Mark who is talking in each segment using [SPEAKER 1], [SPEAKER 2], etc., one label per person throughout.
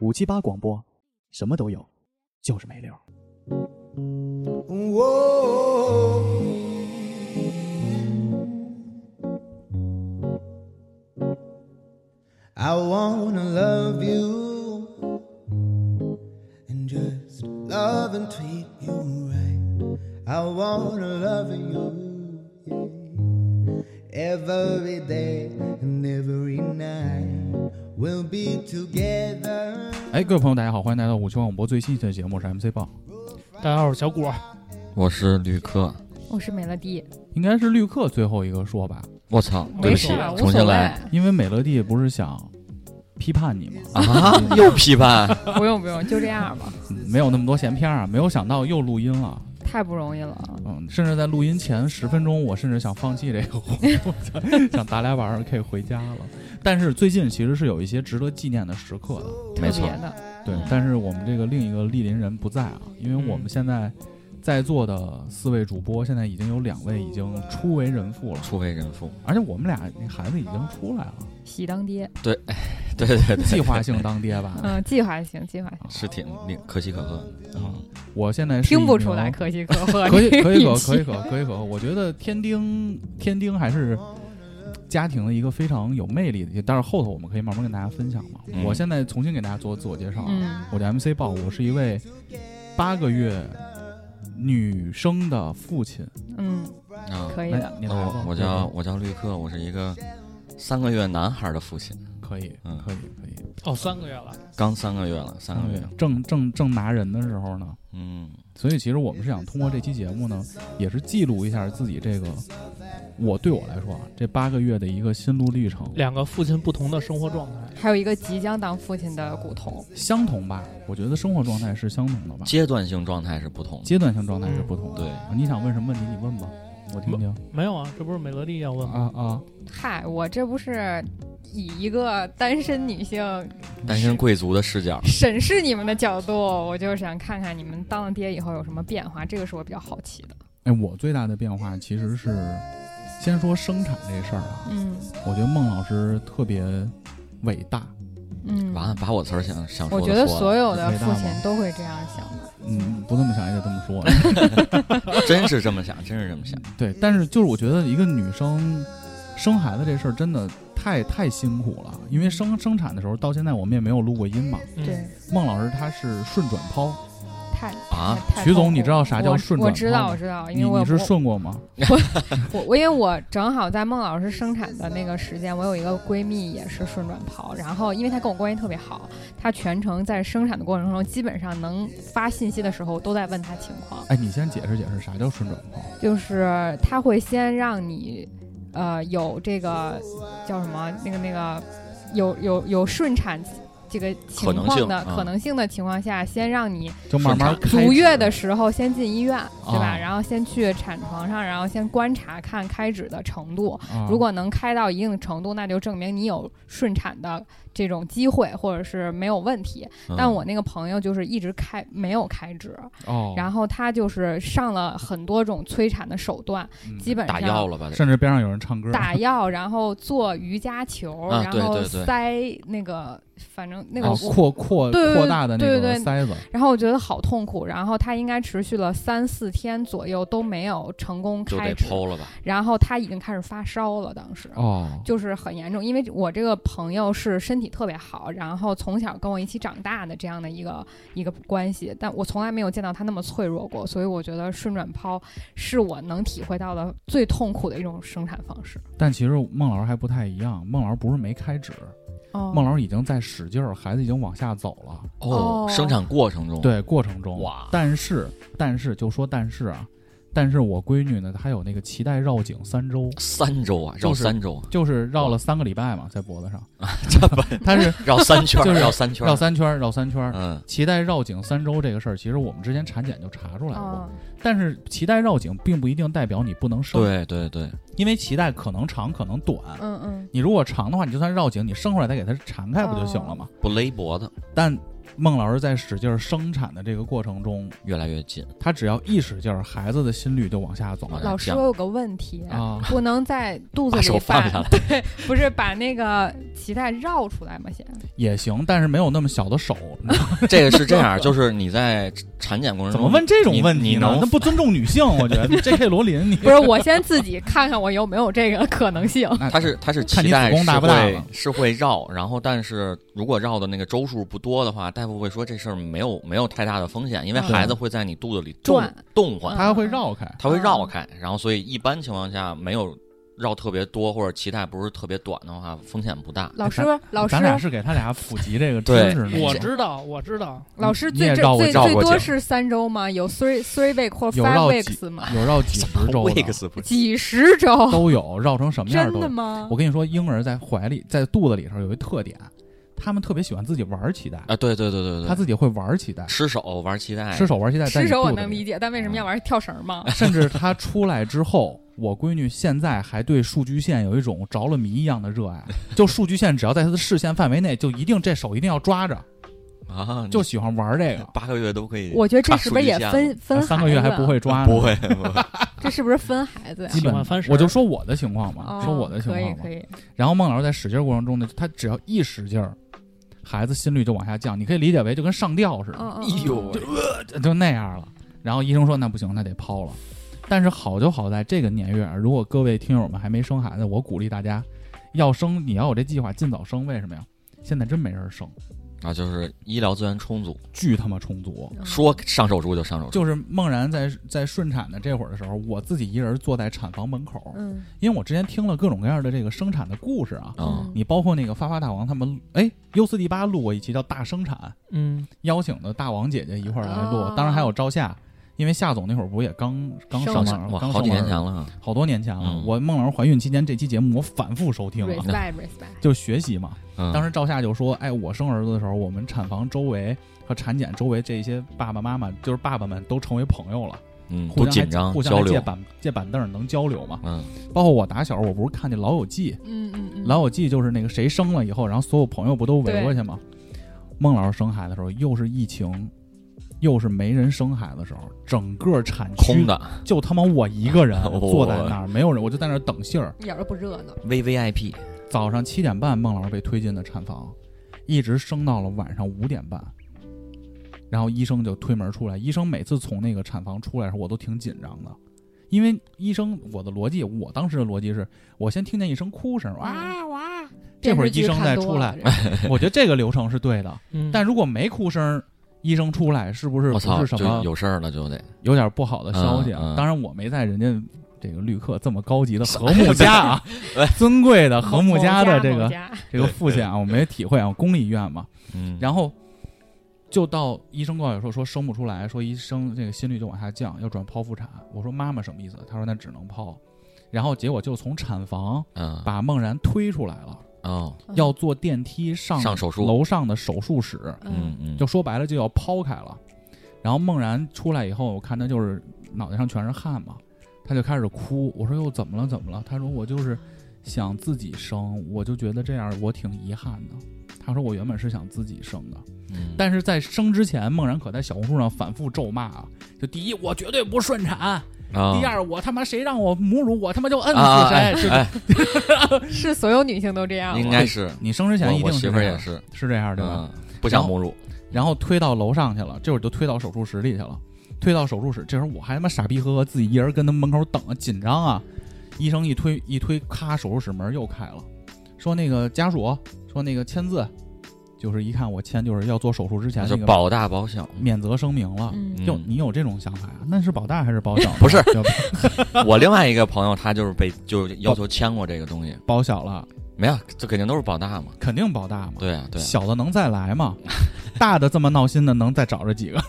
[SPEAKER 1] 五七八广播，什么都有，就是没溜儿。
[SPEAKER 2] I wanna love you and just love and treat you right. I wanna love you yeah. every day and every night. We'll be together.
[SPEAKER 3] 哎，各位朋友，大家好，欢迎来到五七万广播最新一期的节目，我是 MC 豹，
[SPEAKER 4] 大家好，我是小果。
[SPEAKER 5] 我是旅客，
[SPEAKER 6] 我是美乐蒂，
[SPEAKER 3] 应该是绿客最后一个说吧，
[SPEAKER 5] 我操，对
[SPEAKER 6] 没
[SPEAKER 5] 不
[SPEAKER 6] 事
[SPEAKER 5] 起
[SPEAKER 6] 儿，无
[SPEAKER 5] 重新
[SPEAKER 6] 所谓，
[SPEAKER 5] 来
[SPEAKER 3] 因为美乐蒂不是想批判你吗？
[SPEAKER 5] 啊！又批判，
[SPEAKER 6] 不用不用，就这样吧，
[SPEAKER 3] 嗯没有那么多闲篇儿啊，没有想到又录音了，
[SPEAKER 6] 太不容易了。啊
[SPEAKER 3] 嗯，甚至在录音前十分钟，我甚至想放弃这个活动， 想想打俩晚上可以回家了。但是最近其实是有一些值得纪念的时刻的，
[SPEAKER 5] 没
[SPEAKER 6] 特
[SPEAKER 5] 错
[SPEAKER 6] 别，的，
[SPEAKER 3] 对，但是我们这个另一个莅临人不在啊，因为我
[SPEAKER 6] 嗯
[SPEAKER 3] 们现在在座的四位主播，现在已经有两位已经初为人父了，
[SPEAKER 5] 初为人父，
[SPEAKER 3] 而且我们俩那孩子已经出来了，
[SPEAKER 6] 喜当爹，
[SPEAKER 5] 对对对，
[SPEAKER 3] 计划性当爹吧。
[SPEAKER 5] 哎
[SPEAKER 6] 嗯，计划型计划型，
[SPEAKER 5] 是挺令可喜可贺，
[SPEAKER 3] 啊，我现在是
[SPEAKER 6] 听不
[SPEAKER 3] 一名
[SPEAKER 6] 出
[SPEAKER 5] 哎
[SPEAKER 6] 来，可喜可贺。
[SPEAKER 3] 可以可以
[SPEAKER 6] 这
[SPEAKER 3] 可
[SPEAKER 6] 一期
[SPEAKER 3] 可以可可以可，我觉得天丁天丁还是家庭的一个非常有魅力的，但是后头我们可以慢慢跟大家分享嘛。
[SPEAKER 5] 嗯
[SPEAKER 3] 我现在重新给大家做自我介绍啊，
[SPEAKER 6] 嗯
[SPEAKER 3] 我叫 MC 豹，我是一位八个月女生的父亲。
[SPEAKER 6] 嗯，
[SPEAKER 5] 啊，
[SPEAKER 6] 可以
[SPEAKER 3] 那
[SPEAKER 6] 的，
[SPEAKER 3] 你
[SPEAKER 5] 那
[SPEAKER 3] 来吧
[SPEAKER 5] 我我叫我叫旅客，我是一个三个月男孩的父亲，
[SPEAKER 3] 可以
[SPEAKER 5] 嗯
[SPEAKER 3] 可以可以，
[SPEAKER 4] 哦，三个月了，
[SPEAKER 5] 刚三个月了，三个月，
[SPEAKER 3] 正正正拿人的时候呢，
[SPEAKER 5] 嗯，
[SPEAKER 3] 所以其实我们是想通过这期节目呢，也是记录一下自己这个，我对我来说啊，这八个月的一个心路历程，
[SPEAKER 4] 两个父亲不同的生活状态。
[SPEAKER 6] 还有一个即将当父亲的古潼，
[SPEAKER 3] 相同吧？我觉得生活状态是相同的吧，
[SPEAKER 5] 阶嗯段性状态是不同的，
[SPEAKER 3] 阶段性状态是不同的。
[SPEAKER 5] 对，
[SPEAKER 3] 啊你想问什么问题，你问吧，我听听。
[SPEAKER 4] 没有啊，这不是美乐蒂要问吗？
[SPEAKER 3] 啊啊，
[SPEAKER 6] 嗨，我这不是以一个单身女性
[SPEAKER 5] 单身贵族的视角，
[SPEAKER 6] 审视你们的角度，我就想看看你们当了爹以后有什么变化，这个是我比较好奇的。
[SPEAKER 3] 哎，我最大的变化其实是，先说生产这事儿啊，
[SPEAKER 6] 嗯
[SPEAKER 3] 我觉得孟老师特别伟大，
[SPEAKER 6] 嗯，
[SPEAKER 5] 完了把我词儿想想说的
[SPEAKER 6] 我觉得
[SPEAKER 5] 说了
[SPEAKER 6] 所有的
[SPEAKER 3] 伟大
[SPEAKER 6] 父
[SPEAKER 3] 吗
[SPEAKER 6] 亲都会这样想吧。
[SPEAKER 3] 嗯，不这么想也得这么说。
[SPEAKER 5] 真是这么想，真是这么想，
[SPEAKER 3] 对，
[SPEAKER 6] 嗯
[SPEAKER 3] 但是就是我觉得一个女生生孩子这事儿真的太太辛苦了，因为生生产的时候到现在我们也没有录过音嘛。
[SPEAKER 4] 嗯
[SPEAKER 6] 对，，
[SPEAKER 3] 孟老师她是顺转剖，
[SPEAKER 6] 太
[SPEAKER 5] 啊
[SPEAKER 6] 太
[SPEAKER 3] 徐
[SPEAKER 6] 痛
[SPEAKER 3] 总
[SPEAKER 6] 苦
[SPEAKER 3] 你知道
[SPEAKER 6] 了
[SPEAKER 3] 啥叫
[SPEAKER 6] 我
[SPEAKER 3] 顺
[SPEAKER 6] 我
[SPEAKER 3] 转
[SPEAKER 6] 知
[SPEAKER 3] 吗
[SPEAKER 6] 道，我知道，因
[SPEAKER 3] 你
[SPEAKER 6] 为我
[SPEAKER 3] 你是
[SPEAKER 6] 我
[SPEAKER 3] 顺过吗？
[SPEAKER 6] 我我因为我正好在孟老师生产的那个时间，我有一个闺蜜也是顺转剖，然后因为她跟我关系特别好，她全程在生产的过程中，基本上能发信息的时候都在问她情况，
[SPEAKER 3] 哎，你先解释解释啥叫顺转剖。
[SPEAKER 6] 就是她会先让你呃有这个叫什么那个那个有有有顺产。这个情
[SPEAKER 5] 可能
[SPEAKER 6] 况
[SPEAKER 5] 性
[SPEAKER 6] 的
[SPEAKER 5] 啊
[SPEAKER 6] 可能性的情况下，先让你
[SPEAKER 3] 就慢慢
[SPEAKER 5] 顺
[SPEAKER 3] 开
[SPEAKER 6] 足
[SPEAKER 3] 始
[SPEAKER 6] 月的时候先进医院，对吧？
[SPEAKER 3] 啊
[SPEAKER 6] 然后先去产床上，然后先观察看开指的程度。
[SPEAKER 3] 啊
[SPEAKER 6] 如果能开到一定程度，那就证明你有顺产的这种机会，或者是没有问题。
[SPEAKER 5] 嗯
[SPEAKER 6] 但我那个朋友就是一直开没有开指，
[SPEAKER 3] 哦，
[SPEAKER 6] 然后他就是上了很多种催产的手段，
[SPEAKER 3] 嗯
[SPEAKER 6] 基本
[SPEAKER 5] 打
[SPEAKER 6] 上
[SPEAKER 5] 药了吧，这
[SPEAKER 3] 甚至边上有人唱歌，
[SPEAKER 6] 打药，然后做瑜伽球，
[SPEAKER 5] 啊
[SPEAKER 6] 然
[SPEAKER 5] 对
[SPEAKER 6] 后
[SPEAKER 5] 对对
[SPEAKER 6] 塞那个，反正那个
[SPEAKER 3] 哦
[SPEAKER 6] 我
[SPEAKER 3] 扩扩
[SPEAKER 6] 对对
[SPEAKER 3] 扩大的那
[SPEAKER 6] 对
[SPEAKER 3] 个
[SPEAKER 6] 对对
[SPEAKER 3] 塞子，
[SPEAKER 6] 然后我觉得好痛苦，然后他应该持续了三四天左右都没有成功
[SPEAKER 5] 就
[SPEAKER 6] 开
[SPEAKER 5] 得
[SPEAKER 6] 指，
[SPEAKER 5] 剖了吧，
[SPEAKER 6] 然后他已经开始发烧了，当时。
[SPEAKER 3] 哦，
[SPEAKER 6] 就是很严重，因为我这个朋友是身体特别好，然后从小跟我一起长大的这样的一个一个关系，但我从来没有见到他那么脆弱过，所以我觉得顺转剖是我能体会到的最痛苦的一种生产方式。
[SPEAKER 3] 但其实孟老师还不太一样，孟老师不是没开指，
[SPEAKER 6] 哦
[SPEAKER 3] 孟老师已经在使劲儿，孩子已经往下走了。
[SPEAKER 6] 哦
[SPEAKER 5] 生产过程中，
[SPEAKER 3] 对，过程中
[SPEAKER 5] 哇
[SPEAKER 3] 但是但是就说但是啊，但是我闺女呢，她有那个脐带绕颈三周，
[SPEAKER 5] 三周啊，绕
[SPEAKER 3] 就是
[SPEAKER 5] 三周啊，
[SPEAKER 3] 就是绕了三个礼拜嘛，在脖子上，
[SPEAKER 5] 这不
[SPEAKER 3] 她是
[SPEAKER 5] 绕三圈儿，
[SPEAKER 3] 就是
[SPEAKER 5] 绕三圈儿，
[SPEAKER 3] 绕三圈儿，绕三圈儿。
[SPEAKER 5] 嗯，
[SPEAKER 3] 脐带绕颈三周这个事儿，其实我们之前产检就查出来过，
[SPEAKER 6] 哦，
[SPEAKER 3] 但是脐带绕颈并不一定代表你不能生，
[SPEAKER 5] 对对对，
[SPEAKER 3] 因为脐带可能长可能短。
[SPEAKER 6] 嗯嗯，
[SPEAKER 5] 哦
[SPEAKER 3] 你如果长的话，你就算绕颈，你生出来再给它缠开不就行了吗？
[SPEAKER 5] 不勒脖子，
[SPEAKER 3] 但孟老师在使劲儿生产的这个过程中，
[SPEAKER 5] 越来越近，
[SPEAKER 3] 他只要一使劲儿，孩子的心率就往下走
[SPEAKER 5] 往下
[SPEAKER 6] 老师，
[SPEAKER 5] 降
[SPEAKER 6] 我有个问题，
[SPEAKER 3] 啊。
[SPEAKER 6] 不能在肚子
[SPEAKER 5] 把手
[SPEAKER 6] 里
[SPEAKER 5] 放下
[SPEAKER 6] 把，
[SPEAKER 5] 来。
[SPEAKER 6] 不是把那个脐带绕出来吗？先
[SPEAKER 3] 也行，但是没有那么小的手。你知道吗
[SPEAKER 5] 这个是这 样，就是你在产检过程
[SPEAKER 3] 怎
[SPEAKER 5] 中
[SPEAKER 3] 么问这种问
[SPEAKER 5] 你
[SPEAKER 3] 题
[SPEAKER 5] 你
[SPEAKER 3] 呢？
[SPEAKER 5] 能
[SPEAKER 3] 那不尊重女性，我觉得。J.K. 罗琳，你
[SPEAKER 6] 不是，我先自己看看我有没有这个可能性。
[SPEAKER 5] 它是它是
[SPEAKER 3] 看你
[SPEAKER 5] 脐带
[SPEAKER 3] 子宫
[SPEAKER 5] 是
[SPEAKER 3] 大不大
[SPEAKER 5] 会
[SPEAKER 3] 了
[SPEAKER 5] 是会绕，然后但是如果绕的那个周数不多的话，大夫会说这事儿没有没有太大的风险，因为
[SPEAKER 6] 嗯
[SPEAKER 5] 孩子会在你肚子里动
[SPEAKER 6] 转
[SPEAKER 5] 动唤，
[SPEAKER 3] 他会绕开。
[SPEAKER 5] 它会绕开，然后所以一般情况下没有绕特别多或者脐带不是特别短的话，风险不大。
[SPEAKER 6] 老师，老师
[SPEAKER 3] 咱，俩是给他俩普及这个知
[SPEAKER 5] 对
[SPEAKER 3] 识呢。
[SPEAKER 4] 我知道，我知道，
[SPEAKER 6] 老师
[SPEAKER 3] 你也
[SPEAKER 6] 最这
[SPEAKER 3] 绕过
[SPEAKER 6] 最
[SPEAKER 5] 绕
[SPEAKER 6] 最
[SPEAKER 5] 过
[SPEAKER 6] 多
[SPEAKER 5] 去
[SPEAKER 6] 是三周吗？有 three three week 或
[SPEAKER 3] 有
[SPEAKER 6] five
[SPEAKER 3] 绕几
[SPEAKER 6] weeks 吗？
[SPEAKER 3] 有绕几十周的，
[SPEAKER 5] Weeks 不是
[SPEAKER 6] 几十周，
[SPEAKER 3] 都有绕成什么样
[SPEAKER 6] 真
[SPEAKER 3] 都
[SPEAKER 6] 的
[SPEAKER 3] 有。
[SPEAKER 6] 吗
[SPEAKER 3] 我？跟你说，婴儿在怀里在肚子里头有一特点，他们特别喜欢自己玩脐带，
[SPEAKER 5] 啊，对对对对
[SPEAKER 3] 他
[SPEAKER 5] 对，
[SPEAKER 3] 自己会玩脐带，
[SPEAKER 5] 吃手玩脐带，
[SPEAKER 3] 吃手玩脐带，在
[SPEAKER 6] 吃
[SPEAKER 3] 你
[SPEAKER 6] 手我
[SPEAKER 3] 肚子
[SPEAKER 6] 能
[SPEAKER 3] 里啊哎
[SPEAKER 6] 理解，但为什么要玩跳绳吗？
[SPEAKER 3] 甚至他出来之后，我闺女现在还对数据线有一种着了迷一样的热爱。就数据线，只要在她的视线范围内，就一定这手一定要抓着，
[SPEAKER 5] 啊，
[SPEAKER 3] 就
[SPEAKER 5] 你
[SPEAKER 3] 喜欢玩这个。
[SPEAKER 5] 八个月都可以，
[SPEAKER 6] 我觉得这是不是也
[SPEAKER 5] 看数据
[SPEAKER 6] 分分
[SPEAKER 3] 三个月还不
[SPEAKER 6] 孩
[SPEAKER 3] 会抓呢，
[SPEAKER 5] 不会，不会
[SPEAKER 6] 子？这是不是分孩子呀？
[SPEAKER 3] 基本
[SPEAKER 4] 喜欢翻身
[SPEAKER 3] 我就说我的情况吧，
[SPEAKER 6] 哦
[SPEAKER 3] 说我的情
[SPEAKER 6] 可以
[SPEAKER 3] 况吧
[SPEAKER 6] 可。以，
[SPEAKER 3] 然后孟老师在使劲儿过程中呢，他只要一使劲儿，孩子心率就往下降，你可以理解为就跟上吊似的。
[SPEAKER 6] 嗯嗯，
[SPEAKER 5] 哎呦
[SPEAKER 6] 嗯
[SPEAKER 5] 喂，
[SPEAKER 3] 就就那样了。然后医生说那不行，那得剖了。但是好就好在这个年月，如果各位听友们还没生孩子，我鼓励大家要生，你要有这计划，尽早生。为什么呀？现在真没人生，
[SPEAKER 5] 啊，就是医疗资源充足，
[SPEAKER 3] 巨他妈充足。
[SPEAKER 6] 嗯
[SPEAKER 5] 说上手术就上手术，
[SPEAKER 3] 就是梦然在在顺产的这会儿的时候，我自己一人坐在产房门口，
[SPEAKER 6] 嗯
[SPEAKER 3] 因为我之前听了各种各样的这个生产的故事啊，
[SPEAKER 5] 啊，
[SPEAKER 6] 嗯
[SPEAKER 3] 你包括那个发发大王他们，哎，优四 D 八录过一期叫《大生产》，
[SPEAKER 4] 嗯，
[SPEAKER 3] 邀请的大王姐姐一块儿来录，
[SPEAKER 6] 哦
[SPEAKER 3] 当然还有赵夏，因为夏总那会儿不也刚刚
[SPEAKER 6] 生
[SPEAKER 3] 嗯上
[SPEAKER 6] 了
[SPEAKER 3] 班，
[SPEAKER 5] 哇，
[SPEAKER 3] 刚
[SPEAKER 5] 好几
[SPEAKER 3] 上
[SPEAKER 5] 年
[SPEAKER 3] 班
[SPEAKER 5] 前了，
[SPEAKER 3] 好多年前了。
[SPEAKER 5] 嗯
[SPEAKER 3] 我孟老师怀孕期间这期节目我反复收听了，
[SPEAKER 6] ，respect respect，
[SPEAKER 3] 就是学习嘛。
[SPEAKER 5] 嗯，
[SPEAKER 3] 当时赵夏就说：“哎，我生儿子的时候，我们产房周围和产检周围这些爸爸妈妈，就是爸爸们都成为朋友了，
[SPEAKER 5] 嗯
[SPEAKER 3] 互
[SPEAKER 5] 都
[SPEAKER 3] 相还
[SPEAKER 5] 紧张
[SPEAKER 3] 互相
[SPEAKER 5] 交
[SPEAKER 3] 还借
[SPEAKER 5] 流，
[SPEAKER 3] 板借板凳能交流嘛。
[SPEAKER 5] 嗯，
[SPEAKER 3] 包括我打小，我不是看见《老友记》，
[SPEAKER 6] 嗯嗯嗯，
[SPEAKER 3] 《老友记》就是那个谁生了以后，然后所有朋友不都围过去吗？孟老师生孩子的时候，又是疫情。”又是没人生孩子的时候，整个产区
[SPEAKER 5] 空，的
[SPEAKER 3] 就他妈我一个 人
[SPEAKER 5] 哦
[SPEAKER 3] 坐在那儿，没有人，我就在那儿等信儿。
[SPEAKER 6] 一点都不热闹，
[SPEAKER 5] V V I P，
[SPEAKER 3] 早上七点半，孟老师被推进的产房，一直生到了晚上五点半，然后医生就推门出来。医生每次从那个产房出来的时候，我都挺紧张的，因为医生我的逻辑，我当时的逻辑是我先听见一声哭
[SPEAKER 6] 啊
[SPEAKER 3] 声， 哇哇，嗯这会儿
[SPEAKER 6] 电视剧
[SPEAKER 3] 医生再
[SPEAKER 6] 看多
[SPEAKER 3] 出来
[SPEAKER 6] 了，，这
[SPEAKER 3] 我觉得这个流程是对的。
[SPEAKER 4] 嗯
[SPEAKER 3] 但如果没哭声，医生出来是不是
[SPEAKER 5] 我
[SPEAKER 3] 不
[SPEAKER 5] 操，
[SPEAKER 3] 是什
[SPEAKER 5] 就
[SPEAKER 3] 么
[SPEAKER 5] 有事儿了就得
[SPEAKER 3] 有点不好的消息啊
[SPEAKER 5] 嗯？嗯
[SPEAKER 3] 当然我没在人家。这个旅客这么高级的和睦家 啊，
[SPEAKER 5] 哎
[SPEAKER 3] 尊贵的和睦家的这
[SPEAKER 6] 某
[SPEAKER 3] 个
[SPEAKER 6] 家
[SPEAKER 3] 这个父亲啊，我没体会啊，我公立医院嘛，
[SPEAKER 5] 嗯，
[SPEAKER 3] 然后就到医生告诉我说说生不出来，说医生这个心率就往下降，要转剖腹产。我说妈妈什么意思？他说那只能剖。然后结果就从产房
[SPEAKER 5] 嗯
[SPEAKER 3] 把孟然推出来了，
[SPEAKER 5] 哦，
[SPEAKER 6] 嗯
[SPEAKER 3] 要坐电梯上
[SPEAKER 5] 上手术
[SPEAKER 3] 楼上的手术室，
[SPEAKER 5] 嗯
[SPEAKER 6] 嗯
[SPEAKER 5] 嗯，
[SPEAKER 3] 就说白了就要剖开了。然后孟然出来以后，我看他就是脑袋上全是汗嘛，他就开始哭。我说又怎么了？怎么了？他说我就是想自己生，我就觉得这样我挺遗憾的。他说我原本是想自己生的，
[SPEAKER 5] 嗯
[SPEAKER 3] 但是在生之前，孟然可在小红书上反复咒骂啊，就第一我绝对不顺产，
[SPEAKER 5] 啊
[SPEAKER 3] 第二我他妈谁让我母乳我他妈就摁
[SPEAKER 5] 啊
[SPEAKER 3] 死谁。
[SPEAKER 5] 哎
[SPEAKER 3] 是
[SPEAKER 5] 哎，
[SPEAKER 6] 是所有女性都这样吗，
[SPEAKER 5] 应该是
[SPEAKER 3] 你生之前
[SPEAKER 5] 我
[SPEAKER 3] 一
[SPEAKER 5] 我
[SPEAKER 3] 定
[SPEAKER 5] 媳
[SPEAKER 3] 是
[SPEAKER 5] 妇
[SPEAKER 3] 这
[SPEAKER 5] 儿也
[SPEAKER 3] 样，
[SPEAKER 5] 是，
[SPEAKER 3] 是这样对吧？
[SPEAKER 5] 嗯，不想母乳，
[SPEAKER 3] 然后推到楼上去了，这会儿就推到手术室里去了，推到手术室，这时候我还他妈傻逼呵呵自己一人跟他们门口等啊，紧张啊。医生一推一推，咔，手术室门又开了，说那个家属说那个签字，就是一看我签就是要做手术之前
[SPEAKER 5] 是
[SPEAKER 3] 那个
[SPEAKER 5] 保大保小，
[SPEAKER 3] 免责声明了。
[SPEAKER 6] 嗯
[SPEAKER 5] 嗯
[SPEAKER 3] 就你有这种想法呀？那是保大还是保小呢？
[SPEAKER 5] 不是
[SPEAKER 3] 就
[SPEAKER 5] 我另外一个朋友他就是被 就是要求签过这个东西，
[SPEAKER 3] 保小了，
[SPEAKER 5] 没有，这肯定都是保大嘛，
[SPEAKER 3] 肯定保大嘛。
[SPEAKER 5] 对啊对啊，
[SPEAKER 3] 小的能再来吗？ 大的这么闹心的能再找着几个？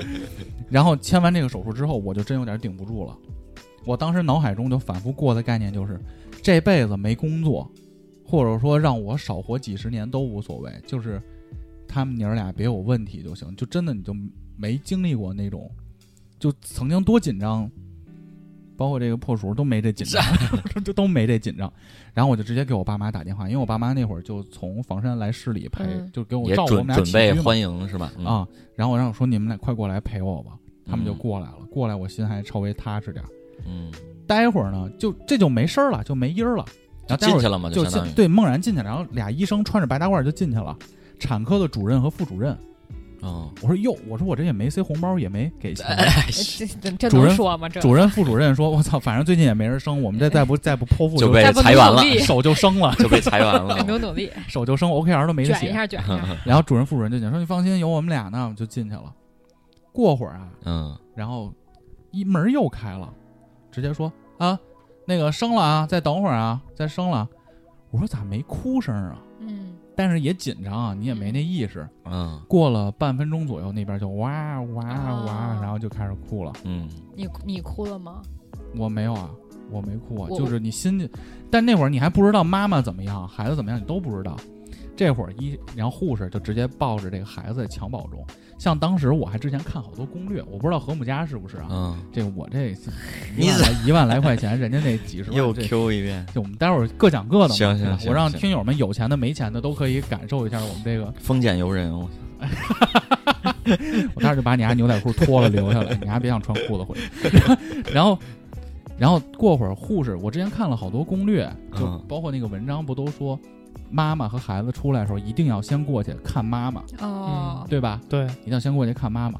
[SPEAKER 3] 然后签完这个手术之后，我就真有点顶不住了。我当时脑海中就反复过的概念就是，这辈子没工作，或者说让我少活几十年都无所谓，就是他们娘俩别有问题就行。就真的你就没经历过那种，就曾经多紧张，包括这个破叔都没这紧张， 都都没这紧张。然后我就直接给我爸妈打电话，因为我爸妈那会儿就从房山来市里陪，
[SPEAKER 6] 嗯
[SPEAKER 3] 就给我
[SPEAKER 5] 也
[SPEAKER 3] 照顾我
[SPEAKER 5] 准
[SPEAKER 3] 们俩
[SPEAKER 5] 准
[SPEAKER 3] 起
[SPEAKER 5] 备
[SPEAKER 3] 居嘛
[SPEAKER 5] 欢迎是吧？嗯，
[SPEAKER 3] 啊。然后我让我说你们俩快过来陪我吧，他们就
[SPEAKER 5] 嗯
[SPEAKER 3] 过来了。过来我心还稍微踏实点儿。
[SPEAKER 5] 嗯，
[SPEAKER 3] 待会儿呢，就这就没声儿了，就没音儿了。然后待会
[SPEAKER 5] 进
[SPEAKER 3] 儿
[SPEAKER 5] 去了嘛，
[SPEAKER 3] 就
[SPEAKER 5] 相当
[SPEAKER 3] 进
[SPEAKER 5] 于
[SPEAKER 3] 对猛然进去，然后俩医生穿着白大褂就进去了，产科的主任和副主任。
[SPEAKER 5] 嗯，
[SPEAKER 3] 我说哟，我说我这也没塞红包，也没给钱。
[SPEAKER 5] 哎
[SPEAKER 6] 这这这
[SPEAKER 3] 主
[SPEAKER 6] 能
[SPEAKER 3] 人
[SPEAKER 6] 说吗？这
[SPEAKER 3] 主任、副主任说：“我操，反正最近也没人生，我们这再不再不剖腹
[SPEAKER 5] 就被
[SPEAKER 6] 再不
[SPEAKER 5] 裁员
[SPEAKER 6] 努
[SPEAKER 5] 了，
[SPEAKER 6] 力
[SPEAKER 3] 手就生了，
[SPEAKER 5] 就被裁员了 嗯
[SPEAKER 6] 得。 多 努力，
[SPEAKER 3] 手就生 OKR 都没得
[SPEAKER 6] 卷一
[SPEAKER 3] 写。
[SPEAKER 6] 下卷一下。
[SPEAKER 3] 然后主任、副主任就讲说：“你放心，有我们俩呢。”我们就进去了。过会儿啊，
[SPEAKER 5] 嗯，
[SPEAKER 3] 然后一门又开了，直接说：“啊，那个生了啊，再等会儿啊，再生了。”我说：“咋没哭声啊？”
[SPEAKER 6] 嗯，
[SPEAKER 3] 但是也紧张啊，你也没那意识。
[SPEAKER 5] 嗯
[SPEAKER 3] 过了半分钟左右，那边就哇哇哇
[SPEAKER 6] 啊，
[SPEAKER 3] 然后就开始哭了。
[SPEAKER 5] 嗯，
[SPEAKER 6] 你你哭了吗？
[SPEAKER 3] 我没有啊，我没哭啊，
[SPEAKER 6] 我
[SPEAKER 3] 就是你心里，但那会儿你还不知道妈妈怎么样，孩子怎么样，你都不知道。这会儿医，然后护士就直接抱着这个孩子在襁褓中。像当时我还之前看好多攻略，我不知道和睦家是不是啊？
[SPEAKER 5] 嗯，
[SPEAKER 3] 这我这
[SPEAKER 5] 你
[SPEAKER 3] 一万来一万来块钱，人家那几十万，
[SPEAKER 5] 又
[SPEAKER 3] 这
[SPEAKER 5] Q 一遍，
[SPEAKER 3] 就我们待会儿各讲各的嘛。
[SPEAKER 5] 行
[SPEAKER 3] 是吧
[SPEAKER 5] 行行
[SPEAKER 3] 我让
[SPEAKER 5] 行
[SPEAKER 3] 听友们有钱的、没钱的都可以感受一下我们这个。
[SPEAKER 5] 丰俭由人，我
[SPEAKER 3] 我当时就把你家牛仔裤脱了留下来，你还别想穿裤子回去。 然后，然后过会儿护士，我之前看了好多攻略，就
[SPEAKER 5] 嗯
[SPEAKER 3] 包括那个文章不都说，妈妈和孩子出来的时候一定要先过去看妈妈，
[SPEAKER 6] 哦，
[SPEAKER 3] 对吧？
[SPEAKER 4] 对，
[SPEAKER 3] 一定要先过去看妈妈。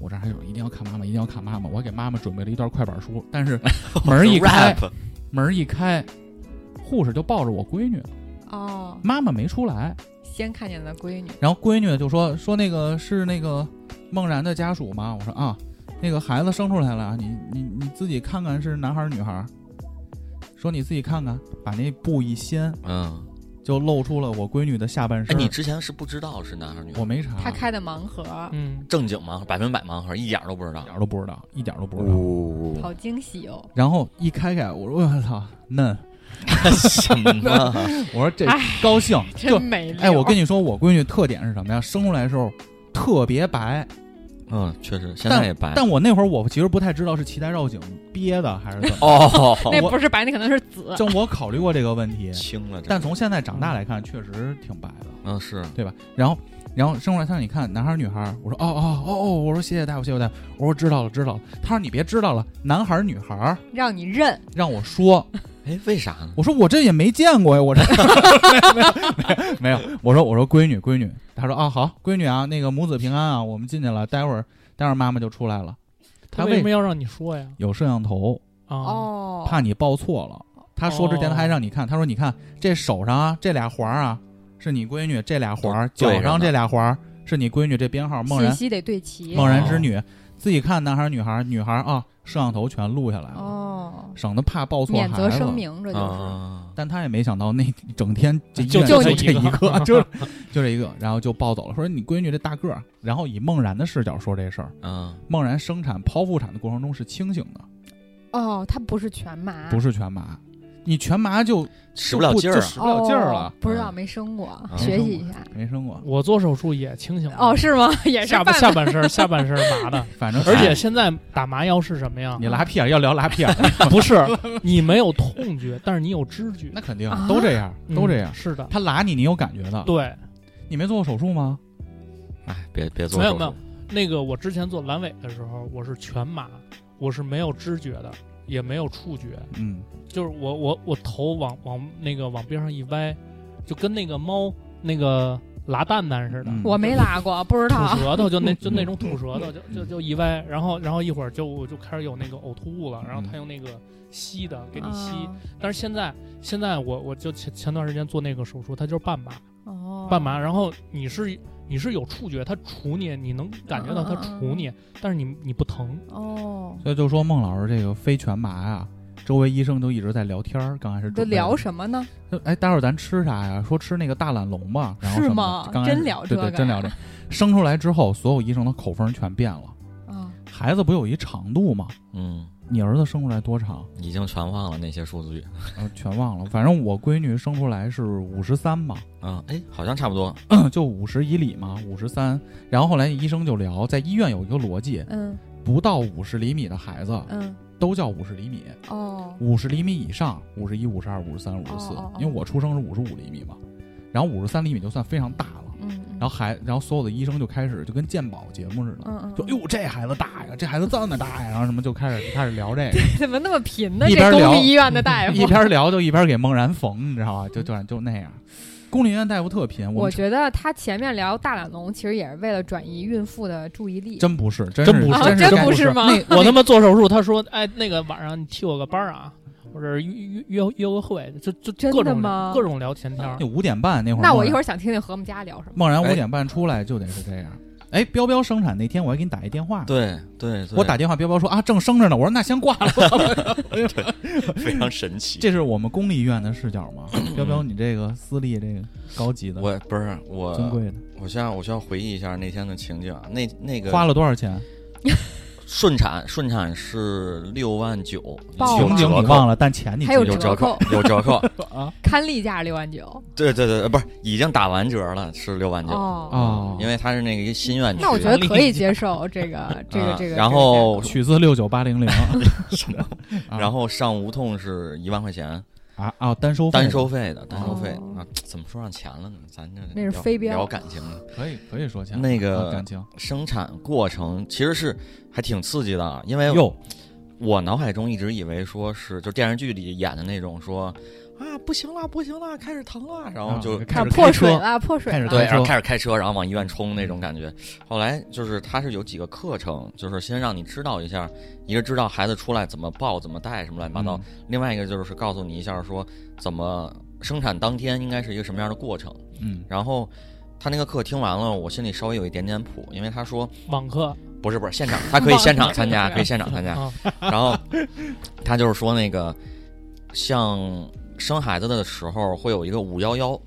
[SPEAKER 3] 我这还有一定要看妈妈，一定要看妈妈。我还给妈妈准备了一段快板书，但 是门儿一开，
[SPEAKER 5] rap
[SPEAKER 3] 门儿一开，护士就抱着我闺女，
[SPEAKER 6] 哦，
[SPEAKER 3] 妈妈没出来。
[SPEAKER 6] 先看见了闺女，
[SPEAKER 3] 然后闺女就说说那个是那个梦然的家属吗？我说啊，那个孩子生出来了，啊你你你自己看看是男孩儿女孩儿。说你自己看看，把那布一掀，
[SPEAKER 5] 嗯，
[SPEAKER 3] 就露出了我闺女的下半
[SPEAKER 5] 哎，
[SPEAKER 3] 身。
[SPEAKER 5] 你之前是不知道是男孩儿女孩
[SPEAKER 3] 我
[SPEAKER 5] 儿，
[SPEAKER 3] 没查，啊
[SPEAKER 6] 她开的盲盒，
[SPEAKER 4] 嗯，
[SPEAKER 5] 正经盲盒，百分百盲盒，一点儿都不知
[SPEAKER 3] 一
[SPEAKER 5] 道。
[SPEAKER 3] 点儿都不知道，一点儿都不知道。
[SPEAKER 5] 哦，
[SPEAKER 6] 好惊喜哦！
[SPEAKER 3] 然后一开开，我说我操，嫩！
[SPEAKER 5] 什么？
[SPEAKER 3] 我说这
[SPEAKER 5] 哎
[SPEAKER 3] 高 兴，就
[SPEAKER 6] 真没
[SPEAKER 3] 哎，我跟
[SPEAKER 6] 你
[SPEAKER 3] 你说，我闺女特点是什么呀？生出来的时候特别白，
[SPEAKER 5] 嗯，确实，现在也白。。
[SPEAKER 3] 但我那会儿我其实不太知道是脐带绕颈憋的还是怎么
[SPEAKER 5] 哦，
[SPEAKER 6] 那
[SPEAKER 3] 我
[SPEAKER 6] 不是白，那可能是紫。
[SPEAKER 3] 就我考虑过这个问题，
[SPEAKER 5] 轻了这个，
[SPEAKER 3] 但从现在长大来看，确实挺白的，
[SPEAKER 5] 嗯是，
[SPEAKER 3] 对吧？然后，然后生出来他让你看男孩儿女孩儿，我说哦哦哦哦，我说谢谢大夫，谢谢大夫，我说知道了知道了。他说你别知道了，男孩儿女孩儿
[SPEAKER 6] 让你认，
[SPEAKER 3] 让我说，
[SPEAKER 5] 哎，为啥呢？
[SPEAKER 3] 我说我这也没见过呀，我这 没有没有没有，我说我说闺女闺女，他说啊好闺女啊，那个母子平安啊，我们进去了，待会儿待会儿妈妈就出来了，他
[SPEAKER 4] 他为
[SPEAKER 3] 为
[SPEAKER 4] 什么要让你说呀？
[SPEAKER 3] 有摄像头，
[SPEAKER 4] 啊，
[SPEAKER 6] 哦，
[SPEAKER 3] 怕你报错了。他说之前
[SPEAKER 4] 哦
[SPEAKER 3] 他还让你看，他说你看这手上啊这俩环儿啊是你闺女，这俩环儿
[SPEAKER 5] 对
[SPEAKER 3] 脚
[SPEAKER 5] 着
[SPEAKER 3] 上
[SPEAKER 5] 呢
[SPEAKER 3] 这俩环儿是你闺女，这编号梦
[SPEAKER 6] 信
[SPEAKER 3] 然
[SPEAKER 6] 息得对齐
[SPEAKER 3] 梦然之
[SPEAKER 5] 哦
[SPEAKER 3] 女，自己看男孩儿女孩儿女孩儿啊，摄像头全录下来了，
[SPEAKER 6] 哦，
[SPEAKER 3] 省得怕报错
[SPEAKER 6] 免责
[SPEAKER 3] 孩子
[SPEAKER 6] 声。明，这就是
[SPEAKER 5] 啊，
[SPEAKER 3] 但他也没想到那整天这医
[SPEAKER 4] 就
[SPEAKER 3] 院
[SPEAKER 6] 就
[SPEAKER 3] 这
[SPEAKER 6] 你
[SPEAKER 3] 一
[SPEAKER 4] 一个
[SPEAKER 3] 个，就就这一个，然后就抱走了，说你闺女这大个儿，然后以梦然的视角说这事儿，
[SPEAKER 5] 嗯，
[SPEAKER 3] 梦然生产剖腹产的过程中是清醒的，
[SPEAKER 6] 哦，她不是全麻，
[SPEAKER 3] 不是全麻，你全麻就
[SPEAKER 5] 使不了劲
[SPEAKER 3] 就
[SPEAKER 5] 儿啊，
[SPEAKER 3] 使不了劲儿了啊
[SPEAKER 6] 哦，不知道
[SPEAKER 5] 嗯
[SPEAKER 6] 没生过，
[SPEAKER 5] 嗯
[SPEAKER 6] 学习一下。嗯
[SPEAKER 3] 没生过。
[SPEAKER 4] 我做手术也清醒了
[SPEAKER 6] 哦，，是吗？也是
[SPEAKER 4] 下半
[SPEAKER 6] 半
[SPEAKER 4] 下半身儿下半身儿麻的，
[SPEAKER 3] 反正
[SPEAKER 4] 而且
[SPEAKER 3] 哎
[SPEAKER 4] 现在打麻药是什么呀
[SPEAKER 3] 你？拉屁眼要聊拉屁眼，
[SPEAKER 4] 不是你没有痛觉，但是你有知觉
[SPEAKER 3] 那，肯定
[SPEAKER 6] 啊
[SPEAKER 3] 都这样，都这样啊
[SPEAKER 4] 嗯。是的，
[SPEAKER 3] 他拉你，你有感觉的。
[SPEAKER 4] 对，
[SPEAKER 3] 你没做过手术吗？
[SPEAKER 5] 哎，别别做
[SPEAKER 4] 没有
[SPEAKER 5] 手
[SPEAKER 4] 没有
[SPEAKER 5] 术，
[SPEAKER 4] 那个我之前做阑尾的时候，我是全麻，我是没有知觉的，也没有触觉，
[SPEAKER 3] 嗯，
[SPEAKER 4] 就是我我我头往往那个往边上一歪，就跟那个猫那个拉蛋蛋似的，
[SPEAKER 3] 嗯
[SPEAKER 6] 我没拉过，不知道
[SPEAKER 4] 吐。舌头就那就那种吐舌头就就就一歪，然后然后一会儿就我就开始有那个呕吐物了，然后他用那个吸的给你吸，
[SPEAKER 6] 啊
[SPEAKER 4] 但是现在现在我我就前前段时间做那个手术，它就是半麻
[SPEAKER 6] 哦，
[SPEAKER 4] 半麻，然后你是你是有触觉，它杵你，你能感觉到它杵你，但是你你不疼，
[SPEAKER 6] 哦，
[SPEAKER 3] 所以就说孟老师这个非全麻呀，周围医生都一直在聊天儿。刚开始
[SPEAKER 6] 都
[SPEAKER 3] 准备
[SPEAKER 6] 聊什么呢？
[SPEAKER 3] 就哎，待会儿咱吃啥呀？说吃那个大懒龙吧。然后
[SPEAKER 6] 是
[SPEAKER 3] 什么的
[SPEAKER 6] 吗
[SPEAKER 3] 刚开始
[SPEAKER 6] 真聊这
[SPEAKER 3] 对
[SPEAKER 6] 个
[SPEAKER 3] 对，真 聊这。生出来之后，所有医生的口风全变了。
[SPEAKER 6] 啊，
[SPEAKER 3] 孩子不有一长度吗？
[SPEAKER 5] 嗯，
[SPEAKER 3] 你儿子生出来多长？
[SPEAKER 5] 已经全忘了那些数据
[SPEAKER 3] 呃，全忘了。反正我闺女生出来是五十三嘛，
[SPEAKER 5] 啊，哎，好像差不多，
[SPEAKER 3] 就五十以里嘛，五十三。然后后来医生就聊，在医院有一个逻辑，
[SPEAKER 6] 嗯，
[SPEAKER 3] 不到五十厘米的孩子
[SPEAKER 6] 嗯，
[SPEAKER 3] 都叫五十厘米，
[SPEAKER 6] 哦，
[SPEAKER 3] 五十厘米以上，五十一、五十二、五十三、五十四
[SPEAKER 6] 哦哦，
[SPEAKER 3] 因为我出生是五十五厘米嘛，然后五十三厘米就算非常大了。
[SPEAKER 6] 嗯，嗯
[SPEAKER 3] 然后还，然后所有的医生就开始就跟鉴宝节目似的，
[SPEAKER 6] 嗯嗯，
[SPEAKER 3] 就哎呦这孩子大呀，这孩子这么大呀，然后什么就开始开始聊这个，
[SPEAKER 6] 怎么那么贫呢？
[SPEAKER 3] 一
[SPEAKER 6] 这
[SPEAKER 3] 边聊嗯
[SPEAKER 6] 公立医院的大夫，
[SPEAKER 3] 一 边聊就一边给孟然缝，你知道吧？就就就那样，
[SPEAKER 6] 嗯
[SPEAKER 3] 公立医院大夫特贫，我
[SPEAKER 6] 我
[SPEAKER 3] 们
[SPEAKER 6] 觉得他前面聊大懒龙，其实也是为了转移孕妇的注 意力。
[SPEAKER 3] 真不是，真
[SPEAKER 4] 真
[SPEAKER 3] 是
[SPEAKER 4] 不
[SPEAKER 6] 啊
[SPEAKER 4] 是
[SPEAKER 3] 真是
[SPEAKER 6] 真不
[SPEAKER 3] 是
[SPEAKER 6] 是吗？
[SPEAKER 4] 我 他妈做手术，他说：“哎，那个晚上你替我个班儿啊，我这儿约约约约个会，就就
[SPEAKER 6] 真的
[SPEAKER 4] 各种
[SPEAKER 6] 吗
[SPEAKER 4] 各种聊闲天儿
[SPEAKER 3] 那。五点半那会儿，
[SPEAKER 6] 那我一会
[SPEAKER 3] 儿
[SPEAKER 6] 儿想听听和我们家聊什么。
[SPEAKER 3] 孟然
[SPEAKER 5] 哎
[SPEAKER 3] 五点半出来就得是这样。哎，彪彪生产那天我还给你打一电话，
[SPEAKER 5] 对对对，
[SPEAKER 3] 我 打电话，彪彪说啊正生着呢，我说那先挂了。
[SPEAKER 5] 非常神奇。
[SPEAKER 3] 这是我们公立医院的视角吗？彪彪，你这个私立这个高级的、
[SPEAKER 5] 我不是我，
[SPEAKER 3] 尊贵的，
[SPEAKER 5] 我需要我需要回忆一下那天的情景啊。那那个
[SPEAKER 3] 花了多少钱？
[SPEAKER 5] 顺产，顺产是六万九，
[SPEAKER 6] 报
[SPEAKER 5] 有
[SPEAKER 3] 情
[SPEAKER 6] 了
[SPEAKER 3] 景
[SPEAKER 5] 折
[SPEAKER 3] 你
[SPEAKER 5] 扣，
[SPEAKER 3] 忘了，但钱你
[SPEAKER 6] 哦还有
[SPEAKER 5] 有
[SPEAKER 3] 记
[SPEAKER 5] 折
[SPEAKER 6] 折
[SPEAKER 5] 扣
[SPEAKER 6] 扣，
[SPEAKER 5] 有折扣。
[SPEAKER 3] 得啊
[SPEAKER 6] 看例价六万九
[SPEAKER 5] 对对对，不是已经打完折了，是六万九，
[SPEAKER 6] 哦，
[SPEAKER 3] 哦，
[SPEAKER 5] 因为它是那个一个新院区。
[SPEAKER 6] 那我觉得可以接受这个这个
[SPEAKER 5] 啊
[SPEAKER 6] 这个。
[SPEAKER 5] 然后
[SPEAKER 3] 取自六九八零零，
[SPEAKER 5] 什么？
[SPEAKER 3] 啊
[SPEAKER 5] 然后上无痛是一万块钱，
[SPEAKER 3] 啊啊单收费
[SPEAKER 5] 单收费的，单收费
[SPEAKER 6] 哦
[SPEAKER 5] 啊。怎么说上钱了呢？咱这
[SPEAKER 6] 那是
[SPEAKER 5] 聊
[SPEAKER 6] 飞镖
[SPEAKER 5] 聊感情了。
[SPEAKER 3] 可以可以说钱
[SPEAKER 5] 那
[SPEAKER 3] 啊
[SPEAKER 5] 个
[SPEAKER 3] 感情
[SPEAKER 5] 生产过程其实是还挺刺激的啊，因为
[SPEAKER 3] 哟
[SPEAKER 5] 我脑海中一直以为说是就电视剧里演的那种说啊不行了不行了开始疼了，然后
[SPEAKER 3] 啊
[SPEAKER 5] 就
[SPEAKER 3] 开
[SPEAKER 6] 啊
[SPEAKER 3] 始
[SPEAKER 6] 破
[SPEAKER 3] 开
[SPEAKER 6] 水
[SPEAKER 3] 车，
[SPEAKER 6] 了，破水
[SPEAKER 3] 开始
[SPEAKER 6] 了。
[SPEAKER 5] 对，
[SPEAKER 3] 开车
[SPEAKER 5] 然后开始开车，然后往医院冲那种感觉。后来就是他是有几个课程，就是先让你知道一下，一个知道孩子出来怎么抱、怎么带什么乱七八糟，
[SPEAKER 3] 嗯
[SPEAKER 5] 另外一个就是告诉你一下说怎么生产当天应该是一个什么样的过程。
[SPEAKER 3] 嗯
[SPEAKER 5] 然后他那个课听完了，我心里稍微有一点点谱，因为他说
[SPEAKER 4] 网课
[SPEAKER 5] 不是不是现场，他可以现场参加，可以现场参加。
[SPEAKER 6] 哦
[SPEAKER 4] 啊，
[SPEAKER 5] 然后他就是说那个，像生孩子的时候会有一个五幺幺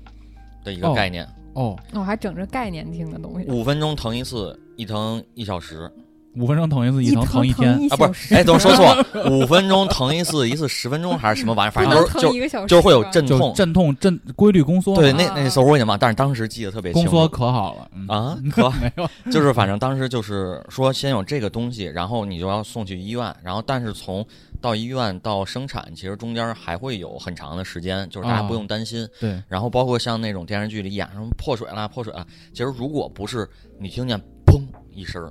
[SPEAKER 5] 的一个
[SPEAKER 3] 哦
[SPEAKER 5] 概念，
[SPEAKER 3] 哦
[SPEAKER 6] 我还整着概念性的东西。
[SPEAKER 5] 五、分钟疼一次，一疼一小时
[SPEAKER 3] 五分钟疼一次，一疼
[SPEAKER 6] 疼
[SPEAKER 3] 疼一天，
[SPEAKER 6] 一
[SPEAKER 5] 啊，不
[SPEAKER 6] 小
[SPEAKER 5] 是，
[SPEAKER 6] 时
[SPEAKER 5] 哎，怎么说错？五分钟疼一次，一次十分钟还是什么玩意儿？反正
[SPEAKER 6] 不
[SPEAKER 5] 就
[SPEAKER 6] 能
[SPEAKER 5] 是
[SPEAKER 6] 疼
[SPEAKER 5] 就
[SPEAKER 6] 一个小时，
[SPEAKER 5] 就是会有
[SPEAKER 6] 吧
[SPEAKER 5] 阵
[SPEAKER 3] 就
[SPEAKER 5] 痛，
[SPEAKER 3] 阵痛阵规律宫缩嘛，
[SPEAKER 5] 对，那
[SPEAKER 6] 啊
[SPEAKER 5] 那时候我已经忘，但是当时记得特别
[SPEAKER 3] 宫
[SPEAKER 5] 清
[SPEAKER 3] 缩
[SPEAKER 5] 楚。
[SPEAKER 3] 可好了 嗯
[SPEAKER 5] 啊，可
[SPEAKER 3] 没有
[SPEAKER 5] 就是反正当时就是说先有这个东西，然后你就要送去医院，然后但是从到医院到生产，其实中间还会有很长的时间，就是大家
[SPEAKER 3] 啊
[SPEAKER 5] 不用担心。
[SPEAKER 3] 对。
[SPEAKER 5] 然后包括像那种电视剧里演什么破水啦、破水啦，其实如果不是你听见砰一声儿，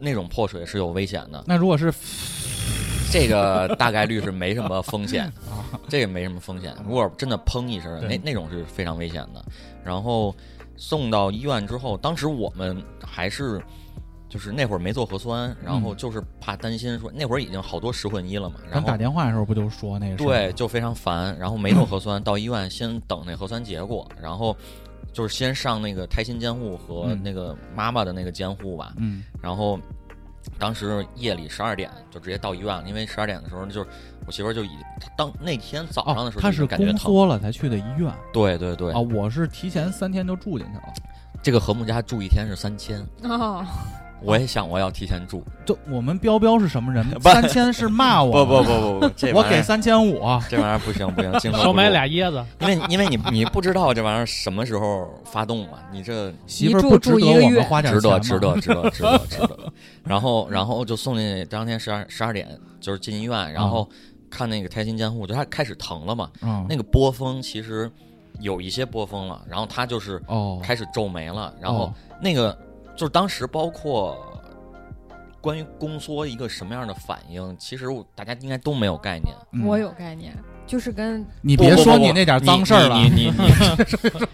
[SPEAKER 5] 那种破水是有危险的
[SPEAKER 3] 那如果是
[SPEAKER 5] 这个大概率是没什么风 险，这个没什么风险。如果真的砰一声儿，那
[SPEAKER 3] 哦对
[SPEAKER 5] 那种是非常危险的。然后送到医院之后，当时我们还是。就是那会儿没做核酸，然后就是怕担心说那会儿已经好多十混一了嘛，然
[SPEAKER 3] 咱
[SPEAKER 5] 后
[SPEAKER 3] 打电话的时候不就说那个事儿
[SPEAKER 5] 对，就非常烦。然后没做核酸，到医院先等那核酸结果，然后就是先上那个胎心监护和
[SPEAKER 3] 嗯
[SPEAKER 5] 那个妈妈的那个监护吧。
[SPEAKER 3] 嗯
[SPEAKER 5] 然后当时夜里十二点就直接到医院了，因为十二点的时候就是我媳妇儿就已她当那天早上
[SPEAKER 3] 哦
[SPEAKER 5] 的时候
[SPEAKER 3] 他
[SPEAKER 5] 就已经
[SPEAKER 3] 是
[SPEAKER 5] 感觉
[SPEAKER 3] 宫
[SPEAKER 5] 疼。
[SPEAKER 3] 缩了才去的医院
[SPEAKER 5] 对对对，
[SPEAKER 3] 啊，我是提前三天就住进去了，
[SPEAKER 5] 这个和睦家住一天是三千，
[SPEAKER 6] 哦，
[SPEAKER 5] 我也想我要提前住。
[SPEAKER 3] 就我们彪彪是什么人？
[SPEAKER 5] 不
[SPEAKER 3] 三千是骂我，
[SPEAKER 5] 不 不，不不不，这
[SPEAKER 3] 我
[SPEAKER 5] 玩意
[SPEAKER 3] 给
[SPEAKER 5] 儿
[SPEAKER 3] 三千五，
[SPEAKER 5] 这玩意儿不行 不行，经受
[SPEAKER 4] 少
[SPEAKER 5] 不
[SPEAKER 4] 买
[SPEAKER 5] 住，
[SPEAKER 4] 俩椰子，
[SPEAKER 5] 因为因为你你不知道这玩意儿什么时候发动嘛，你这
[SPEAKER 3] 媳妇儿
[SPEAKER 6] 住
[SPEAKER 3] 不值
[SPEAKER 6] 住
[SPEAKER 3] 得
[SPEAKER 6] 一个
[SPEAKER 3] 我
[SPEAKER 6] 月
[SPEAKER 3] 们花点
[SPEAKER 5] 值
[SPEAKER 3] 钱
[SPEAKER 5] 得，
[SPEAKER 3] 吗？
[SPEAKER 5] 值得，值 得，值得，值得。然后，然后就送进去，当天十二十二点就是进医院，然
[SPEAKER 3] 哦
[SPEAKER 5] 后看那个胎心监护，就它开始疼了嘛。
[SPEAKER 3] 嗯，
[SPEAKER 5] 那个波峰其实有一些波峰了，然后它就是
[SPEAKER 3] 哦，
[SPEAKER 5] 开始皱眉了，然后
[SPEAKER 3] 哦
[SPEAKER 5] 那个就是当时包括关于宫缩一个什么样的反应，其实我大家应该都没有概念。
[SPEAKER 3] 嗯
[SPEAKER 6] 我有概念，就是跟
[SPEAKER 3] 你
[SPEAKER 5] 不
[SPEAKER 3] 别
[SPEAKER 5] 不不
[SPEAKER 3] 说
[SPEAKER 5] 不
[SPEAKER 3] 你那点脏事儿了，
[SPEAKER 5] 你你你你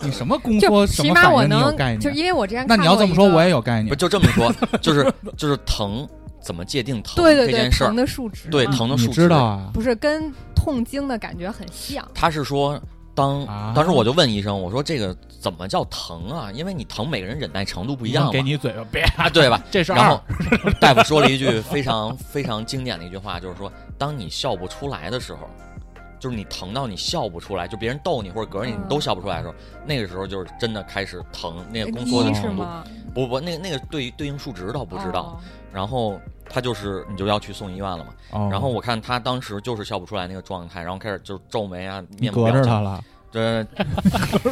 [SPEAKER 3] 你什么宫
[SPEAKER 6] 就
[SPEAKER 3] 缩什
[SPEAKER 6] 起
[SPEAKER 3] 么
[SPEAKER 6] 码
[SPEAKER 3] 反
[SPEAKER 6] 我
[SPEAKER 3] 应你有
[SPEAKER 6] 能
[SPEAKER 3] 概，
[SPEAKER 6] 就
[SPEAKER 3] 念？
[SPEAKER 6] 因为我之前
[SPEAKER 3] 那
[SPEAKER 6] 看
[SPEAKER 3] 你要
[SPEAKER 6] 过
[SPEAKER 3] 这么
[SPEAKER 6] 一
[SPEAKER 3] 说，
[SPEAKER 6] 个
[SPEAKER 3] 我也有概念
[SPEAKER 5] 不。就这么说，就是就是疼怎么界定疼
[SPEAKER 6] 对对
[SPEAKER 5] 这
[SPEAKER 6] 对
[SPEAKER 5] 件事儿
[SPEAKER 6] 疼，的数值
[SPEAKER 5] 对
[SPEAKER 6] 嘛
[SPEAKER 5] 疼的
[SPEAKER 3] 你
[SPEAKER 5] 数
[SPEAKER 3] 知
[SPEAKER 5] 值
[SPEAKER 3] 道啊？
[SPEAKER 6] 不是跟痛经的感觉很 像，
[SPEAKER 5] 他是说当、
[SPEAKER 3] 啊
[SPEAKER 5] 当时我就问医生，我说这个怎么叫疼啊？因为你疼，每个人忍耐程度不一样嘛，
[SPEAKER 3] 给你嘴巴，别
[SPEAKER 5] 啊，对吧？
[SPEAKER 3] 这是
[SPEAKER 5] 然后
[SPEAKER 3] 二。
[SPEAKER 5] 大夫说了一句非常非常经典的一句话，就是说，当你笑不出来的时候，就是你疼到你笑不出来，就别人逗你或者隔着你
[SPEAKER 6] 嗯
[SPEAKER 5] 你都笑不出来的时候，那个时候就是真的开始疼，那个宫缩的
[SPEAKER 6] 一是
[SPEAKER 5] 程度，
[SPEAKER 6] 吗？
[SPEAKER 5] 不不，那个那个对对应数值倒不知道。
[SPEAKER 6] 哦，
[SPEAKER 5] 然后他就是你就要去送医院了嘛。
[SPEAKER 3] 哦
[SPEAKER 5] 然后我看他当时就是笑不出来那个状态，然后开始就是皱眉啊，
[SPEAKER 3] 你
[SPEAKER 5] 面部
[SPEAKER 3] 隔
[SPEAKER 5] 表
[SPEAKER 3] 着
[SPEAKER 5] 情
[SPEAKER 3] 他了，
[SPEAKER 5] 这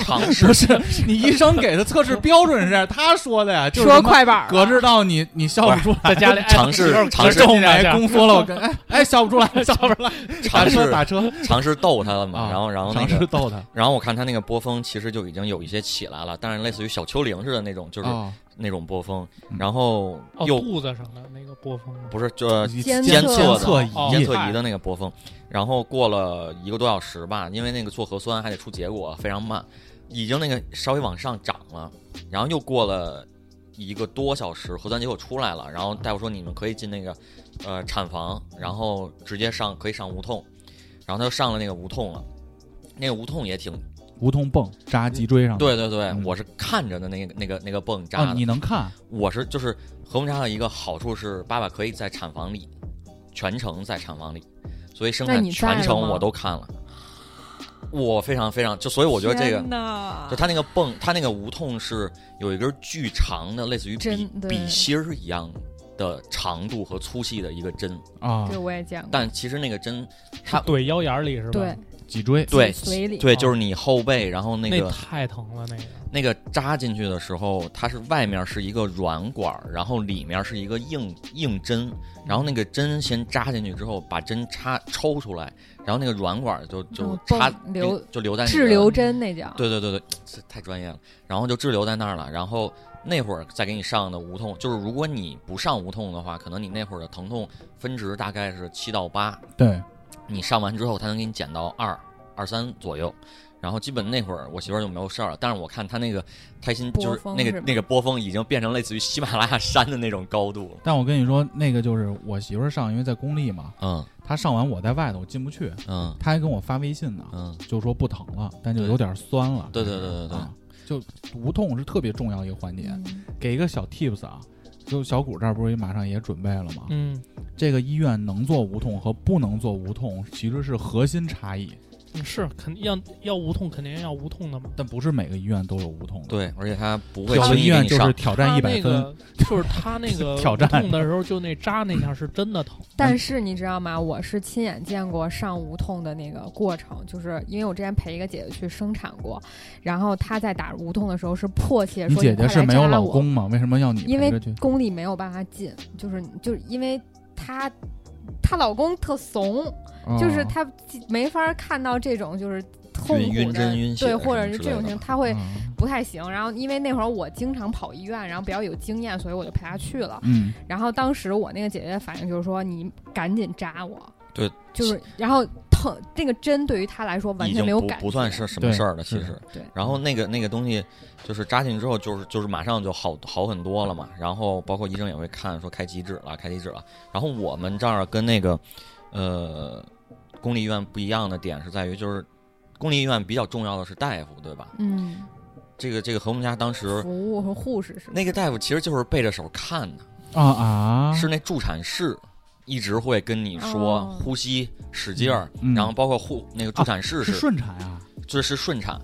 [SPEAKER 5] 尝试
[SPEAKER 3] 不是 你医生给的测试标准是他说的呀，就是
[SPEAKER 6] 说
[SPEAKER 3] 什么
[SPEAKER 6] 快板儿
[SPEAKER 3] 隔制到你你笑不出
[SPEAKER 4] 在
[SPEAKER 3] 来，
[SPEAKER 4] 家里
[SPEAKER 5] 尝试尝试
[SPEAKER 4] 皱
[SPEAKER 3] 皱眉
[SPEAKER 4] 眉
[SPEAKER 3] 宫缩了，我跟哎哎笑不出来，笑不 出来，打
[SPEAKER 5] 尝
[SPEAKER 3] 车
[SPEAKER 5] 试
[SPEAKER 3] 打车，
[SPEAKER 5] 尝试逗他了嘛，
[SPEAKER 3] 啊
[SPEAKER 5] 然后然后那
[SPEAKER 3] 尝
[SPEAKER 5] 个
[SPEAKER 3] 试逗他，
[SPEAKER 5] 然后我看他那个波峰其实就已经有一些起来了，但是类似于小丘陵似的那种，就是
[SPEAKER 3] 哦
[SPEAKER 5] 那种波峰，
[SPEAKER 3] 嗯
[SPEAKER 5] 然后
[SPEAKER 4] 哦，
[SPEAKER 5] 又
[SPEAKER 4] 肚子上的那个波峰吗，
[SPEAKER 5] 不是就
[SPEAKER 3] 哦
[SPEAKER 6] 监
[SPEAKER 5] 监
[SPEAKER 6] 测
[SPEAKER 5] 测
[SPEAKER 3] 测
[SPEAKER 5] 的
[SPEAKER 3] 仪
[SPEAKER 5] 监
[SPEAKER 4] 监
[SPEAKER 5] 测仪的那个波峰，然后过了一个多小时吧，因为那个做核酸还得出结果，非常慢，已经那个稍微往上涨了，然后又过了一个多小时，核酸结果出来了，然后大夫说你们可以进那个呃产房，然后直接上可以上无痛，然后他就上了那个无痛了，那个无痛也挺
[SPEAKER 3] 无痛泵扎脊椎上，
[SPEAKER 5] 嗯对对对
[SPEAKER 3] 嗯，
[SPEAKER 5] 我是看着的那个那个那个泵扎
[SPEAKER 3] 啊，
[SPEAKER 5] 的，
[SPEAKER 3] 你能看
[SPEAKER 5] 我是就是核苓扎的一个好处是，爸爸可以在产房里，全程在产房里，所以生
[SPEAKER 6] 那
[SPEAKER 5] 产
[SPEAKER 6] 你在
[SPEAKER 5] 全程
[SPEAKER 6] 了吗
[SPEAKER 5] 我都看了。我非常非常就，所以我觉得这个
[SPEAKER 6] 天哪
[SPEAKER 5] 就他那个泵，他那个无痛是有一根巨长的，类似于笔
[SPEAKER 6] 真对
[SPEAKER 5] 笔芯儿一样的长度和粗细的一个针，
[SPEAKER 3] 啊
[SPEAKER 6] 对，，我也见过，
[SPEAKER 5] 但其实那个针
[SPEAKER 6] 哦
[SPEAKER 5] 他
[SPEAKER 4] 怼腰眼儿里是吧？
[SPEAKER 6] 对，
[SPEAKER 3] 脊椎
[SPEAKER 5] 对
[SPEAKER 6] 脊髓里
[SPEAKER 5] 对，就是你后背，然后那
[SPEAKER 4] 那
[SPEAKER 5] 个
[SPEAKER 4] 太疼了，那个
[SPEAKER 5] 那个扎进去的时候，它是外面是一个软管儿，然后里面是一个硬硬针，然后那个针先扎进去之后，把针插抽出来，然后那个软管儿就就
[SPEAKER 6] 嗯
[SPEAKER 5] 插
[SPEAKER 6] 泵留
[SPEAKER 5] 就留在你的
[SPEAKER 6] 滞留针那叫，
[SPEAKER 5] 嗯对对对对，这太专业了。然后就滞留在那儿了，然后那会儿再给你上的无痛，就是如果你不上无痛的话，可能你那会儿的疼痛分值大概是七到八，
[SPEAKER 3] 对，
[SPEAKER 5] 你上完之后，他能给你减到二二三左右。然后基本那会儿我媳妇儿就没有事儿了，但是我看她那个开心就是
[SPEAKER 6] 波峰
[SPEAKER 5] 那
[SPEAKER 6] 是
[SPEAKER 5] 个
[SPEAKER 6] 吗
[SPEAKER 5] 那个波峰已经变成类似于喜马拉雅山的那种高度了。
[SPEAKER 3] 但我跟你说，那个就是我媳妇儿上，因为在公立嘛，
[SPEAKER 5] 嗯
[SPEAKER 3] 她上完我在外头，我进不去，
[SPEAKER 5] 嗯
[SPEAKER 3] 她还跟我发微信呢，
[SPEAKER 5] 嗯，
[SPEAKER 3] 就说不疼了，但就有点酸了。
[SPEAKER 5] 对对对对对
[SPEAKER 3] 啊，就无痛是特别重要的一个环节。
[SPEAKER 6] 嗯
[SPEAKER 3] 给一个小 tips 啊，就小谷这儿不是马上也准备了吗？
[SPEAKER 4] 嗯，
[SPEAKER 3] 这个医院能做无痛和不能做无痛其实是核心差异，
[SPEAKER 4] 是肯定要要无痛，肯定要无痛的嘛。
[SPEAKER 3] 但不是每个医院都有无痛的。
[SPEAKER 5] 对，而且他不会
[SPEAKER 3] 有的
[SPEAKER 5] 轻
[SPEAKER 3] 医
[SPEAKER 5] 易给
[SPEAKER 3] 院
[SPEAKER 5] 你
[SPEAKER 3] 就是
[SPEAKER 5] 上。
[SPEAKER 3] 挑战
[SPEAKER 4] 他
[SPEAKER 3] 一百
[SPEAKER 4] 那
[SPEAKER 3] 分，
[SPEAKER 4] 个就是他那个
[SPEAKER 3] 挑战
[SPEAKER 4] 无痛的时候，就那扎那下是真的疼。
[SPEAKER 3] 嗯
[SPEAKER 6] 但是你知道吗？我是亲眼见过上无痛的那个过程，就是因为我之前陪一个姐姐去生产过，然后她在打无痛的时候是迫切
[SPEAKER 3] 你
[SPEAKER 6] 说
[SPEAKER 3] 姐姐是没有老，
[SPEAKER 6] 你快来扎
[SPEAKER 3] 公
[SPEAKER 6] 我
[SPEAKER 3] 吗？为什么要你
[SPEAKER 6] 因
[SPEAKER 3] 陪着
[SPEAKER 6] 为
[SPEAKER 3] 去？
[SPEAKER 6] 宫里没有办法进，就是就是因为她她老公特怂，就是
[SPEAKER 3] 哦
[SPEAKER 6] 她没法看到这种就是痛苦的
[SPEAKER 5] 晕针晕血
[SPEAKER 6] 对，或者是
[SPEAKER 5] 什么之
[SPEAKER 6] 这
[SPEAKER 5] 类
[SPEAKER 6] 种
[SPEAKER 5] 的
[SPEAKER 6] 情况，她会。
[SPEAKER 3] 嗯
[SPEAKER 6] 不太行，然后因为那会儿我经常跑医院，然后比较有经验，所以我就陪她去了。
[SPEAKER 3] 嗯，
[SPEAKER 6] 然后当时我那个姐姐的反应就是说：“你赶紧扎我。”
[SPEAKER 5] 对，
[SPEAKER 6] 就是然后疼，那个针对于她来说完
[SPEAKER 5] 已
[SPEAKER 6] 全
[SPEAKER 5] 经
[SPEAKER 6] 没有
[SPEAKER 5] 不
[SPEAKER 6] 感觉，
[SPEAKER 5] 不算是什么事儿
[SPEAKER 3] 对
[SPEAKER 5] 了，其
[SPEAKER 3] 是
[SPEAKER 5] 实。
[SPEAKER 6] 对
[SPEAKER 5] 然后那个那个东西，就是扎进去之后，就是就是马上就好好很多了嘛。然后包括医生也会看，说开几指了，开几指了。然后我们这儿跟那个呃公立医院不一样的点是在于，就是公立医院比较重要的是大夫，对吧？
[SPEAKER 6] 嗯，
[SPEAKER 5] 这个这个和我们家当时
[SPEAKER 6] 服务和护士是吧
[SPEAKER 5] 那个大夫其实就是背着手看的，
[SPEAKER 3] 啊啊，
[SPEAKER 5] 是那助产士。一直会跟你说
[SPEAKER 6] 哦
[SPEAKER 5] 呼吸使劲儿，
[SPEAKER 3] 嗯
[SPEAKER 5] 然后包括护那个助产士
[SPEAKER 3] 是
[SPEAKER 5] 是
[SPEAKER 3] 顺产啊，
[SPEAKER 5] 这是顺产，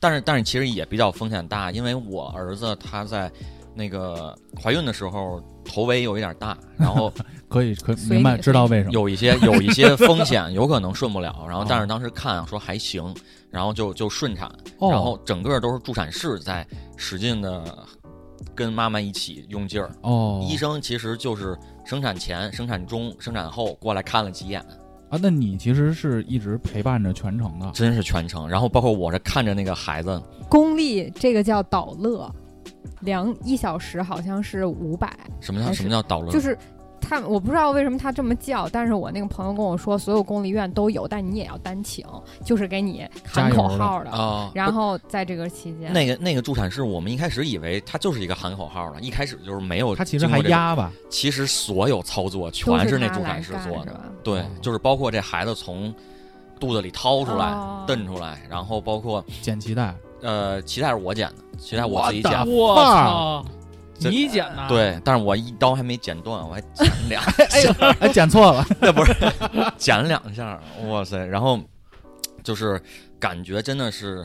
[SPEAKER 5] 但是但是其实也比较风险大，因为我儿子他在那个怀孕的时候头围有一点大，然后
[SPEAKER 3] 可以可以
[SPEAKER 6] 随
[SPEAKER 3] 明白
[SPEAKER 6] 你
[SPEAKER 3] 知道为什么
[SPEAKER 5] 有一些有 一些风险，有可能顺不了。然后
[SPEAKER 3] 哦
[SPEAKER 5] 但是当时看啊说还行，然后就就顺产，
[SPEAKER 3] 哦
[SPEAKER 5] 然后整个都是助产士在使劲的跟妈妈一起用劲儿。
[SPEAKER 3] 哦，
[SPEAKER 5] 医生其实就是生产前、生产中、生产后过来看了几眼，
[SPEAKER 3] 啊，那你其实是一直陪伴着全程的，
[SPEAKER 5] 真是全程。然后包括我这看着那个孩子，
[SPEAKER 6] 公立这个叫导乐，量一小时好像是五百，
[SPEAKER 5] 什么叫
[SPEAKER 6] 还
[SPEAKER 5] 什么
[SPEAKER 6] 是
[SPEAKER 5] 叫导论？
[SPEAKER 6] 就是。他我不知道为什么他这么叫，但是我那个朋友跟我说，所有公立医院都有，但你也要单请，就是给你
[SPEAKER 3] 加
[SPEAKER 6] 喊
[SPEAKER 3] 油
[SPEAKER 6] 口
[SPEAKER 3] 的
[SPEAKER 6] 号的。
[SPEAKER 5] 啊，
[SPEAKER 6] 然后在这个期间，
[SPEAKER 5] 那个那个助产士，我们一开始以为他就是一个喊口号了，一开始就是没有
[SPEAKER 3] 他其实
[SPEAKER 5] 经过
[SPEAKER 3] 还
[SPEAKER 5] 这个，
[SPEAKER 3] 压吧，
[SPEAKER 5] 其实所有操作
[SPEAKER 6] 都
[SPEAKER 5] 全
[SPEAKER 6] 是
[SPEAKER 5] 那
[SPEAKER 6] 他
[SPEAKER 5] 助
[SPEAKER 6] 来
[SPEAKER 5] 产士
[SPEAKER 6] 干
[SPEAKER 5] 做
[SPEAKER 6] 是
[SPEAKER 5] 的，
[SPEAKER 6] 吧？
[SPEAKER 5] 对
[SPEAKER 3] 哦，
[SPEAKER 5] 就是包括这孩子从肚子里掏出来、
[SPEAKER 6] 哦
[SPEAKER 5] 蹬出来，然后包括
[SPEAKER 3] 剪脐带，
[SPEAKER 5] 呃脐带是我剪的，脐带我自己
[SPEAKER 3] 我
[SPEAKER 5] 剪
[SPEAKER 3] 的，
[SPEAKER 4] 我操，
[SPEAKER 5] 这
[SPEAKER 4] 你剪的？，
[SPEAKER 5] 啊对，但是我一刀还没剪断，我还 剪了两
[SPEAKER 3] 哎，剪错了，
[SPEAKER 5] 那不是剪两下，哇塞！然后就是感觉真的是，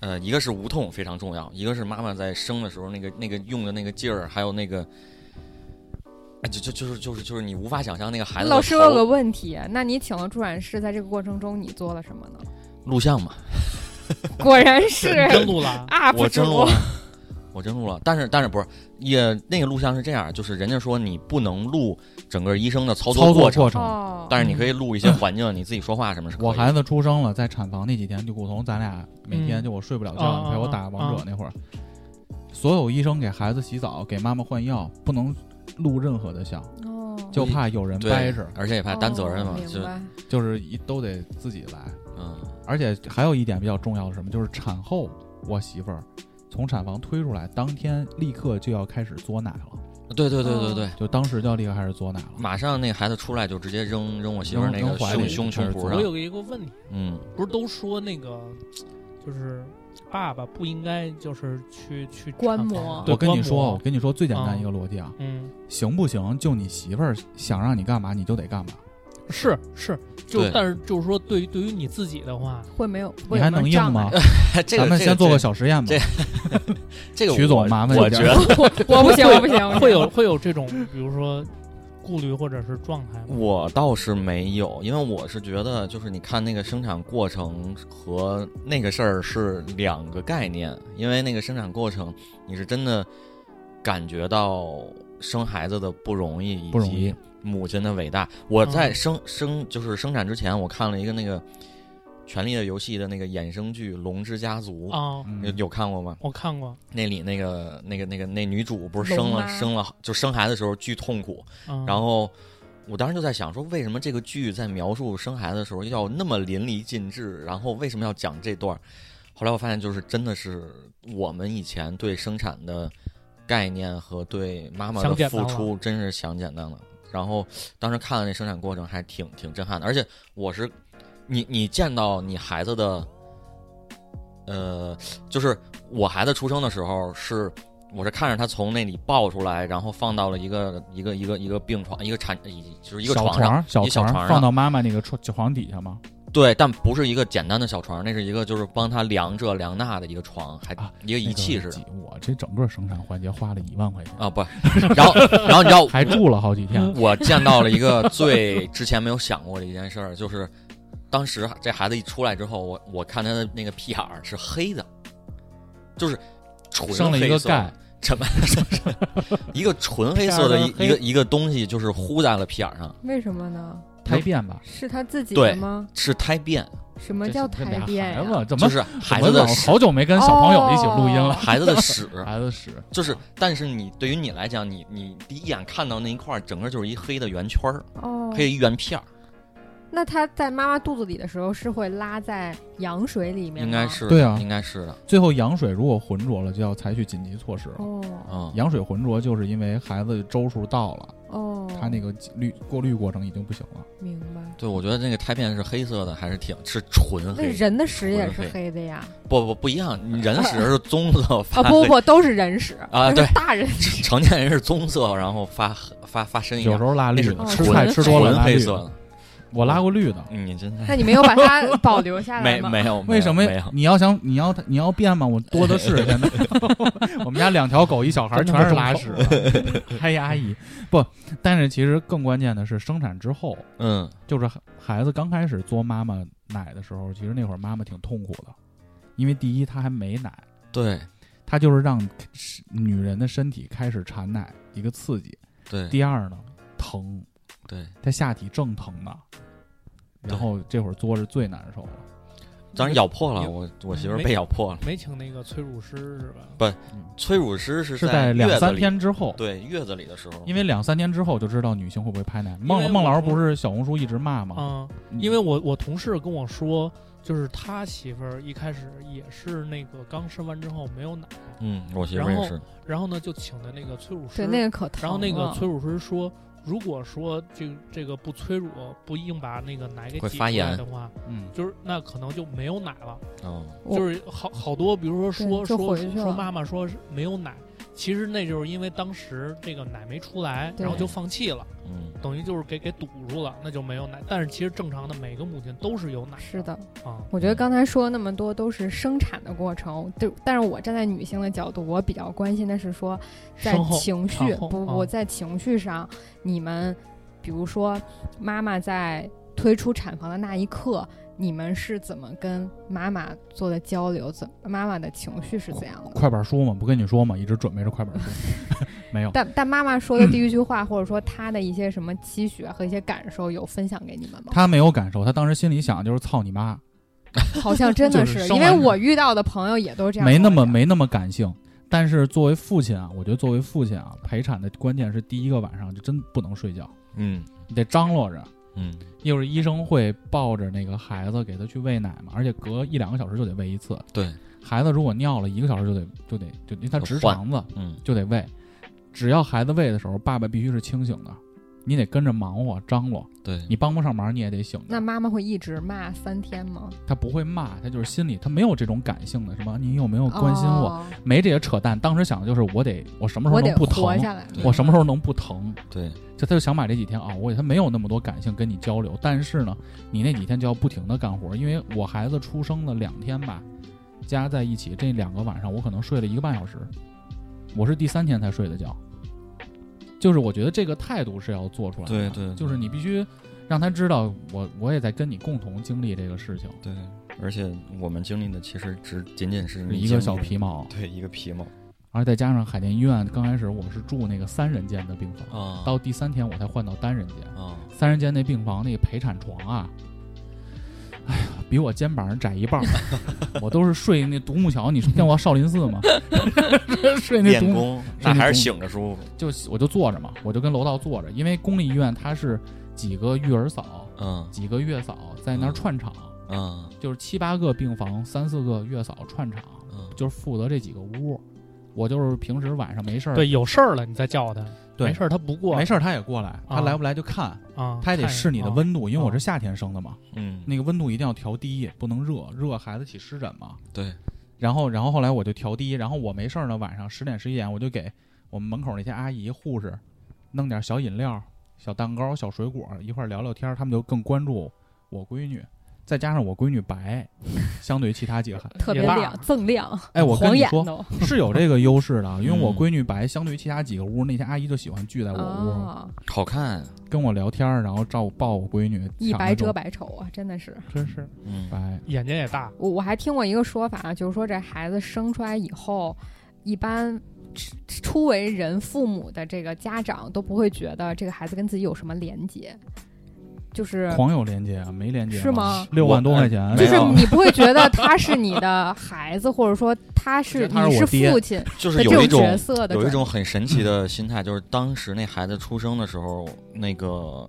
[SPEAKER 5] 呃，一个是无痛非常重要，一个是妈妈在生的时候那个那个用的那个劲儿，还有那个，哎，就就就是就是就是你无法想象那个孩子的
[SPEAKER 6] 老师，我有
[SPEAKER 5] 头
[SPEAKER 6] 个 问题，那你请了助产士，在这个过程中你做了什么呢？
[SPEAKER 5] 录像嘛，
[SPEAKER 6] 果然是
[SPEAKER 4] 真录了，
[SPEAKER 6] UP
[SPEAKER 5] 我
[SPEAKER 6] 主
[SPEAKER 5] 真，录了，我真录了。但是但是不是也那个录像是这样，就是人家说你不能录整个医生的操
[SPEAKER 3] 操
[SPEAKER 5] 作
[SPEAKER 3] 作
[SPEAKER 5] 过
[SPEAKER 3] 过
[SPEAKER 5] 程，
[SPEAKER 3] 程。
[SPEAKER 6] 哦，
[SPEAKER 5] 但是你可以录一些环境，你自己说话什么是可以
[SPEAKER 3] 我孩子出生了，在产房那几天，就古潼咱俩每天
[SPEAKER 4] 嗯
[SPEAKER 3] 就我睡不了
[SPEAKER 4] 啊
[SPEAKER 3] 觉，你陪我打王
[SPEAKER 4] 啊
[SPEAKER 3] 者那会儿，所有医生给孩子洗澡、给妈妈换药，不能录任何的像，
[SPEAKER 6] 哦，
[SPEAKER 3] 就怕有人掰
[SPEAKER 5] 嗯对
[SPEAKER 3] 扯，，
[SPEAKER 5] 而且也怕担责任嘛
[SPEAKER 6] 哦，
[SPEAKER 5] 就
[SPEAKER 6] 明白
[SPEAKER 3] 就是一都得自己来。
[SPEAKER 5] 嗯
[SPEAKER 3] 而且还有一点比较重要的是什么，就是产后我媳妇儿从产房推出来当天立刻就要开始嘬奶了，
[SPEAKER 5] 对对对
[SPEAKER 6] 哦
[SPEAKER 5] 对对，
[SPEAKER 3] 就当时就要立刻开始嘬奶了。
[SPEAKER 5] 马上那孩子出来就直接扔扔我媳妇儿那
[SPEAKER 3] 扔
[SPEAKER 5] 个
[SPEAKER 3] 扔怀里
[SPEAKER 5] 胸胸
[SPEAKER 3] 开
[SPEAKER 5] 胸
[SPEAKER 3] 始
[SPEAKER 5] 脯
[SPEAKER 4] 我
[SPEAKER 5] 上，
[SPEAKER 4] 有一个问题，
[SPEAKER 5] 嗯，
[SPEAKER 4] 不是都说那个就是爸爸不应该就是去去
[SPEAKER 6] 观
[SPEAKER 4] 产
[SPEAKER 6] 摩
[SPEAKER 4] 房
[SPEAKER 3] 我
[SPEAKER 4] 对
[SPEAKER 3] 跟你
[SPEAKER 4] 观
[SPEAKER 3] 说，哦
[SPEAKER 4] 摩
[SPEAKER 3] 我跟你说最简单一个
[SPEAKER 4] 啊
[SPEAKER 3] 逻辑啊，
[SPEAKER 4] 嗯，
[SPEAKER 3] 行不行？就你媳妇儿想让你干嘛，你就得干嘛。
[SPEAKER 4] 是是，就
[SPEAKER 5] 对
[SPEAKER 4] 但是就是说，对于对于你自己的话，
[SPEAKER 6] 会没有，
[SPEAKER 3] 你还能硬吗？
[SPEAKER 5] 这个
[SPEAKER 3] 咱们
[SPEAKER 5] 这个
[SPEAKER 3] 先做个小实验吧
[SPEAKER 5] 这。这个
[SPEAKER 3] 曲总
[SPEAKER 5] 我
[SPEAKER 3] 麻烦
[SPEAKER 5] 我
[SPEAKER 3] 一
[SPEAKER 5] 觉
[SPEAKER 3] 点
[SPEAKER 5] 得
[SPEAKER 6] 我不行，我不行， 我不行
[SPEAKER 4] 会有会有这种比如说顾虑或者是状态吗？
[SPEAKER 5] 我倒是没有，因为我是觉得，就是你看那个生产过程和那个事儿是两个概念，因为那个生产过程，你是真的感觉到生孩子的不容易，以
[SPEAKER 3] 不容
[SPEAKER 5] 及
[SPEAKER 3] 易
[SPEAKER 5] 母亲的伟大。我在
[SPEAKER 4] 嗯
[SPEAKER 5] 生、生就是生产之前，我看了一个那个《权力的游戏》的那个衍生剧《龙之家族》
[SPEAKER 4] 啊，
[SPEAKER 5] 有
[SPEAKER 3] 嗯
[SPEAKER 5] 有看过吗？
[SPEAKER 4] 我看过，
[SPEAKER 5] 那里那个那个那个那女主不是
[SPEAKER 6] 龙
[SPEAKER 5] 生了
[SPEAKER 6] 妈
[SPEAKER 5] 生了就生孩子的时候巨痛苦，
[SPEAKER 4] 嗯、
[SPEAKER 5] 然后我当时就在想说，为什么这个剧在描述生孩子的时候要那么淋漓尽致？然后为什么要讲这段儿？后来我发现，就是真的是我们以前对生产的概念和对妈妈
[SPEAKER 4] 想
[SPEAKER 5] 的
[SPEAKER 4] 简单
[SPEAKER 5] 付
[SPEAKER 4] 了
[SPEAKER 5] 出，真是想简单了。然后当时看了那生产过程，还挺挺震撼的。而且我是你你见到你孩子的，呃，就是我孩子出生的时候是。我是看着他从那里抱出来，然后放到了一个一个一个一个病床，一个产，一就是一个
[SPEAKER 3] 小
[SPEAKER 5] 床上，
[SPEAKER 3] 床，小
[SPEAKER 5] 一小床
[SPEAKER 3] 床
[SPEAKER 5] 上
[SPEAKER 3] 放到妈妈那个床床底下吗？
[SPEAKER 5] 对，但不是一个简单的小床，那是一个就是帮他量这量那的一个床，还
[SPEAKER 3] 啊
[SPEAKER 5] 一个仪器似
[SPEAKER 3] 那个
[SPEAKER 5] 的
[SPEAKER 3] 几我这整个生产环节花了一万块钱，
[SPEAKER 5] 啊，不，然后然后你知道
[SPEAKER 3] 还住了好几
[SPEAKER 4] 嗯
[SPEAKER 3] 天。
[SPEAKER 5] 我见到了一个最之前没有想过的一件事儿，就是当时这孩子一出来之后，我我看他的那个屁眼儿是黑的，就是纯黑色
[SPEAKER 3] 生了一个钙，
[SPEAKER 5] 什么 一个纯黑色的一一个一个东西，就是糊在了屁眼儿上，
[SPEAKER 6] 为什么呢？
[SPEAKER 3] 胎变吧？
[SPEAKER 6] 是他自己的吗？
[SPEAKER 5] 是胎变，
[SPEAKER 6] 什么
[SPEAKER 3] 这
[SPEAKER 6] 叫
[SPEAKER 3] 这
[SPEAKER 6] 胎
[SPEAKER 3] 俩
[SPEAKER 6] 变
[SPEAKER 3] 孩
[SPEAKER 6] 呀？
[SPEAKER 3] 子怎么
[SPEAKER 5] 就是孩
[SPEAKER 3] 怎
[SPEAKER 5] 子
[SPEAKER 3] 么
[SPEAKER 5] 的
[SPEAKER 3] 老
[SPEAKER 5] 屎，
[SPEAKER 3] 好久没跟小朋友一起录音了？
[SPEAKER 5] 孩子的屎。
[SPEAKER 3] 孩子屎，
[SPEAKER 5] 就是，但是你对于你来讲，你你第一眼看到那一块儿，整个就是一黑的圆圈儿，
[SPEAKER 6] 哦，
[SPEAKER 5] 黑圆片儿，
[SPEAKER 6] 那他在妈妈肚子里的时候是会拉在羊水里面
[SPEAKER 5] 应
[SPEAKER 6] 吗？
[SPEAKER 5] 该是的，
[SPEAKER 3] 对啊
[SPEAKER 5] 应该是的，
[SPEAKER 3] 最后羊水如果浑浊了，就要采取紧急措施了。
[SPEAKER 6] 哦
[SPEAKER 5] 嗯，
[SPEAKER 3] 羊水浑浊就是因为孩子周数到了，
[SPEAKER 6] 哦，
[SPEAKER 3] 他那个滤过滤过程已经不行了。
[SPEAKER 6] 明白。
[SPEAKER 5] 对，我觉得那个胎片是黑色的，还是挺是纯
[SPEAKER 6] 那
[SPEAKER 5] 黑，
[SPEAKER 6] 人的屎也是
[SPEAKER 5] 纯
[SPEAKER 6] 黑的呀？
[SPEAKER 5] 不不不一样，人屎是棕 色
[SPEAKER 6] 啊
[SPEAKER 5] 发
[SPEAKER 6] 不
[SPEAKER 5] 黑，
[SPEAKER 6] 不不，都是人屎
[SPEAKER 5] 啊对
[SPEAKER 6] 大人屎。
[SPEAKER 5] 成年人是棕色，然后发黑发发深一
[SPEAKER 3] 有时
[SPEAKER 5] 点，
[SPEAKER 3] 候拉绿的
[SPEAKER 5] 那，
[SPEAKER 6] 是
[SPEAKER 3] 吃
[SPEAKER 6] 纯
[SPEAKER 3] 菜吃多了
[SPEAKER 5] 纯
[SPEAKER 3] 拉
[SPEAKER 5] 黑
[SPEAKER 3] 绿
[SPEAKER 5] 色
[SPEAKER 3] 的。
[SPEAKER 5] 的，
[SPEAKER 3] 我拉过绿的，
[SPEAKER 5] 嗯你真的
[SPEAKER 6] 那你没有把它 保留下来
[SPEAKER 5] 没
[SPEAKER 6] 吗？
[SPEAKER 5] 没有，
[SPEAKER 3] 为什么
[SPEAKER 5] 没有？
[SPEAKER 3] 你要想你要你要变吗？我多的是，现在 我们家两条狗一小孩儿
[SPEAKER 4] 真他
[SPEAKER 3] 全
[SPEAKER 4] 妈
[SPEAKER 3] 是拉屎的，嗨阿姨不，但是其实更关键的是生产之后，
[SPEAKER 5] 嗯，
[SPEAKER 3] 就是孩孩子刚开始嘬妈妈奶的时候，其实那会儿妈妈挺痛苦的，因为第一她还没奶，
[SPEAKER 5] 对
[SPEAKER 3] 她就是让女人的身体开始产奶一个刺激，
[SPEAKER 5] 对
[SPEAKER 3] 第二呢疼，
[SPEAKER 5] 对，
[SPEAKER 3] 她下体正疼呢，然后这会儿嘬是最难受的。
[SPEAKER 5] 当然咬破了，
[SPEAKER 4] 有
[SPEAKER 5] 我我媳妇儿
[SPEAKER 4] 没
[SPEAKER 5] 被咬破了，
[SPEAKER 4] 没请那个催乳师是吧？
[SPEAKER 5] 催乳师是
[SPEAKER 3] 是在
[SPEAKER 5] 月
[SPEAKER 3] 两
[SPEAKER 5] 子
[SPEAKER 3] 三
[SPEAKER 5] 里，
[SPEAKER 3] 天之后，
[SPEAKER 5] 对月子里的时候，
[SPEAKER 3] 因为两三天之后就知道女性会不会拍奶。
[SPEAKER 4] 为
[SPEAKER 3] 孟孟老师
[SPEAKER 4] 我
[SPEAKER 3] 不是小红书一直骂吗？
[SPEAKER 4] 嗯，因为我我同事跟我说，就是他媳妇儿一开始也是那个刚生完之后没有奶，
[SPEAKER 5] 嗯，我媳妇儿
[SPEAKER 4] 然
[SPEAKER 5] 也
[SPEAKER 4] 后
[SPEAKER 5] 是，
[SPEAKER 4] 然后呢就请的那个催乳师，
[SPEAKER 6] 对，那个可疼了。啊
[SPEAKER 4] 然后那个催乳师说，如果说这个这个不催乳不硬把那个奶给
[SPEAKER 5] 会
[SPEAKER 4] 挤出
[SPEAKER 5] 发
[SPEAKER 4] 来
[SPEAKER 5] 炎
[SPEAKER 4] 的话，
[SPEAKER 3] 嗯，
[SPEAKER 4] 就是那可能就没有奶了，
[SPEAKER 5] 嗯。
[SPEAKER 6] 我
[SPEAKER 4] 就是好好多，比如说说
[SPEAKER 6] 对就
[SPEAKER 4] 说
[SPEAKER 6] 回去
[SPEAKER 4] 说
[SPEAKER 6] 了
[SPEAKER 4] 妈妈说是没有奶。其实那就是因为当时这个奶没出来，
[SPEAKER 6] 对
[SPEAKER 4] 然后就放弃了，
[SPEAKER 5] 嗯，
[SPEAKER 4] 等于就是给给堵住了，那就没有奶。但是其实正常的每个母亲都是有奶
[SPEAKER 6] 是的，
[SPEAKER 4] 啊，
[SPEAKER 6] 我觉得刚才说那么多都是生产的过程，对。但是我站在女性的角度，我比较关心的是说，在
[SPEAKER 4] 身后
[SPEAKER 6] 情绪
[SPEAKER 4] 产后
[SPEAKER 6] 不
[SPEAKER 4] 啊
[SPEAKER 6] 不在情绪上，你们比如说妈妈在推出产房的那一刻，你们是怎么跟妈妈做的交流？怎妈妈的情绪是怎样的？
[SPEAKER 3] 快板书嘛，不跟你说嘛，一直准备着快板书，没有。
[SPEAKER 6] 但但妈妈说的第一句话，或者说她的一些什么期许啊和一些感受，有分享给你们吗？
[SPEAKER 3] 他没有感受，他当时心里想就是操你妈，
[SPEAKER 6] 好像真的，
[SPEAKER 3] 就是是
[SPEAKER 6] 因
[SPEAKER 3] 生
[SPEAKER 6] 为
[SPEAKER 3] 完
[SPEAKER 6] 我遇到的朋友也都这样，
[SPEAKER 3] 没那么。没那么感性。但是作为父亲啊，我觉得作为父亲啊，陪产的关键是第一个晚上就真不能睡觉，
[SPEAKER 5] 嗯
[SPEAKER 3] 你得张罗着。
[SPEAKER 5] 嗯，
[SPEAKER 3] 一会儿医生会抱着那个孩子给他去喂奶嘛，而且隔一两个小时就得喂一次。
[SPEAKER 5] 对，
[SPEAKER 3] 孩子如果尿了一个小时就得就得就因为他
[SPEAKER 5] 就
[SPEAKER 3] 直
[SPEAKER 5] 换
[SPEAKER 3] 肠
[SPEAKER 6] 哦
[SPEAKER 3] 子
[SPEAKER 5] 嗯
[SPEAKER 3] 就得喂，只要孩子喂的时候，爸爸必须是清醒的，你得跟着忙活张罗，
[SPEAKER 5] 对，
[SPEAKER 3] 你帮不上忙你也得醒着。
[SPEAKER 6] 那妈妈会一直骂三天吗？
[SPEAKER 3] 他不会骂，他就是心里他没有这种感性的什么，你有没有关心我？
[SPEAKER 6] 哦
[SPEAKER 3] 没这些扯淡。当时想的就是我得我什么时
[SPEAKER 6] 我
[SPEAKER 3] 候
[SPEAKER 6] 得
[SPEAKER 3] 能不疼，
[SPEAKER 6] 活下来。
[SPEAKER 5] 对
[SPEAKER 3] 我什么时候能不疼？
[SPEAKER 5] 对
[SPEAKER 3] 就他就想把这几天熬过去，他没有那么多感性跟你交流，但是呢，你那几天就要不停的干活，因为我孩子出生了两天吧，加在一起这两个晚上，我可能睡了一个半小时，我是第三天才睡的觉，就是我觉得这个态度是要做出来的，
[SPEAKER 5] 对对对
[SPEAKER 3] 就是你必须让他知道我我也在跟你共同经历这个事情，
[SPEAKER 5] 对，而且我们经历的其实只仅仅是你
[SPEAKER 3] 一个
[SPEAKER 5] 经
[SPEAKER 3] 小
[SPEAKER 5] 历
[SPEAKER 3] 皮毛，
[SPEAKER 5] 对一个皮毛
[SPEAKER 3] 而再加上海淀医院刚开始我是住那个三人间的病房，
[SPEAKER 5] 啊
[SPEAKER 3] 到第三天我才换到单人间。
[SPEAKER 5] 啊
[SPEAKER 3] 三人间那病房那陪产床啊，哎呀，比我肩膀窄一 半儿。我都是睡那独木桥，你见过少林寺吗？ 睡那独
[SPEAKER 5] 练
[SPEAKER 3] 木，
[SPEAKER 5] 功，
[SPEAKER 3] 那
[SPEAKER 5] 那还
[SPEAKER 3] 功
[SPEAKER 5] 是醒着舒服。
[SPEAKER 3] 就我就坐着嘛，我就跟楼道坐着，因为公立医院它是几个育儿嫂、
[SPEAKER 5] 嗯
[SPEAKER 3] 几个月嫂在那儿串场，
[SPEAKER 5] 嗯
[SPEAKER 3] 就是七八个病房、三四个月嫂串场，
[SPEAKER 5] 嗯，
[SPEAKER 3] 就是负责这几个屋。我就是平时晚上没事儿，
[SPEAKER 4] 对，有事儿了你再叫他，
[SPEAKER 3] 对
[SPEAKER 4] 没事儿他不过，
[SPEAKER 3] 没事儿他也过哦来，他
[SPEAKER 4] 啊
[SPEAKER 3] 来不来就看，
[SPEAKER 4] 啊，
[SPEAKER 3] 他也得
[SPEAKER 4] 看
[SPEAKER 3] 试你的
[SPEAKER 4] 啊
[SPEAKER 3] 温度，因为我
[SPEAKER 4] 啊
[SPEAKER 3] 是夏天生的嘛，
[SPEAKER 5] 嗯，
[SPEAKER 3] 那个温度一定要调低，不能热，热孩子起湿疹嘛。
[SPEAKER 5] 对，
[SPEAKER 3] 然后，然后后来我就调低，然后我没事儿呢，晚上十点十一点我就给我们门口那些阿姨、护士弄点小饮料、小蛋糕、小水果，一块儿聊聊天儿，他们就更关注我闺女。再加上我闺女白，相对于其他几个孩，
[SPEAKER 6] 特别
[SPEAKER 4] 也罢
[SPEAKER 6] 亮，锃亮，
[SPEAKER 3] 哎，我跟
[SPEAKER 6] 晃
[SPEAKER 3] 你
[SPEAKER 6] 眼
[SPEAKER 3] 说
[SPEAKER 6] 都。
[SPEAKER 3] 是有这个优势的啊，因为
[SPEAKER 5] 嗯
[SPEAKER 3] 我闺女白相对于其他几个屋，那些阿姨就喜欢聚哎在我屋
[SPEAKER 6] 哦，
[SPEAKER 5] 好看，啊
[SPEAKER 3] 跟我聊天儿，然后照顾抱我闺女，
[SPEAKER 6] 一
[SPEAKER 3] 抢
[SPEAKER 6] 白
[SPEAKER 3] 着就
[SPEAKER 6] 遮百丑啊，真的是。
[SPEAKER 4] 真是
[SPEAKER 5] 嗯
[SPEAKER 3] 白，
[SPEAKER 4] 眼睛也大，
[SPEAKER 6] 我我还听过一个说法，就是说这孩子生出来以后，一般初初为人父母的这个家长都不会觉得这个孩子跟自己有什么连结，就是
[SPEAKER 3] 狂有连接啊，没连接
[SPEAKER 6] 是吗？
[SPEAKER 3] 六万多块钱，啊
[SPEAKER 5] 没
[SPEAKER 6] 就
[SPEAKER 5] 有
[SPEAKER 6] 是你不会觉得他是你的孩子，或者说他
[SPEAKER 3] 觉得
[SPEAKER 6] 是
[SPEAKER 3] 他
[SPEAKER 6] 你
[SPEAKER 3] 是我爹
[SPEAKER 6] 父亲的
[SPEAKER 5] 就是
[SPEAKER 6] 这
[SPEAKER 5] 有一种
[SPEAKER 6] 角色的
[SPEAKER 5] 有一
[SPEAKER 6] 转
[SPEAKER 5] 种很神奇的心态，就是当时那孩子出生的时候，那个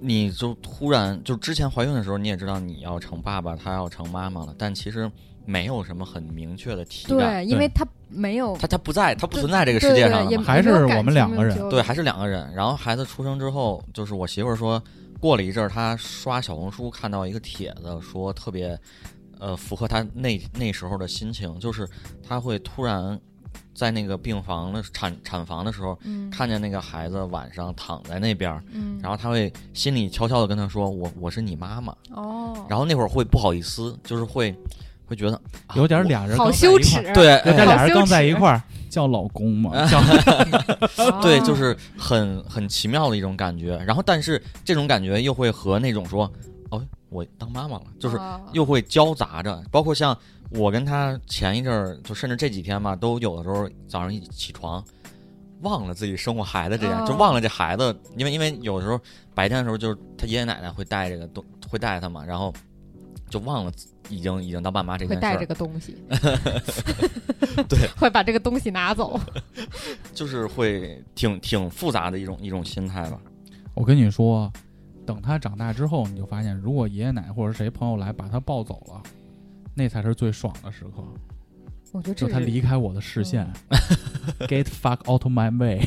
[SPEAKER 5] 你就突然就之前怀孕的时候，你也知道你要成爸爸，他要成妈妈了，但其实没有什么很明确的体感，
[SPEAKER 6] 对，因为他没有
[SPEAKER 5] 他他不在，他不存在这个
[SPEAKER 6] 对
[SPEAKER 5] 世界上
[SPEAKER 6] 对
[SPEAKER 5] 了
[SPEAKER 6] 也
[SPEAKER 5] 嘛，
[SPEAKER 3] 还是我们两个人
[SPEAKER 5] 对，还是两个人。然后孩子出生之后，就是我媳妇儿说，过了一阵儿，她刷小红书看到一个帖子，说特别，呃，符合她那那时候的心情，就是她会突然在那个病房的产产房的时候，
[SPEAKER 6] 嗯
[SPEAKER 5] 看见那个孩子晚上躺在那边儿，
[SPEAKER 6] 嗯，
[SPEAKER 5] 然后她会心里悄悄的跟他说：“我我是你妈妈。”
[SPEAKER 6] 哦，
[SPEAKER 5] 然后那会儿会不好意思，就是会会觉得啊
[SPEAKER 3] 有点俩人
[SPEAKER 6] 好
[SPEAKER 3] 刚在
[SPEAKER 6] 羞
[SPEAKER 3] 一块
[SPEAKER 6] 耻
[SPEAKER 3] 儿，，
[SPEAKER 5] 对，
[SPEAKER 3] 人家
[SPEAKER 5] 哎
[SPEAKER 3] 俩人刚在
[SPEAKER 6] 好羞
[SPEAKER 3] 一
[SPEAKER 6] 耻
[SPEAKER 3] 块儿叫老公 嘛，叫啊
[SPEAKER 6] 哦
[SPEAKER 5] 对，就是很很奇妙的一种感觉。然后，但是这种感觉又会和那种说，哦，我当妈妈了，就是
[SPEAKER 6] 哦
[SPEAKER 5] 又会交杂着。包括像我跟他前一阵儿，就甚至这几天吧，都有的时候早上一起床。忘了自己生过孩子这样，
[SPEAKER 6] 哦
[SPEAKER 5] 就忘了这孩子，因为因为有的时候白天的时候，就是他爷爷奶奶会带这个东，会带他嘛，然后就忘了已经已经当爸妈这件
[SPEAKER 6] 会
[SPEAKER 5] 事
[SPEAKER 6] 带
[SPEAKER 5] 儿
[SPEAKER 6] 这，个东西，
[SPEAKER 5] 对，
[SPEAKER 6] 会把这个东西拿走。
[SPEAKER 5] 就是会挺挺复杂的一种一种心态吧。
[SPEAKER 3] 我跟你说，等他长大之后，你就发现，如果爷爷奶奶或者谁朋友来把他抱走了，那才是最爽的时刻，
[SPEAKER 6] 我觉得
[SPEAKER 3] 就
[SPEAKER 6] 这
[SPEAKER 3] 他
[SPEAKER 6] 是
[SPEAKER 3] 离开我的视线
[SPEAKER 6] 嗯
[SPEAKER 3] ，get fuck out of my way。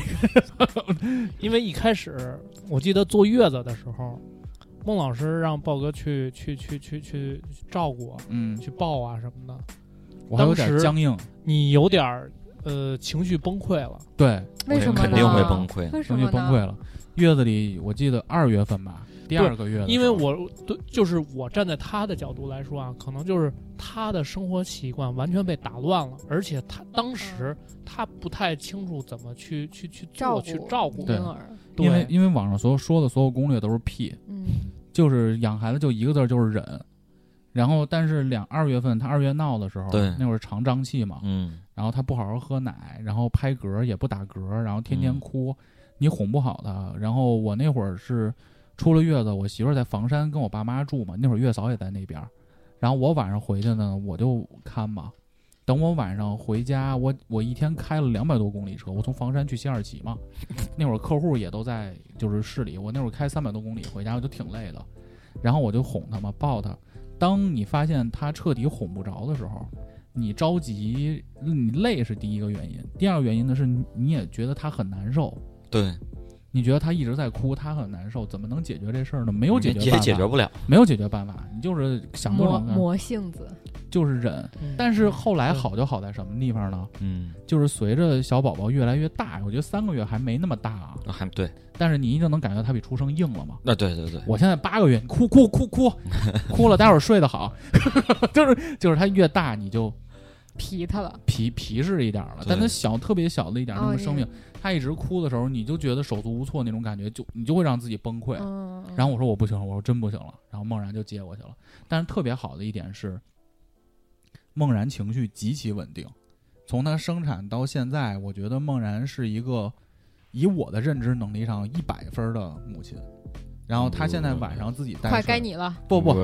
[SPEAKER 4] 因为一开始我记得坐月子的时候，孟老师让豹哥去去去去去照顾我，
[SPEAKER 3] 嗯，
[SPEAKER 4] 去抱啊什么的，
[SPEAKER 3] 我还有点
[SPEAKER 4] 当时
[SPEAKER 3] 僵硬，
[SPEAKER 4] 你有点儿呃情绪崩溃了，
[SPEAKER 3] 对，
[SPEAKER 6] 为什么呢
[SPEAKER 5] 肯定会崩溃。
[SPEAKER 6] 为什
[SPEAKER 3] 情
[SPEAKER 6] 么
[SPEAKER 3] 绪
[SPEAKER 6] 呢
[SPEAKER 3] 崩溃了。月子里，我记得二月份嗯吧，第二个月的时候，
[SPEAKER 4] 因为我对就是我站在他的角度来说啊，可能就是他的生活习惯完全被打乱了，而且他
[SPEAKER 6] 嗯
[SPEAKER 4] 当时他不太清楚怎么去去去
[SPEAKER 6] 照
[SPEAKER 4] 做
[SPEAKER 6] 顾
[SPEAKER 4] 去照顾
[SPEAKER 3] 对
[SPEAKER 6] 婴儿，
[SPEAKER 3] 因为
[SPEAKER 4] 对
[SPEAKER 3] 因为网上所有说的所有攻略都是屁，
[SPEAKER 6] 嗯
[SPEAKER 3] 就是养孩子就一个字儿就是忍，然后，但是两二月份他二月闹的时候，
[SPEAKER 5] 对
[SPEAKER 3] 那会儿肠胀气嘛，
[SPEAKER 5] 嗯，
[SPEAKER 3] 然后他不好好喝奶，然后拍嗝也不打嗝，然后天天
[SPEAKER 5] 嗯
[SPEAKER 3] 哭，你哄不好他。然后我那会儿是出了月子，我媳妇儿在房山跟我爸妈住嘛，那会儿月嫂也在那边儿。然后我晚上回去呢，我就看嘛。等我晚上回家，我我一天开了两百多公里车，我从房山去西二旗嘛，那会儿客户也都在就是市里，我那会儿开三百多公里回家，我就挺累的。然后我就哄他嘛，抱他。当你发现他彻底哄不着的时候，你着急，你累是第一个原因，第二个原因呢是你你也觉得他很难受，
[SPEAKER 5] 对，
[SPEAKER 3] 你觉得他一直在哭，他很难受，怎么能解决这事儿呢？没
[SPEAKER 5] 没
[SPEAKER 3] 有解决
[SPEAKER 5] 解
[SPEAKER 3] 办法，
[SPEAKER 5] 解决不了，
[SPEAKER 3] 没有解决办法，你就是想各
[SPEAKER 6] 磨
[SPEAKER 3] 种各样，
[SPEAKER 6] 磨性子，
[SPEAKER 3] 就是忍。
[SPEAKER 4] 嗯
[SPEAKER 3] 但是后来好就好在什么地方呢？
[SPEAKER 5] 嗯，
[SPEAKER 3] 就是随着小宝宝越来越大，我觉得三个月还没那么大啊，
[SPEAKER 5] 那还对，
[SPEAKER 3] 但是你一定能感觉到他比出生硬了嘛。
[SPEAKER 5] 那对对对，
[SPEAKER 3] 我现在八个月，哭哭哭哭 哭了，待会儿睡得好， 就是就是他越大你就
[SPEAKER 6] 皮他了，
[SPEAKER 3] 皮皮实一点儿了，
[SPEAKER 5] 对
[SPEAKER 3] 但他小特别小的一点儿那
[SPEAKER 6] 哦
[SPEAKER 3] 么
[SPEAKER 6] 这
[SPEAKER 3] 生命，他一直哭的时候，你就觉得手足无措那种感觉，就你就会让自己崩溃。
[SPEAKER 6] 嗯，
[SPEAKER 3] 然后我说我不行了，我说真不行了，然后梦然就接过去了。但是特别好的一点是，梦然情绪极其稳定，从她生产到现在，我觉得梦然是一个以我的认知能力上一百分儿的母亲。然后她现在晚上自己带水，
[SPEAKER 6] 快该你了，
[SPEAKER 3] 不不，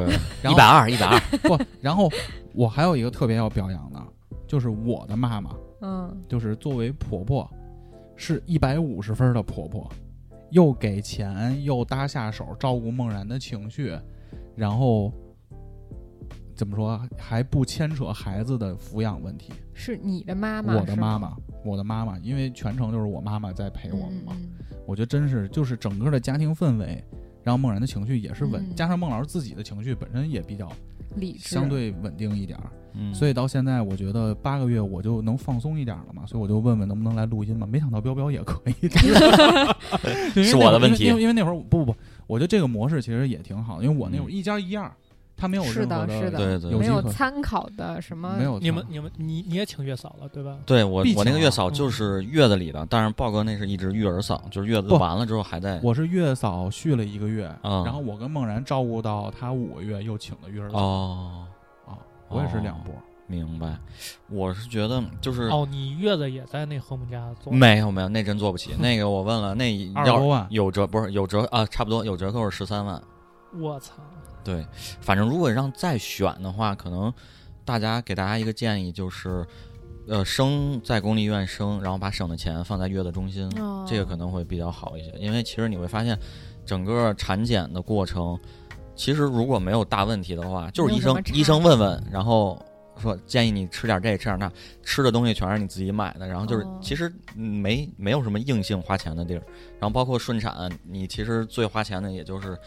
[SPEAKER 3] 然
[SPEAKER 5] 一
[SPEAKER 3] 后
[SPEAKER 5] 百二一百 二，
[SPEAKER 3] 不，然后我还有一个特别要表扬的，就是我的妈妈，
[SPEAKER 6] 嗯，
[SPEAKER 3] 就是作为婆婆，是一百五十分的婆婆，又给钱又搭下手，照顾梦然的情绪，然后怎么说啊还不牵扯孩子的抚养问题。
[SPEAKER 6] 是你的妈妈，
[SPEAKER 3] 我的
[SPEAKER 6] 是吗
[SPEAKER 3] 妈妈，我的妈妈，因为全程就是我妈妈在陪我们嘛，
[SPEAKER 6] 嗯嗯
[SPEAKER 3] 我觉得真是就是整个的家庭氛围。然后梦然的情绪也是稳，
[SPEAKER 6] 嗯
[SPEAKER 3] 加上孟老师自己的情绪本身也比较
[SPEAKER 6] 嗯理智，
[SPEAKER 3] 相对稳定一点儿，
[SPEAKER 5] 嗯，
[SPEAKER 3] 所
[SPEAKER 5] 以
[SPEAKER 3] 以到现在，我觉得八个月我就能放松一点了嘛，所以我就问问能不能来录音嘛。没想到彪彪也可 以，因为
[SPEAKER 5] 是我
[SPEAKER 3] 那会儿
[SPEAKER 5] 的问题
[SPEAKER 3] 因为因为因为那会儿不不不，我觉得这个模式其实也挺好，因为我那会
[SPEAKER 5] 嗯
[SPEAKER 3] 儿一加一二，他没有
[SPEAKER 6] 是
[SPEAKER 3] 任何
[SPEAKER 6] 的是的
[SPEAKER 5] 对对
[SPEAKER 3] 有
[SPEAKER 5] 对
[SPEAKER 3] 机
[SPEAKER 6] 没有
[SPEAKER 3] 会
[SPEAKER 6] 参考的什么，
[SPEAKER 3] 没有
[SPEAKER 4] 你们
[SPEAKER 3] 错
[SPEAKER 4] 你们你你也请月嫂了对吧？
[SPEAKER 5] 对我
[SPEAKER 3] 必
[SPEAKER 5] 我那
[SPEAKER 3] 请
[SPEAKER 5] 个
[SPEAKER 3] 啊
[SPEAKER 5] 月嫂就是月子里的，但是豹哥那是一直育儿嫂，就是月子
[SPEAKER 3] 不
[SPEAKER 5] 完了之后还在，
[SPEAKER 3] 我是月嫂续了一个月，
[SPEAKER 5] 嗯
[SPEAKER 3] 然后我跟梦然照顾到他五个月，又请的月儿嫂
[SPEAKER 5] 哦，
[SPEAKER 3] 啊，我也是两波。
[SPEAKER 5] 明白，我是觉得就是
[SPEAKER 4] 哦，你月子也在那和睦家做？
[SPEAKER 5] 没有没有，那真做 不起。那个我问了，那
[SPEAKER 3] 二十
[SPEAKER 5] 要
[SPEAKER 3] 多万
[SPEAKER 5] 有折不是有折啊，差不多有折扣是十三万。
[SPEAKER 4] 我操！
[SPEAKER 5] 对，反正如果让再选的话，可能大家给大家一个建议就是，呃，生在公立医院生，然后把省的钱放在月子中心，
[SPEAKER 6] 哦
[SPEAKER 5] 这个可能会比较好一些。因为其实你会发现，整个产检的过程，其实如果没有大问题的话，就是
[SPEAKER 6] 没有
[SPEAKER 5] 医
[SPEAKER 6] 什
[SPEAKER 5] 生
[SPEAKER 6] 么差
[SPEAKER 5] 医生问问，然后。说建议你吃点这，吃点那，吃的东西全是你自己买的，然后就是
[SPEAKER 6] 哦
[SPEAKER 5] 其实嗯没没有什么硬性花钱的地儿，然后包括顺产，你其实最花钱的也就是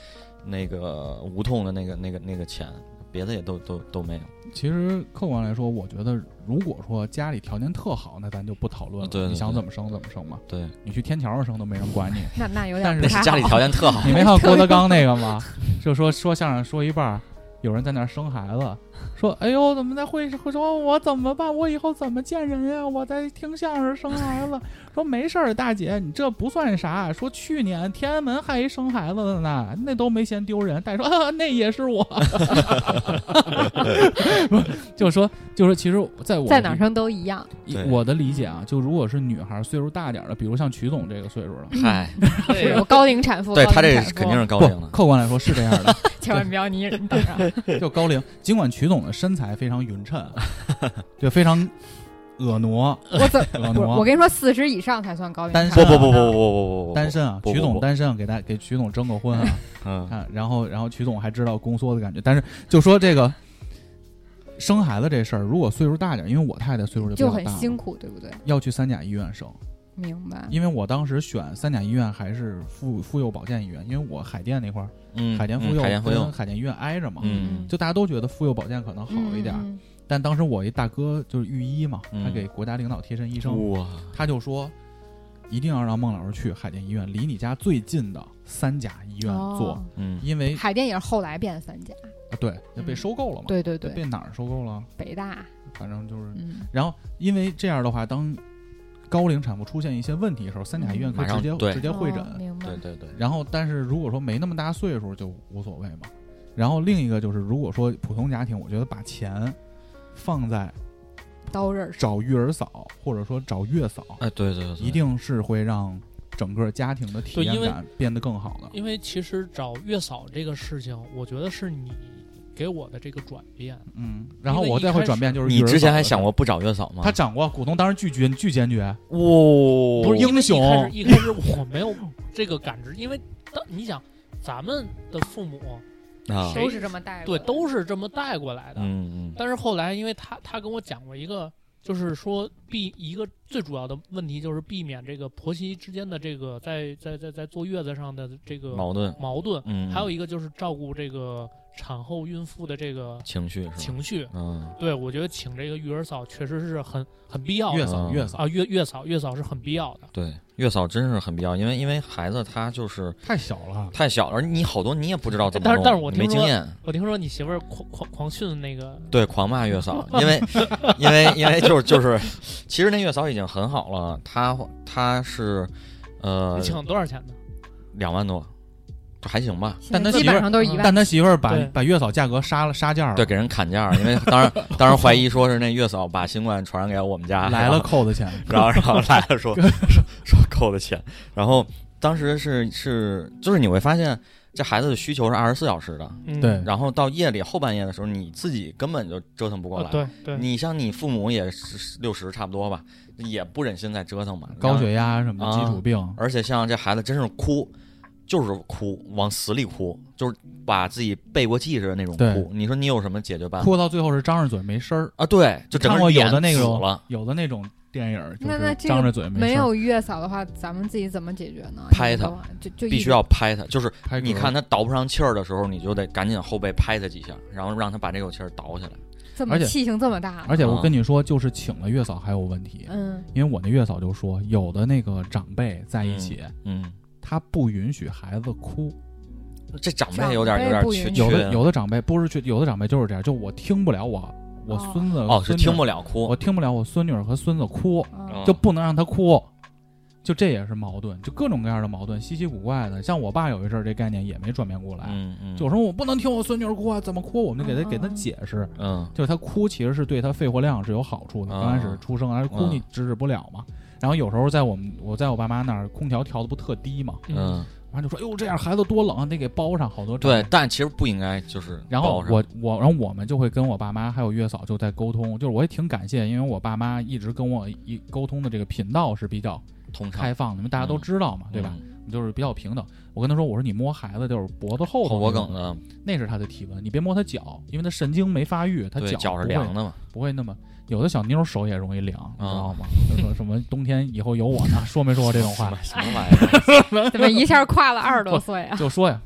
[SPEAKER 5] 那个无痛的那个那个那个钱，别的也都都都没有。
[SPEAKER 3] 其实客观来说，我觉得如果说家里条件特好，那咱就不讨论了，
[SPEAKER 5] 对对
[SPEAKER 3] 你想
[SPEAKER 5] 对
[SPEAKER 3] 怎么生怎么生嘛，
[SPEAKER 5] 对，
[SPEAKER 3] 你去天桥上生都没人管你。
[SPEAKER 6] 那那有
[SPEAKER 3] 但
[SPEAKER 6] 点
[SPEAKER 3] 是
[SPEAKER 5] 那
[SPEAKER 6] 不太
[SPEAKER 5] 是家里
[SPEAKER 6] 好
[SPEAKER 5] 条件特 好，
[SPEAKER 3] 你没看郭德纲那个吗？就说说相声说一半儿，有人在那儿生孩子，说：“哎呦，怎么在会会说我怎么办？我以后怎么见人呀？我在听相声生孩子。”说没事儿，大姐，你这不算啥。说去年天安门还一生孩子的呢，那都没嫌丢人。大姐说：“啊，那也是 我。”就说就说，其实在我
[SPEAKER 6] 在
[SPEAKER 3] 的
[SPEAKER 6] 哪儿
[SPEAKER 3] 理
[SPEAKER 6] 上都一样，
[SPEAKER 5] 对
[SPEAKER 3] 我的理解啊，就如果是女孩儿岁数大点儿的，比如像曲总这个岁数了，
[SPEAKER 5] 嗨，
[SPEAKER 6] 是我高龄产妇，
[SPEAKER 5] 哎对
[SPEAKER 6] 高龄
[SPEAKER 5] 他这
[SPEAKER 6] 产妇
[SPEAKER 5] 肯定是高
[SPEAKER 3] 不
[SPEAKER 5] 龄的，
[SPEAKER 3] 客观来说是这样的。
[SPEAKER 6] 千万不要你你等着，
[SPEAKER 3] 就高龄，尽管曲总的身材非常匀称，对，非常婀娜
[SPEAKER 6] 我怎
[SPEAKER 3] 婀
[SPEAKER 6] 我我
[SPEAKER 3] 娜，
[SPEAKER 6] 跟你说，四十以上才算高龄
[SPEAKER 3] 单身
[SPEAKER 6] 产妇，
[SPEAKER 3] 啊
[SPEAKER 5] 不不不不不不不不
[SPEAKER 3] 单，身啊，
[SPEAKER 5] 不
[SPEAKER 3] 曲
[SPEAKER 5] 不
[SPEAKER 3] 总
[SPEAKER 5] 不
[SPEAKER 3] 单身啊，给大给曲总征个婚啊，
[SPEAKER 5] 嗯，
[SPEAKER 3] 看，然后然后曲总还知道宫缩的感觉，但是就说这个生孩子这事儿，如果岁数大点儿，因为我太太岁数就
[SPEAKER 6] 就
[SPEAKER 3] 比较
[SPEAKER 6] 很
[SPEAKER 3] 大
[SPEAKER 6] 辛
[SPEAKER 3] 了，
[SPEAKER 6] 苦，对不对？
[SPEAKER 3] 要去三甲医院生，
[SPEAKER 6] 明白。
[SPEAKER 3] 因为我当时选三甲医院还是妇妇幼保健医院，因为我海淀那块儿，
[SPEAKER 5] 嗯，
[SPEAKER 3] 海淀妇
[SPEAKER 5] 嗯
[SPEAKER 3] 幼
[SPEAKER 5] 海淀妇
[SPEAKER 3] 跟
[SPEAKER 5] 幼，
[SPEAKER 3] 海淀医院挨着嘛，
[SPEAKER 5] 嗯
[SPEAKER 3] 就大家都觉得妇幼保健可能好一点儿。
[SPEAKER 6] 嗯
[SPEAKER 3] 但当时我一大哥就是御医嘛，
[SPEAKER 5] 嗯哦
[SPEAKER 3] 他给国家领导贴身医生，
[SPEAKER 5] 哇，
[SPEAKER 3] 他就说，一定要让孟老师去海淀医院，离你家最近的三甲医院做，
[SPEAKER 6] 哦
[SPEAKER 5] 嗯，
[SPEAKER 3] 因为
[SPEAKER 6] 海淀也是后来变三甲，
[SPEAKER 3] 啊对，那被收购了嘛，
[SPEAKER 6] 对对
[SPEAKER 3] 那
[SPEAKER 6] 嗯对，
[SPEAKER 3] 被哪儿收购了？
[SPEAKER 6] 北大，
[SPEAKER 3] 反正就是，
[SPEAKER 6] 嗯，
[SPEAKER 3] 然后因为这样的话，当高龄产妇出现一些问题的时候，三甲医院可以
[SPEAKER 5] 马上
[SPEAKER 3] 直接
[SPEAKER 5] 对
[SPEAKER 3] 直接会诊。
[SPEAKER 6] 哦明白
[SPEAKER 5] 对。对对，
[SPEAKER 3] 然后，但是如果说没那么大岁数就无所谓嘛。然后另一个就是，如果说普通家庭，我觉得把钱放在
[SPEAKER 6] 刀刃儿上。
[SPEAKER 3] 找育儿嫂或者说找月嫂，
[SPEAKER 4] 嗯
[SPEAKER 5] 哎，对对对，
[SPEAKER 3] 一定是会让整个家庭的体
[SPEAKER 4] 对因
[SPEAKER 3] 验
[SPEAKER 4] 为
[SPEAKER 3] 感变得更好的。
[SPEAKER 4] 因为其实找月嫂这个事情，我觉得是你给我的这个转变。
[SPEAKER 3] 嗯，然后
[SPEAKER 4] 因为
[SPEAKER 3] 我
[SPEAKER 4] 一
[SPEAKER 3] 再会
[SPEAKER 4] 开
[SPEAKER 3] 转变就是
[SPEAKER 5] 你
[SPEAKER 3] 育儿
[SPEAKER 5] 之前
[SPEAKER 3] 嫂
[SPEAKER 5] 还
[SPEAKER 3] 的
[SPEAKER 5] 想
[SPEAKER 3] 事儿
[SPEAKER 5] 过不找月嫂吗？
[SPEAKER 3] 他讲过，股东当时拒绝巨坚决，
[SPEAKER 5] 哇，
[SPEAKER 4] 不是因为
[SPEAKER 3] 英雄
[SPEAKER 4] 一开始一开始我没有这个感知，因为当你想，咱们的父母
[SPEAKER 5] 啊，
[SPEAKER 4] 谁
[SPEAKER 6] 都是这么带过
[SPEAKER 4] 对
[SPEAKER 6] 的，
[SPEAKER 4] 都是这么带过来的，
[SPEAKER 5] 嗯嗯，
[SPEAKER 4] 但是后来因为他他跟我讲过一个，就是说避一个最主要的问题就是避免这个婆媳之间的这个在在在在坐月子上的这个
[SPEAKER 5] 矛盾，
[SPEAKER 4] 矛盾，
[SPEAKER 5] 嗯，
[SPEAKER 4] 还有一个就是照顾这个产后孕妇的这个
[SPEAKER 5] 情绪是吧？
[SPEAKER 4] 情绪。
[SPEAKER 5] 嗯，
[SPEAKER 4] 对，我觉得请这个育儿嫂确实是很很必要
[SPEAKER 3] 月
[SPEAKER 4] 的
[SPEAKER 3] 嫂
[SPEAKER 5] 嗯
[SPEAKER 3] 月嫂
[SPEAKER 4] 啊，月月嫂月嫂是很必要的。
[SPEAKER 5] 对，月嫂真是很必要，因为因为孩子他就是
[SPEAKER 3] 太小了，
[SPEAKER 5] 太小了，而你好多你也不知道怎么
[SPEAKER 4] 但是
[SPEAKER 5] 弄
[SPEAKER 4] 但是我
[SPEAKER 5] 你
[SPEAKER 4] 听
[SPEAKER 5] 没经
[SPEAKER 4] 说
[SPEAKER 5] 验，
[SPEAKER 4] 我听说你媳妇儿狂狂狂训那个，
[SPEAKER 5] 对，狂骂 月嫂，因为因为因为就是就是，其实那月嫂已经很好了，她她是呃
[SPEAKER 4] 你请了多少钱呢？
[SPEAKER 5] 两万多，就还行吧。
[SPEAKER 6] 现在
[SPEAKER 3] 但他
[SPEAKER 6] 基
[SPEAKER 3] 媳妇
[SPEAKER 6] 本
[SPEAKER 3] 儿
[SPEAKER 6] 上都是
[SPEAKER 4] 嗯
[SPEAKER 6] 一万
[SPEAKER 3] 但。他媳妇儿把
[SPEAKER 4] 对
[SPEAKER 3] 把月嫂价格杀了杀价了，
[SPEAKER 5] 对，给人砍价儿，因为当然当然怀疑说是那月嫂把新冠传染给我们家
[SPEAKER 3] 来了，扣的钱，
[SPEAKER 5] 然后然后然后来了说说说扣的钱，然后当时是是就是你会发现这孩子的需求是二十四小时的，
[SPEAKER 4] 嗯
[SPEAKER 3] 对
[SPEAKER 5] 然后到夜里后半夜的时候，你自己根本就折腾不过
[SPEAKER 4] 呃
[SPEAKER 5] 来。
[SPEAKER 4] 对对，
[SPEAKER 5] 你像你父母也是六十差不多吧，也不忍心再折腾嘛。
[SPEAKER 3] 高血压什么的
[SPEAKER 5] 啊
[SPEAKER 3] 基础病，
[SPEAKER 5] 而且像这孩子真是哭，就是哭，往死里哭，就是把自己背过气似的那种
[SPEAKER 3] 对
[SPEAKER 5] 哭。你说你有什么解决办法
[SPEAKER 3] 哭到最后是张着嘴没声儿。
[SPEAKER 5] 啊？对，就整
[SPEAKER 3] 看
[SPEAKER 5] 个
[SPEAKER 3] 过有
[SPEAKER 5] 脸
[SPEAKER 3] 的那
[SPEAKER 5] 死
[SPEAKER 6] 哎
[SPEAKER 3] 种
[SPEAKER 5] 了，
[SPEAKER 3] 有的那种电影儿就
[SPEAKER 6] 那那
[SPEAKER 3] 是
[SPEAKER 6] 这个
[SPEAKER 3] 张着嘴
[SPEAKER 6] 没
[SPEAKER 3] 声儿
[SPEAKER 6] 有月嫂的话，咱们自己怎么解决呢？
[SPEAKER 5] 拍他，
[SPEAKER 6] 就就
[SPEAKER 5] 必须要拍他。就是
[SPEAKER 3] 拍嗝
[SPEAKER 5] 你看他倒不上气儿的时候，你就得赶紧后背拍他几下，然后让他把这口气儿倒起来。
[SPEAKER 6] 这
[SPEAKER 3] 而
[SPEAKER 6] 么
[SPEAKER 3] 且
[SPEAKER 6] 气性这么大，
[SPEAKER 3] 而且我跟你说，就是请了月嫂还有问题，
[SPEAKER 6] 嗯，
[SPEAKER 3] 因为我那月嫂就说，有的那个长辈在一起，
[SPEAKER 5] 嗯，
[SPEAKER 3] 他不允许孩子哭，
[SPEAKER 5] 这长辈有点有点
[SPEAKER 6] 长辈不
[SPEAKER 5] 缺
[SPEAKER 6] 允许
[SPEAKER 3] 有
[SPEAKER 5] 缺
[SPEAKER 3] 的有的长辈不是去，有的长辈就是这样，就我听不了我我
[SPEAKER 6] 哦
[SPEAKER 3] 孙子
[SPEAKER 5] 哦，
[SPEAKER 3] 孙
[SPEAKER 5] 是
[SPEAKER 3] 女儿
[SPEAKER 5] 听不了哭
[SPEAKER 3] 我。听不了我孙女儿和孙子哭，
[SPEAKER 6] 嗯
[SPEAKER 3] 就不能让他哭，就这也是矛盾，就各种各样的矛盾，稀奇古怪的。像我爸有一阵儿这概念也没转变过来，
[SPEAKER 5] 嗯嗯，
[SPEAKER 3] 就有时候我不能听我孙女儿哭啊，怎么哭？我们就给他、
[SPEAKER 6] 嗯嗯
[SPEAKER 3] 给他解释，
[SPEAKER 5] 嗯
[SPEAKER 3] 就是他哭其实是对他肺活量是有好处的。
[SPEAKER 5] 嗯
[SPEAKER 3] 刚开始出生，而哭
[SPEAKER 5] 嗯
[SPEAKER 3] 你制止不了嘛。然后有时候在我们我在我爸妈那儿，空调调的不特低嘛，
[SPEAKER 5] 嗯，
[SPEAKER 3] 我妈就说：“哎呦，这样孩子多冷啊，得给包上好多张。
[SPEAKER 5] 对，但其实不应该就是
[SPEAKER 3] 然后
[SPEAKER 5] 抱着
[SPEAKER 3] 我我然后我们就会跟我爸妈还有月嫂就在沟通，就是我也挺感谢，因为我爸妈一直跟我一沟通的这个频道是比较
[SPEAKER 5] 通畅
[SPEAKER 3] 开放的，因为大家都知道嘛，对吧？？
[SPEAKER 5] 嗯
[SPEAKER 3] 就是比较平等。我跟他说，我说你摸孩子就是脖子后头
[SPEAKER 5] 后脖梗的
[SPEAKER 3] 那是他的体温，你别摸他脚，因为他神经没发育，他
[SPEAKER 5] 对
[SPEAKER 3] 脚
[SPEAKER 5] 脚
[SPEAKER 3] 不
[SPEAKER 5] 是
[SPEAKER 3] 会
[SPEAKER 5] 凉的嘛，
[SPEAKER 3] 不会那么。有的小妞手也容易凉，
[SPEAKER 5] 啊
[SPEAKER 3] 你知道吗？就说什么冬天以后有我 呢，说没说过这种话？
[SPEAKER 5] 什么玩意儿？
[SPEAKER 6] 怎么一下跨了二十多岁啊？
[SPEAKER 3] 就说呀，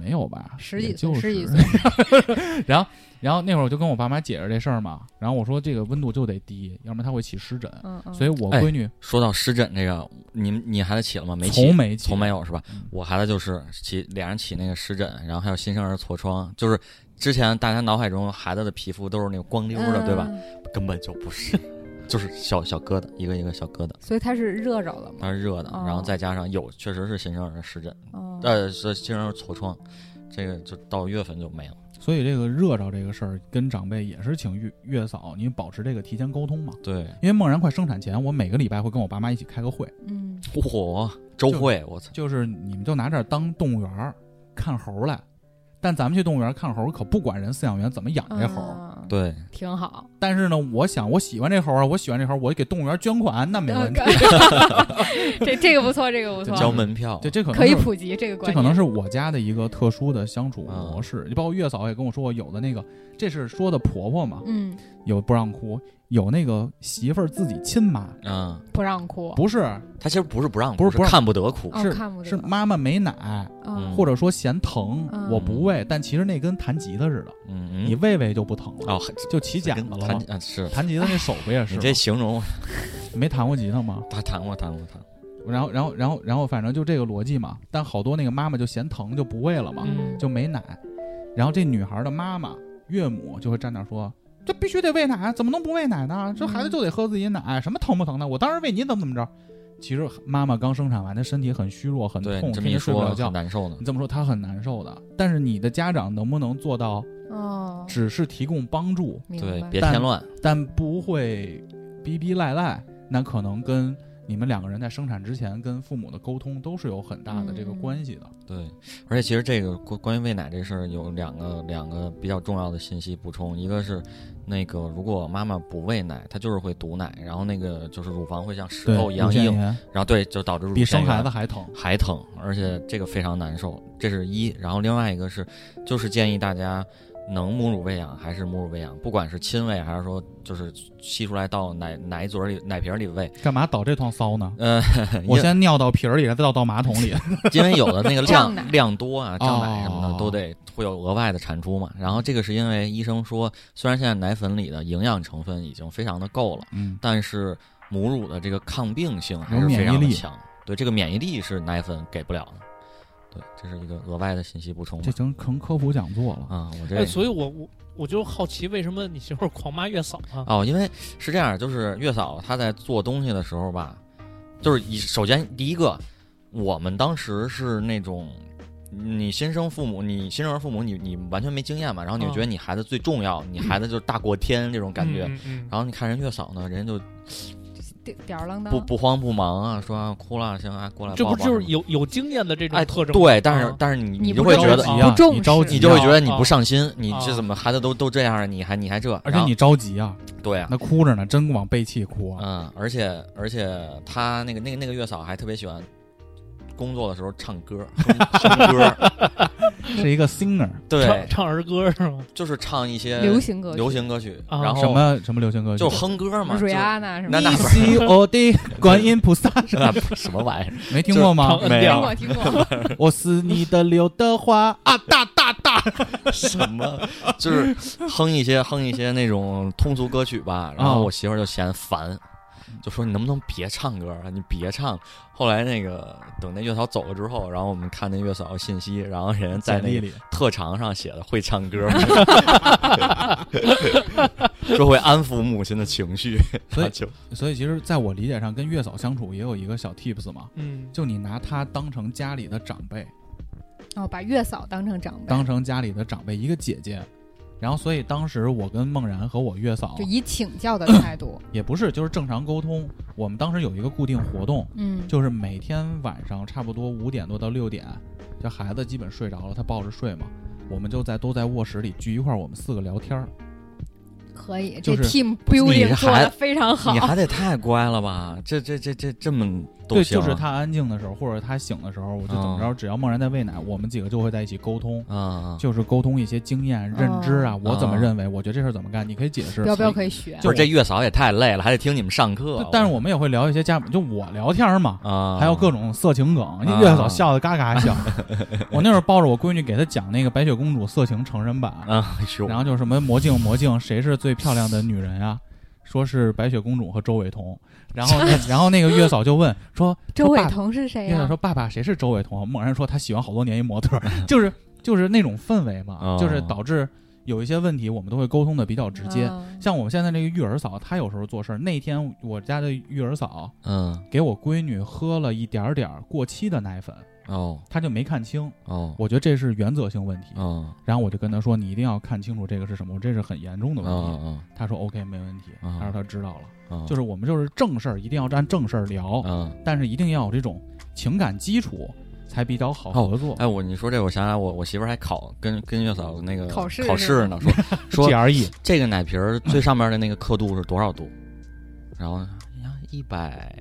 [SPEAKER 3] 没有吧，
[SPEAKER 6] 十几
[SPEAKER 3] 也
[SPEAKER 6] 岁
[SPEAKER 3] 就
[SPEAKER 6] 十几
[SPEAKER 3] 是 然后，然后那会儿我就跟我爸妈解释这事儿嘛，然后我说这个温度就得低，要不然它会起湿疹。
[SPEAKER 6] 嗯嗯，
[SPEAKER 3] 所以我
[SPEAKER 5] 哎
[SPEAKER 3] 闺女
[SPEAKER 5] 说到湿疹这个，你你孩子起了吗？没起
[SPEAKER 3] 从，没起
[SPEAKER 5] 从没有是吧
[SPEAKER 3] 嗯？
[SPEAKER 5] 我孩子就是起脸上起那个湿疹，然后还有新生儿痤疮，就是之前大家脑海中孩子的皮肤都是那个光溜的，对吧？
[SPEAKER 6] 嗯？
[SPEAKER 5] 根本就不是， 就是小小疙瘩，一个一个小疙瘩，
[SPEAKER 6] 所以他是热着了嘛？
[SPEAKER 5] 它是热的，
[SPEAKER 6] 哦
[SPEAKER 5] 然后再加上有确实是新生儿湿疹，
[SPEAKER 3] 嗯
[SPEAKER 6] 哦，
[SPEAKER 5] 呃，是新生儿痤疮，这个就到月份就没了。
[SPEAKER 3] 所以这个热着这个事儿跟长辈也是请月月嫂，你保持这个提前沟通嘛。
[SPEAKER 5] 对，
[SPEAKER 3] 因为梦然快生产前，我每个礼拜会跟我爸妈一起开个会，
[SPEAKER 6] 嗯，
[SPEAKER 5] 嚯，周
[SPEAKER 3] 就
[SPEAKER 5] 会，我操！
[SPEAKER 3] 就是你们就拿这儿当动物园儿看猴儿来，但咱们去动物园儿看猴儿可不管人饲养员怎么养这猴儿。
[SPEAKER 6] 啊
[SPEAKER 5] 对，
[SPEAKER 6] 挺好，
[SPEAKER 3] 但是呢，我想我喜欢这猴儿啊，我喜欢这猴儿，我给动物园儿捐款，那没
[SPEAKER 6] 嗯
[SPEAKER 3] 问题。
[SPEAKER 6] 呃 这这个不错，这个不
[SPEAKER 3] 就
[SPEAKER 5] 交
[SPEAKER 6] 错，
[SPEAKER 5] 门票，
[SPEAKER 3] 对，这可能
[SPEAKER 6] 可以
[SPEAKER 3] 是
[SPEAKER 6] 普及这个观
[SPEAKER 3] 这
[SPEAKER 6] 念。
[SPEAKER 3] 可能是我家的一个特殊的相处
[SPEAKER 5] 嗯
[SPEAKER 3] 模式。你包括月嫂也跟我说过，有的那个这是说的婆婆嘛，
[SPEAKER 6] 嗯，
[SPEAKER 3] 有不让哭，有那个媳妇儿自己亲妈，
[SPEAKER 5] 嗯，
[SPEAKER 6] 不让哭，
[SPEAKER 3] 不是
[SPEAKER 5] 他其实不是不让，
[SPEAKER 3] 不是
[SPEAKER 5] 是
[SPEAKER 3] 不让
[SPEAKER 5] 看不得哭，
[SPEAKER 6] 哦
[SPEAKER 3] 是、
[SPEAKER 6] 看不得
[SPEAKER 3] 是妈妈没奶，
[SPEAKER 6] 嗯
[SPEAKER 3] 或者说嫌疼，
[SPEAKER 6] 嗯
[SPEAKER 3] 我不喂，但其实那跟弹吉他似的，
[SPEAKER 5] 嗯嗯，
[SPEAKER 3] 你喂喂就不疼了，
[SPEAKER 5] 哦，还
[SPEAKER 3] 就起茧子了
[SPEAKER 5] 弹
[SPEAKER 3] 嘛。
[SPEAKER 5] 啊是。
[SPEAKER 3] 弹吉他那手不也是
[SPEAKER 5] 你
[SPEAKER 3] 吗？
[SPEAKER 5] 这形容，
[SPEAKER 3] 没弹过吉他吗？
[SPEAKER 5] 他弹过，弹过，弹过。
[SPEAKER 3] 然后，然后，然后，然后，反正就这个逻辑嘛。但好多那个妈妈就嫌疼，就不喂了嘛。
[SPEAKER 4] 嗯，
[SPEAKER 3] 就没奶。然后这女孩的妈妈、岳母就会站那儿说：“这必须得喂奶，怎么能不喂奶呢？这孩子就得喝自己奶，什么疼不疼的？我当时喂你怎么怎么着。”其实妈妈刚生产完，她身体很虚弱，很
[SPEAKER 5] 对
[SPEAKER 3] 痛，
[SPEAKER 5] 你
[SPEAKER 3] 天
[SPEAKER 5] 这么一
[SPEAKER 3] 天睡不
[SPEAKER 5] 说
[SPEAKER 3] 了觉
[SPEAKER 5] 很。难受呢
[SPEAKER 3] 你。这么说，她很难受的。但是你的家长能不能做到，
[SPEAKER 6] 哦，
[SPEAKER 3] 只是提供帮助，
[SPEAKER 6] 明
[SPEAKER 5] 嗯对，
[SPEAKER 6] 白
[SPEAKER 5] 别
[SPEAKER 3] 但
[SPEAKER 5] 添乱。
[SPEAKER 3] 嗯但不会逼逼赖赖，那可能跟你们两个人在生产之前跟父母的沟通都是有很大的这个
[SPEAKER 6] 嗯
[SPEAKER 3] 关系的。
[SPEAKER 5] 对，而且其实这个关关于喂奶这事儿有两个两个比较重要的信息补充，一个是那个如果妈妈不喂奶，她就是会堵奶，然后那个就是乳房会像石
[SPEAKER 3] 对，
[SPEAKER 5] 头一样
[SPEAKER 3] 乳腺
[SPEAKER 5] 硬，
[SPEAKER 3] 炎
[SPEAKER 5] 然后对就导致乳
[SPEAKER 3] 比
[SPEAKER 5] 腺
[SPEAKER 3] 生孩
[SPEAKER 5] 炎
[SPEAKER 3] 子还疼。
[SPEAKER 5] 还疼，而且这个非常难受，这是一。然后另外一个是，就是建议大家能母乳喂养还是母乳喂养，不管是亲喂还是说就是吸出来到奶奶嘴儿里奶瓶儿里喂，
[SPEAKER 3] 干嘛倒这趟骚 呢？
[SPEAKER 5] 呃，
[SPEAKER 3] 我先尿到瓶儿里，再倒到马桶 里。
[SPEAKER 5] 因为有的那个量
[SPEAKER 6] 胀奶
[SPEAKER 5] 量多啊，胀奶什么的、
[SPEAKER 3] 哦
[SPEAKER 5] 都得会有额外的产出嘛。然后这个是因为医生说，虽然现在奶粉里的营养成分已经非常的够了，
[SPEAKER 3] 嗯，
[SPEAKER 5] 但是母乳的这个抗病性还
[SPEAKER 3] 有
[SPEAKER 5] 是非
[SPEAKER 3] 免疫
[SPEAKER 5] 常的
[SPEAKER 3] 力
[SPEAKER 5] 强。对，这个免疫力是奶粉给不了的。对，这是一个额外的信息补充吧
[SPEAKER 3] 这。成成科普讲座了。
[SPEAKER 5] 啊、我这、
[SPEAKER 4] 哎，所以我我我就好奇，为什么你媳妇儿狂骂月嫂啊？
[SPEAKER 5] 哦，因为是这样，就是月嫂她在做东西的时候吧，就是以首先第一个，我们当时是那种。你新生父母，你新生儿父母，你你完全没经验嘛，然后你就
[SPEAKER 4] 啊
[SPEAKER 5] 觉得你孩子最重要，你孩子就是大过天这种感觉。
[SPEAKER 4] 嗯嗯
[SPEAKER 5] 然后你看人月嫂呢，人家就
[SPEAKER 6] 吊吊儿郎当
[SPEAKER 5] 不不慌不忙啊，说啊哭了行啊，过来
[SPEAKER 4] 嗯
[SPEAKER 5] 抱
[SPEAKER 4] 这
[SPEAKER 5] 抱
[SPEAKER 4] 不
[SPEAKER 5] 什么的。
[SPEAKER 4] 就是有有经验的这种
[SPEAKER 5] 哎
[SPEAKER 4] 特征吗？
[SPEAKER 5] 对，但是、
[SPEAKER 4] 啊
[SPEAKER 5] 但是你
[SPEAKER 6] 你
[SPEAKER 5] 就
[SPEAKER 6] 不
[SPEAKER 5] 会
[SPEAKER 6] 着
[SPEAKER 5] 觉得
[SPEAKER 6] 急
[SPEAKER 3] 啊
[SPEAKER 6] 不重
[SPEAKER 3] 你着急啊，
[SPEAKER 5] 你就会觉得你
[SPEAKER 4] 啊
[SPEAKER 5] 不上心，你
[SPEAKER 4] 啊
[SPEAKER 5] 这怎么孩子都都这样了，你还你还这？
[SPEAKER 3] 而
[SPEAKER 5] 然
[SPEAKER 3] 且
[SPEAKER 5] 后
[SPEAKER 3] 你着急啊，
[SPEAKER 5] 对啊，
[SPEAKER 3] 那哭着呢，真往背气哭啊。
[SPEAKER 5] 嗯，而且而且他那个那个那个月嫂还特别喜欢工作的时候唱歌，哼哼歌，
[SPEAKER 3] 是一个 singer，
[SPEAKER 5] 对
[SPEAKER 4] 唱，唱儿歌是吗？
[SPEAKER 5] 就是唱一
[SPEAKER 3] 呃
[SPEAKER 5] 些
[SPEAKER 6] 流行歌曲
[SPEAKER 5] 流行歌曲，
[SPEAKER 4] 啊
[SPEAKER 5] 然后
[SPEAKER 3] 什么什么流行歌曲？
[SPEAKER 5] 哦就哼歌嘛，就
[SPEAKER 6] 瑞安娜什么
[SPEAKER 5] 那那
[SPEAKER 6] 的
[SPEAKER 5] 不是
[SPEAKER 3] C O D 观音菩 萨 是吧？
[SPEAKER 5] 啊什么玩意儿？
[SPEAKER 3] 没听过吗
[SPEAKER 4] 唱？
[SPEAKER 5] 没
[SPEAKER 4] 摁
[SPEAKER 5] 有
[SPEAKER 6] 听
[SPEAKER 4] 调
[SPEAKER 6] 过听过，
[SPEAKER 3] 我是你的刘德华啊，大大大！
[SPEAKER 5] 什么？就是哼一些哼一些那种通俗歌曲吧。然
[SPEAKER 3] 啊
[SPEAKER 5] 后我媳妇儿就嫌烦，就说你能不能别唱歌啊了？你别唱。后来那个等那月嫂走了之后，然后我们看那月嫂的信息，然后人家在
[SPEAKER 3] 简
[SPEAKER 5] 那
[SPEAKER 3] 历
[SPEAKER 5] 个
[SPEAKER 3] 里
[SPEAKER 5] 特长上写的会唱歌， 说会安抚母亲的情绪，
[SPEAKER 3] 所以
[SPEAKER 5] 然后就
[SPEAKER 3] 所以其实，在我理解上，跟月嫂相处也有一个小 tips 嘛，
[SPEAKER 4] 嗯，
[SPEAKER 3] 就你拿她当成家里的长辈，
[SPEAKER 6] 然哦后把月嫂当成长辈，
[SPEAKER 3] 当成家里的长辈一个姐姐。然后，所以当时我跟梦然和我月嫂
[SPEAKER 6] 就以请教的态度，
[SPEAKER 3] 也不是就是正常沟通。我们当时有一个固定活动，
[SPEAKER 6] 嗯，
[SPEAKER 3] 就是每天晚上差不多五点多到六点，这孩子基本睡着了，他抱着睡嘛，我们就在都在卧室里聚一块儿，我们四个聊天儿。
[SPEAKER 6] 可以，
[SPEAKER 3] 就
[SPEAKER 6] 这
[SPEAKER 3] 是
[SPEAKER 6] team
[SPEAKER 5] 你
[SPEAKER 6] building
[SPEAKER 5] 还
[SPEAKER 6] 做的非常好
[SPEAKER 5] 你，还得太乖了吧？这这这这这么都
[SPEAKER 3] 对，
[SPEAKER 5] 行
[SPEAKER 3] 就
[SPEAKER 5] 啊，
[SPEAKER 3] 是他安静的时候，或者他醒的时候，我就怎么着，
[SPEAKER 5] 哦
[SPEAKER 3] 只要梦然在喂奶，我们几个就会在一起沟通，
[SPEAKER 5] 啊，嗯
[SPEAKER 3] 就是沟通一些经验、认知啊，我怎么认为，我觉得这事儿怎么干，你可以解释。
[SPEAKER 6] 彪彪可以学，
[SPEAKER 5] 啊不是这月嫂也太累了，还得听你们上课
[SPEAKER 3] 对。但是我们也会聊一些家，就我聊天儿嘛，
[SPEAKER 5] 啊，
[SPEAKER 3] 还有各种色情梗，那月嫂笑得嘎嘎 笑。我那会儿抱着我闺女给她讲那个《白雪公主》色情成人版，
[SPEAKER 5] 啊，哎呦
[SPEAKER 3] 然后就是什么魔镜魔镜，谁是最漂亮的女人啊？说是白雪公主和周伟彤，然后 那然后那个月嫂就问说，
[SPEAKER 6] 周伟
[SPEAKER 3] 说爸
[SPEAKER 6] 彤是谁啊
[SPEAKER 3] 月嫂
[SPEAKER 6] 哎呀
[SPEAKER 3] 说：“？爸爸，谁是周伟彤？”猛然说他喜欢好多年一模特儿，就是就是那种氛围嘛
[SPEAKER 5] 哦，
[SPEAKER 3] 就是导致有一些问题我们都会沟通的比较直接。
[SPEAKER 6] 嗯
[SPEAKER 3] 像我们现在这个育儿嫂，她有时候做事儿，那天我家的育儿嫂
[SPEAKER 5] 嗯
[SPEAKER 3] 给我闺女喝了一点儿点儿过期的奶粉，
[SPEAKER 5] 哦
[SPEAKER 3] 她就没看清，
[SPEAKER 5] 哦
[SPEAKER 3] 我觉得这是原则性问题。
[SPEAKER 5] 哦
[SPEAKER 3] 然后我就跟她说：“你一定要看清楚这个是什么，这是很严重的
[SPEAKER 5] 哦
[SPEAKER 3] 问题。
[SPEAKER 5] 哦
[SPEAKER 3] 她说 OK 没问题，
[SPEAKER 5] 啊
[SPEAKER 3] 她说她知道了。
[SPEAKER 5] 哦，
[SPEAKER 3] 就是我们就是正事儿，一定要按正事儿聊，
[SPEAKER 5] 嗯。
[SPEAKER 3] 但是一定要有这种情感基础，才比较好
[SPEAKER 5] 哦
[SPEAKER 3] 合作。
[SPEAKER 5] 哎，我你说这，我想想，我我媳妇儿还考跟跟月嫂那个
[SPEAKER 6] 考试
[SPEAKER 5] 考试呢，说说
[SPEAKER 3] GRE
[SPEAKER 5] 这个奶瓶儿最上面的那个刻度是多少度？然后哎呀，一百，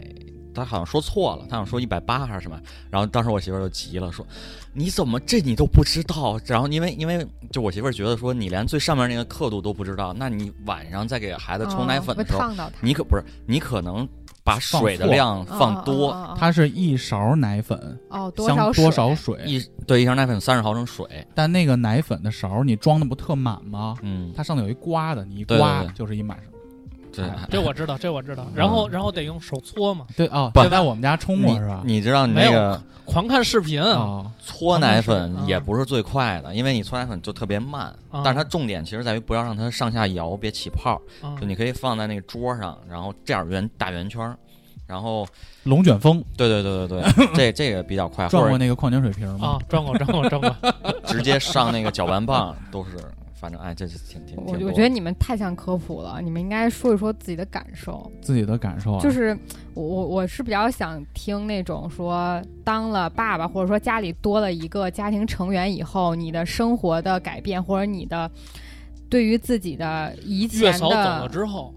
[SPEAKER 5] 他好像说错了，他好像说一百八还是什么。然后当时我媳妇儿就急了，说你怎么这你都不知道？然后因为因为就我媳妇儿觉得说你连最上面那个刻度都不知道，那你晚上再给孩子冲奶粉
[SPEAKER 6] 哦
[SPEAKER 5] 的时
[SPEAKER 6] 会
[SPEAKER 5] 候，
[SPEAKER 6] 烫到他，
[SPEAKER 5] 你可不是你可能把
[SPEAKER 3] 放
[SPEAKER 5] 水的
[SPEAKER 3] 错
[SPEAKER 5] 量放多。
[SPEAKER 6] 哦，哦哦
[SPEAKER 3] 它是一勺奶粉
[SPEAKER 6] 哦，多
[SPEAKER 3] 相
[SPEAKER 6] 少
[SPEAKER 3] 多
[SPEAKER 6] 水
[SPEAKER 3] 少水，
[SPEAKER 5] 一对一箱奶粉三十毫升水，
[SPEAKER 3] 但那个奶粉的勺儿你装的不特满吗？
[SPEAKER 5] 嗯，
[SPEAKER 3] 它上头有一刮的，你一
[SPEAKER 5] 对对
[SPEAKER 3] 刮
[SPEAKER 5] 对
[SPEAKER 3] 就是一满勺。
[SPEAKER 5] 对，
[SPEAKER 6] 啊
[SPEAKER 4] 这我知道，这我知道。然
[SPEAKER 5] 嗯
[SPEAKER 4] 后然后得用手搓嘛，
[SPEAKER 3] 对哦，
[SPEAKER 5] 不
[SPEAKER 3] 这在我们家冲过
[SPEAKER 5] 你
[SPEAKER 3] 是吧？
[SPEAKER 5] 你知道你
[SPEAKER 4] 没
[SPEAKER 5] 那
[SPEAKER 4] 有
[SPEAKER 5] 个
[SPEAKER 4] 狂看视频
[SPEAKER 5] 啊
[SPEAKER 3] 哦，
[SPEAKER 5] 搓奶
[SPEAKER 3] 好
[SPEAKER 6] 嗯
[SPEAKER 3] 像
[SPEAKER 5] 粉
[SPEAKER 3] 是
[SPEAKER 5] 也不是最快的，因为你搓奶粉就特别慢，
[SPEAKER 4] 啊
[SPEAKER 5] 但是它重点其实在于不要让它上下摇，别起泡，
[SPEAKER 4] 啊
[SPEAKER 6] 嗯
[SPEAKER 5] 就你可以放在那个桌上，然后这样圆大圆圈儿，然后，
[SPEAKER 3] 龙卷风
[SPEAKER 5] 对对对对 对，这这个比较快，
[SPEAKER 3] 撞
[SPEAKER 5] 啊
[SPEAKER 3] 过
[SPEAKER 5] 或者
[SPEAKER 3] 那个矿泉水瓶吗
[SPEAKER 6] 哦
[SPEAKER 4] 啊？，装过装过装过，
[SPEAKER 5] 直接上那个搅拌棒，都是，反正哎，这是挺挺挺
[SPEAKER 6] 我
[SPEAKER 5] 多
[SPEAKER 6] 我觉得你们太像科普了，你们应该说一说自己的感受。
[SPEAKER 3] 自己的感受啊，
[SPEAKER 6] 就是我我我是比较想听那种说，当了爸爸或者说家里多了一个家庭成员以后，你的生活的改变或者你的对于自己的以
[SPEAKER 4] 月
[SPEAKER 6] 前
[SPEAKER 4] 嫂走了
[SPEAKER 6] 的
[SPEAKER 4] 之后，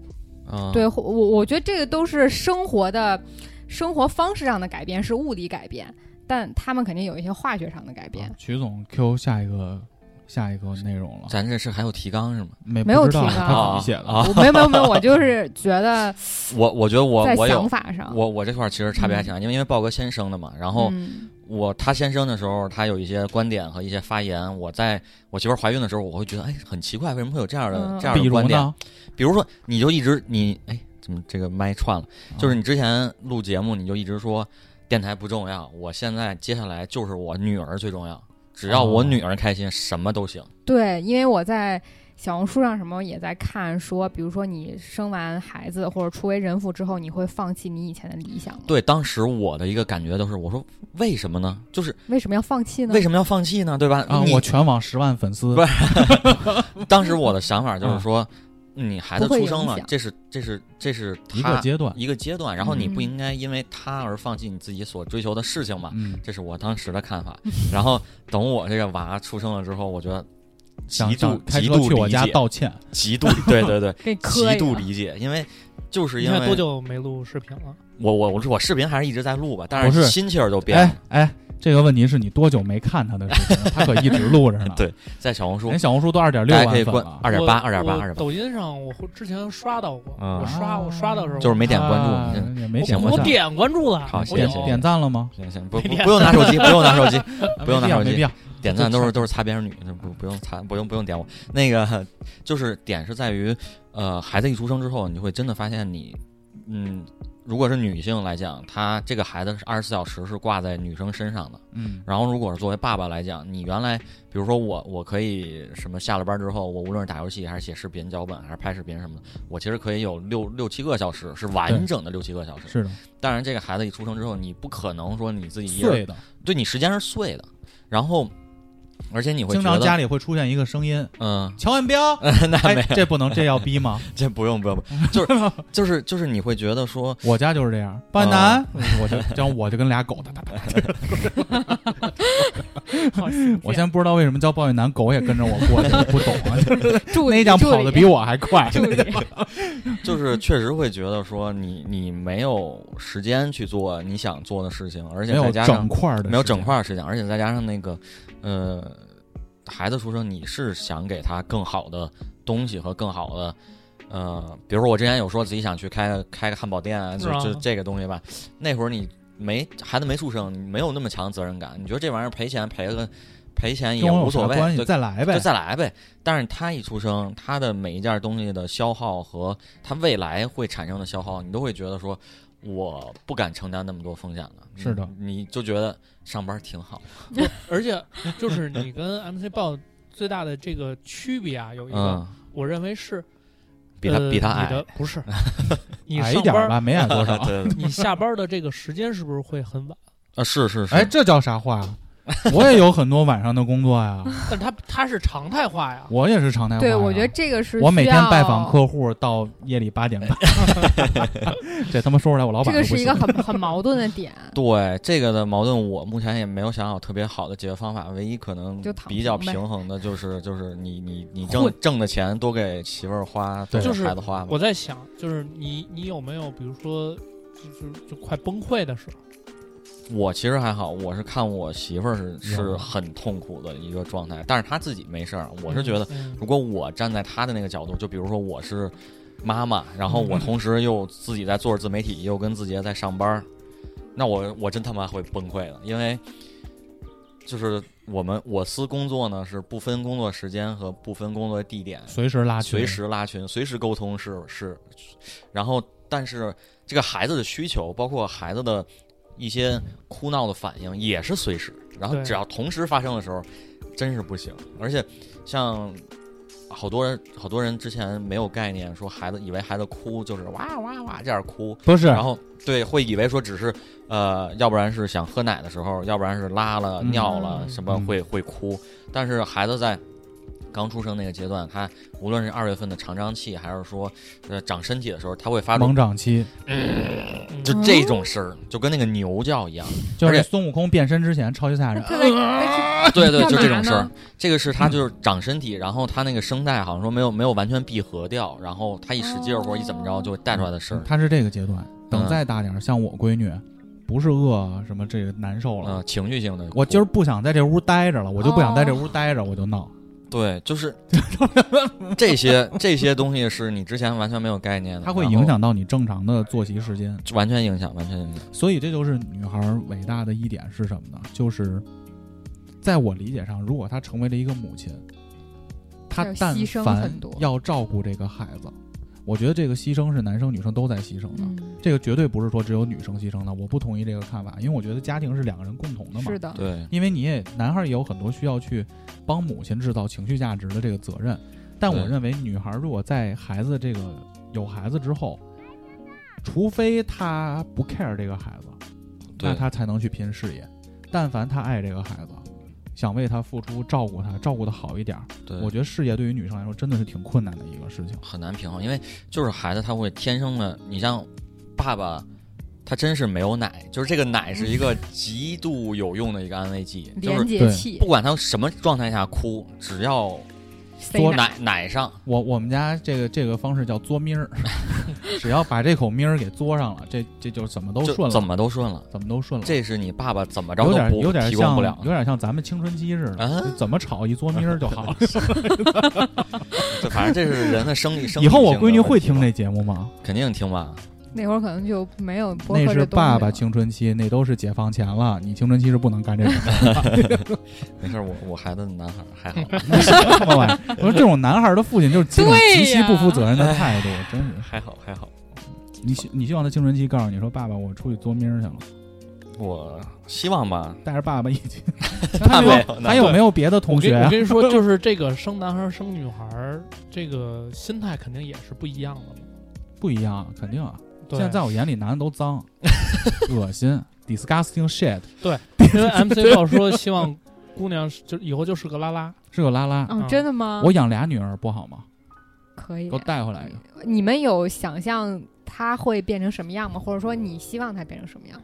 [SPEAKER 5] 嗯
[SPEAKER 6] 对或我我觉得这个都是生活的生活方式上的改变，是物理改变，但他们肯定有一些化学上的改变
[SPEAKER 3] 啊。曲总 Q 下一个下一个内容了，
[SPEAKER 5] 咱这是还有提纲是吗？
[SPEAKER 3] 没
[SPEAKER 6] 没有
[SPEAKER 3] 不知道
[SPEAKER 6] 提纲
[SPEAKER 3] 他自己写的
[SPEAKER 5] 啊
[SPEAKER 6] 我没有没有没有，我就是 觉得
[SPEAKER 5] 我我觉得我
[SPEAKER 6] 在
[SPEAKER 5] 我
[SPEAKER 6] 想
[SPEAKER 5] 有
[SPEAKER 6] 法上，
[SPEAKER 5] 我我这块儿其实差别还挺大，因为因为豹哥先生的嘛，然
[SPEAKER 3] 哦
[SPEAKER 5] 后
[SPEAKER 6] 嗯
[SPEAKER 5] 我他先生的时候，他有一些观点和一些发言，我在我媳妇儿怀孕的时候，我会觉得哎很奇怪，为什么会有这样的、
[SPEAKER 6] 嗯
[SPEAKER 5] 这样
[SPEAKER 3] 比
[SPEAKER 5] 的
[SPEAKER 3] 如
[SPEAKER 5] 观点？
[SPEAKER 3] 呢，啊
[SPEAKER 5] 比如说，你就一直你哎，怎么这个麦串了？
[SPEAKER 3] 啊
[SPEAKER 5] 就是你之前录节目，你就一直说电台不重要，我现在接下来就是我女儿最重要，只要
[SPEAKER 3] 哦
[SPEAKER 5] 我女儿开心，什么都行。
[SPEAKER 6] 对，因为我在小红书上什么也在看，说比如说你生完孩子或者初为人父之后，你会放弃你以前的理想吗？，
[SPEAKER 5] 对，当时我的一个感觉都是，我说为什么呢？就是
[SPEAKER 6] 为什么要放弃呢？
[SPEAKER 5] 为什么要放弃呢？对吧？
[SPEAKER 3] 啊，
[SPEAKER 5] 你
[SPEAKER 3] 我全网十万粉丝
[SPEAKER 5] 不是当时我的想法
[SPEAKER 3] 啊
[SPEAKER 5] 就是说，你孩子
[SPEAKER 6] 不会
[SPEAKER 5] 出
[SPEAKER 6] 影
[SPEAKER 5] 生了
[SPEAKER 6] 响，
[SPEAKER 5] 这是这是这是他
[SPEAKER 3] 一个阶段，
[SPEAKER 5] 一个阶段，然后你不
[SPEAKER 6] 嗯
[SPEAKER 5] 应该因为他而放弃你自己所追求的事情嘛。
[SPEAKER 3] 嗯，
[SPEAKER 5] 这是我当时的看法。然后等我这个娃出生了之后，我觉得
[SPEAKER 3] 想
[SPEAKER 5] 极度
[SPEAKER 3] 想开
[SPEAKER 5] 极
[SPEAKER 3] 车
[SPEAKER 5] 度
[SPEAKER 3] 去我
[SPEAKER 5] 理
[SPEAKER 3] 家
[SPEAKER 5] 解，
[SPEAKER 3] 道歉，
[SPEAKER 5] 极度对对对，
[SPEAKER 6] 给磕
[SPEAKER 5] 极
[SPEAKER 6] 一
[SPEAKER 5] 度
[SPEAKER 6] 个
[SPEAKER 5] 理解，因为就是
[SPEAKER 4] 你
[SPEAKER 5] 因
[SPEAKER 4] 看多
[SPEAKER 5] 为
[SPEAKER 4] 久没录视频了？
[SPEAKER 5] 我我我我视频还是一直在录吧，但
[SPEAKER 3] 不是
[SPEAKER 5] 心气儿就变
[SPEAKER 3] 哎
[SPEAKER 5] 了。。
[SPEAKER 3] 哎，这个问题是你多久没看他的视频了？他可一直录着呢
[SPEAKER 5] 对，在小红书
[SPEAKER 3] 人，小红书都二哎点六
[SPEAKER 5] 大
[SPEAKER 3] 万
[SPEAKER 5] 家可以
[SPEAKER 3] 粉啊了，
[SPEAKER 5] 关二点
[SPEAKER 4] 我
[SPEAKER 5] 八二点八
[SPEAKER 4] 我
[SPEAKER 5] 二点八，
[SPEAKER 4] 抖音上我会之前刷到过，
[SPEAKER 5] 嗯
[SPEAKER 4] 我刷我刷的时候
[SPEAKER 5] 就是没点关注
[SPEAKER 3] 啊
[SPEAKER 5] 嗯
[SPEAKER 3] 也没点过
[SPEAKER 4] 我我
[SPEAKER 5] 关注
[SPEAKER 3] 赞，
[SPEAKER 4] 点关注了，
[SPEAKER 5] 好谢
[SPEAKER 4] 我
[SPEAKER 5] 谢
[SPEAKER 4] 有
[SPEAKER 5] 谢
[SPEAKER 3] 点点赞了吗？
[SPEAKER 5] 行行，不不
[SPEAKER 4] 没点
[SPEAKER 5] 不用拿手机，不用拿手机，不用
[SPEAKER 3] 没
[SPEAKER 5] 拿
[SPEAKER 3] 必要
[SPEAKER 5] 手机
[SPEAKER 3] 没必要。
[SPEAKER 5] 点赞都是都是擦边儿女，不不用擦，不用不用点我。那个就是点是在于，呃，孩子一出生之后，你会真的发现你，嗯，如果是女性来讲，她这个孩子是二十四小时是挂在女生身上的。
[SPEAKER 3] 嗯，
[SPEAKER 5] 然后如果是作为爸爸来讲，你原来比如说我，我可以什么下了班之后，我无论是打游戏还是写视频脚本还是拍视频什么的，我其实可以有六六七个小时是完整的六七个小时。
[SPEAKER 3] 是的，
[SPEAKER 5] 当然，这个孩子一出生之后，你不可能说你自己一个人
[SPEAKER 3] 碎的，
[SPEAKER 5] 对你时间是碎的，然后而且你会
[SPEAKER 3] 经常
[SPEAKER 5] 觉得
[SPEAKER 3] 家里会出现一个声音，
[SPEAKER 5] 嗯，
[SPEAKER 3] 乔恩彪，
[SPEAKER 5] 那
[SPEAKER 3] 哎
[SPEAKER 5] 没，
[SPEAKER 3] 这不能这要逼吗？
[SPEAKER 5] 这不用 不用，不用就是就是就是你会觉得说，
[SPEAKER 3] 我家就是这样，班南，
[SPEAKER 5] 哦
[SPEAKER 3] 我就然后我就跟俩狗哒 哒哒哒。我现在不知道为什么叫抱怨男，狗也跟着我过去，我不懂啊。就是
[SPEAKER 6] 助理
[SPEAKER 3] 那将
[SPEAKER 6] 助
[SPEAKER 3] 跑
[SPEAKER 6] 理
[SPEAKER 3] 得比我还快，
[SPEAKER 6] 助理，
[SPEAKER 5] 就是确实会觉得说你你没有时间去做你想做的事情，而且
[SPEAKER 3] 没有
[SPEAKER 5] 再加上
[SPEAKER 3] 整块儿的，
[SPEAKER 5] 没有整。块儿事情，而且再加上那个呃孩子出生，你是想给他更好的东西和更好的。呃，比如说我之前有说自己想去开个开个汉堡店啊，就是
[SPEAKER 4] 啊
[SPEAKER 5] 就这个东西吧。那会儿你没孩子没出生，你没有那么强的责任感，你觉得这玩意儿赔钱赔个赔钱
[SPEAKER 3] 跟
[SPEAKER 5] 也
[SPEAKER 3] 我有
[SPEAKER 5] 无所
[SPEAKER 3] 啥
[SPEAKER 5] 谓，
[SPEAKER 3] 关系？
[SPEAKER 5] 对
[SPEAKER 3] 再来哎呗
[SPEAKER 5] 就。再来呗。但是他一出生，他的每一件东西的消耗和他未来会产生的消耗，你都会觉得说，我不敢承担那么多风险了。
[SPEAKER 3] 是的
[SPEAKER 5] 你，你就觉得上班挺好。
[SPEAKER 4] 而且就是你跟 MC 豹最大的这个区别啊，有一个，
[SPEAKER 5] 嗯，
[SPEAKER 4] 我认为是
[SPEAKER 5] 比他
[SPEAKER 4] 呃
[SPEAKER 5] 比他
[SPEAKER 4] 你的
[SPEAKER 5] 矮，啊
[SPEAKER 4] 不 是你
[SPEAKER 3] 矮一
[SPEAKER 4] 上
[SPEAKER 3] 点儿
[SPEAKER 4] 班
[SPEAKER 3] 吧，没矮多 少。
[SPEAKER 5] 对对对
[SPEAKER 4] 你下班的这个时间是不是会很晚？
[SPEAKER 5] 啊，是是是，
[SPEAKER 3] 哎，这叫啥话？我也有很多晚上的工作呀，
[SPEAKER 4] 但他他是常态化呀，
[SPEAKER 3] 我也是常态化呀。
[SPEAKER 6] 对我觉得这个是
[SPEAKER 3] 我每
[SPEAKER 6] 需
[SPEAKER 3] 天
[SPEAKER 6] 要
[SPEAKER 3] 拜访客户到夜里八点 半，这他妈说出来我老
[SPEAKER 6] 这
[SPEAKER 3] 板
[SPEAKER 6] 个
[SPEAKER 3] 都不
[SPEAKER 6] 是一个
[SPEAKER 3] 信
[SPEAKER 6] 很很矛盾的 点。
[SPEAKER 5] 对这个的矛盾，我目前也没有想好特别好的解决方法。唯一可能
[SPEAKER 6] 就躺
[SPEAKER 5] 比较
[SPEAKER 6] 平呗
[SPEAKER 5] 平衡的就是，就是你你你
[SPEAKER 4] 混
[SPEAKER 5] 挣挣的钱多给媳妇儿花，多
[SPEAKER 3] 对
[SPEAKER 5] 给
[SPEAKER 4] 就是
[SPEAKER 5] 孩子花吧。
[SPEAKER 4] 我在想，就是你你有没有比如说就就就快崩溃的时候？
[SPEAKER 5] 我其实还好，我是看我媳妇儿是是
[SPEAKER 3] 有
[SPEAKER 5] 很痛苦的一个状态，但是她自己没事儿。我是觉得，
[SPEAKER 4] 嗯
[SPEAKER 5] 如果我站在她的那个角度，就比如说我是妈妈，然后我同时又自己在做着自媒体，又跟自己在上班儿，那我我真他妈会崩溃的，因为就是我们我司工作呢是不分工作时间和不分工作地点，
[SPEAKER 3] 随时拉群，
[SPEAKER 5] 随时拉群，随时沟通是是，然后但是这个孩子的需求，包括孩子的一些哭闹的反应也是随时，然后
[SPEAKER 4] 对
[SPEAKER 5] 只要同时发生的时候，真是不行。而且像好多人好多人之前没有概念，说孩子以为孩子哭就是哇哇哇这样哭，
[SPEAKER 3] 不是
[SPEAKER 5] 然后对会以为说只是呃，要不然是想喝奶的时候，要不然是拉了
[SPEAKER 3] 嗯
[SPEAKER 5] 尿了什么
[SPEAKER 3] 嗯
[SPEAKER 5] 会会哭，但是孩子在。刚出生那个阶段，他无论是二月份的肠胀气，还是说，呃，长身体的时候，他会发出
[SPEAKER 3] 猛长期，
[SPEAKER 5] 就
[SPEAKER 6] 嗯
[SPEAKER 5] 这种声儿，就跟那个牛叫一样。
[SPEAKER 3] 就
[SPEAKER 5] 而
[SPEAKER 3] 是
[SPEAKER 5] 且
[SPEAKER 3] 孙悟空变身之前，超级赛亚人啊
[SPEAKER 6] 那特别但是
[SPEAKER 5] 对对，
[SPEAKER 6] 干
[SPEAKER 5] 就
[SPEAKER 6] 嘛
[SPEAKER 5] 这种事儿
[SPEAKER 6] 呢。
[SPEAKER 5] 这个是他就是长身体，然后他那个声带好像说没有没有完全闭合掉，然后他一使劲儿或者一怎么着就会带出来的声儿。
[SPEAKER 3] 他是这个阶段。等
[SPEAKER 5] 嗯
[SPEAKER 3] 再大点儿，像我闺女，不是饿什么这个难受了，
[SPEAKER 5] 嗯，情绪性的哭。
[SPEAKER 3] 我今儿不想在这屋待着了，我就不想在这屋待着，我就闹。
[SPEAKER 5] 对，就是 这些这些东西是你之前完全没有概念的，
[SPEAKER 3] 它会
[SPEAKER 5] 嗯然后
[SPEAKER 3] 影，响到你正常的作息时间，
[SPEAKER 5] 完全影响，完全影响。
[SPEAKER 3] 所以这就是女孩儿伟大的一点是什么呢？就是在我理解上，如果她成为了一个母亲，她
[SPEAKER 6] 她有
[SPEAKER 3] 但
[SPEAKER 6] 牺牲
[SPEAKER 3] 凡
[SPEAKER 6] 很多
[SPEAKER 3] 要照顾这个孩子，我觉得这个牺牲是男生女生都在牺牲的。
[SPEAKER 6] 嗯，
[SPEAKER 3] 这个绝对不是说只有女生牺牲的，我不同意这个看法，因为我觉得家庭是两个人共同的嘛。
[SPEAKER 6] 嗯是的，
[SPEAKER 5] 对，
[SPEAKER 3] 因为你也男孩也有很多需要去帮母亲制造情绪价值的这个责任，但我
[SPEAKER 5] 对
[SPEAKER 3] 认为女孩如果在孩子这个有孩子之后，除非她不 care 这个孩子，
[SPEAKER 5] 对
[SPEAKER 3] 那她才能去拼事业。但凡她爱这个孩子，想为他付出，照顾他，照顾的好一点儿，
[SPEAKER 5] 对，
[SPEAKER 3] 我觉得事业对于女生来说真的是挺困难的一个事情。
[SPEAKER 5] 很难平衡，因为就是孩子他会天生的，你像爸爸，他真是没有奶，就是这个奶 是一个极度有用的一个安慰剂，就
[SPEAKER 6] 连
[SPEAKER 5] 是
[SPEAKER 6] 接器
[SPEAKER 5] 不，管他什么状态下哭，只要
[SPEAKER 6] 塞
[SPEAKER 3] 多
[SPEAKER 6] 奶
[SPEAKER 5] 奶奶上，
[SPEAKER 3] 我我们家这个这个方式叫嘬咪 儿，只要把这口咪儿给嘬上了，这这就怎么都顺
[SPEAKER 5] 就
[SPEAKER 3] 了，
[SPEAKER 5] 怎么都顺了。
[SPEAKER 3] 怎么都顺了。
[SPEAKER 5] 这是你爸爸怎么着
[SPEAKER 3] 有
[SPEAKER 5] 都
[SPEAKER 3] 点
[SPEAKER 5] 不
[SPEAKER 3] 有点
[SPEAKER 5] 提供
[SPEAKER 3] 像
[SPEAKER 5] 不了，
[SPEAKER 3] 有点像咱们青春期似的，
[SPEAKER 5] 啊
[SPEAKER 3] 就怎么炒一嘬咪儿就好了。
[SPEAKER 5] 这反正这是人的生理生 理。
[SPEAKER 3] 以后我闺女会听，这节目吗？
[SPEAKER 5] 肯定听吧？
[SPEAKER 6] 那会儿可能就没有播
[SPEAKER 3] 那
[SPEAKER 6] 客
[SPEAKER 3] 是
[SPEAKER 6] 这东西啊
[SPEAKER 3] 爸爸
[SPEAKER 6] 了
[SPEAKER 3] 青春期，那都是解放前了。你青春期是不能干这种的
[SPEAKER 5] 没事，我我孩子男孩还好，
[SPEAKER 3] 那什么玩意儿。我说 这种男孩的父亲就是这种
[SPEAKER 6] 对呀
[SPEAKER 3] 极其不负责任
[SPEAKER 5] 哎
[SPEAKER 3] 的态度，真是。
[SPEAKER 5] 还好还好。
[SPEAKER 3] 你希你希望他青春期告诉你说，爸爸，我出去嘬咪儿去了，
[SPEAKER 5] 我希望吧，
[SPEAKER 3] 带着爸爸一 起。
[SPEAKER 5] 那
[SPEAKER 3] 还有
[SPEAKER 5] 我那
[SPEAKER 3] 还有没有别的同
[SPEAKER 4] 我
[SPEAKER 3] 学
[SPEAKER 4] 跟我
[SPEAKER 3] 啊？
[SPEAKER 4] 跟你说， 就是这个生男孩儿生女孩儿，这个心态肯定也是不一样的嘛。
[SPEAKER 3] 不一样，肯定啊。
[SPEAKER 4] 对
[SPEAKER 3] 现在在我眼里，男的都脏，恶心，disgusting shit，
[SPEAKER 4] 因 为 MC 报说希望姑娘是就以后就是个拉拉，
[SPEAKER 3] 是个拉拉。
[SPEAKER 6] 嗯，真的吗？
[SPEAKER 3] 啊我养俩女儿不好吗？
[SPEAKER 6] 可以
[SPEAKER 3] 给我。带回来一个。
[SPEAKER 6] 你们有想象他会变成什么样吗？或者说你希望他变成什么样？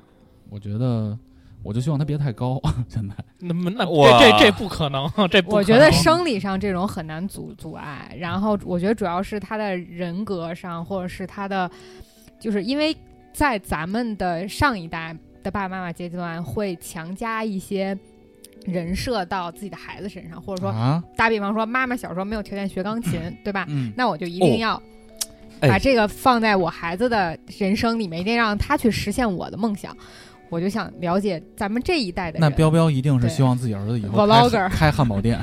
[SPEAKER 3] 我觉得，我就希望他别太高。 现在
[SPEAKER 4] 那么那
[SPEAKER 5] 哇
[SPEAKER 4] 这这这不可能，这不可能
[SPEAKER 6] 我觉得生理上这种很难阻阻碍，然后我觉得主要是他的人格上，或者是他的，就是因为在咱们的上一代的爸爸妈妈阶段，会强加一些人设到自己的孩子身上，或者说
[SPEAKER 3] 啊，
[SPEAKER 6] 打比方说，妈妈小时候没有条件学钢 琴，对吧？
[SPEAKER 3] 嗯，
[SPEAKER 6] 那我就一定要
[SPEAKER 5] 哎
[SPEAKER 6] 把这个放在我孩子的人生里面，一定让他去实现我的梦想。我就想了解咱们这一代的
[SPEAKER 3] 那
[SPEAKER 6] 人，
[SPEAKER 3] 彪彪一定是
[SPEAKER 6] 对
[SPEAKER 3] 希望自己儿子以后
[SPEAKER 6] Vlogger
[SPEAKER 3] 开开汉堡 店。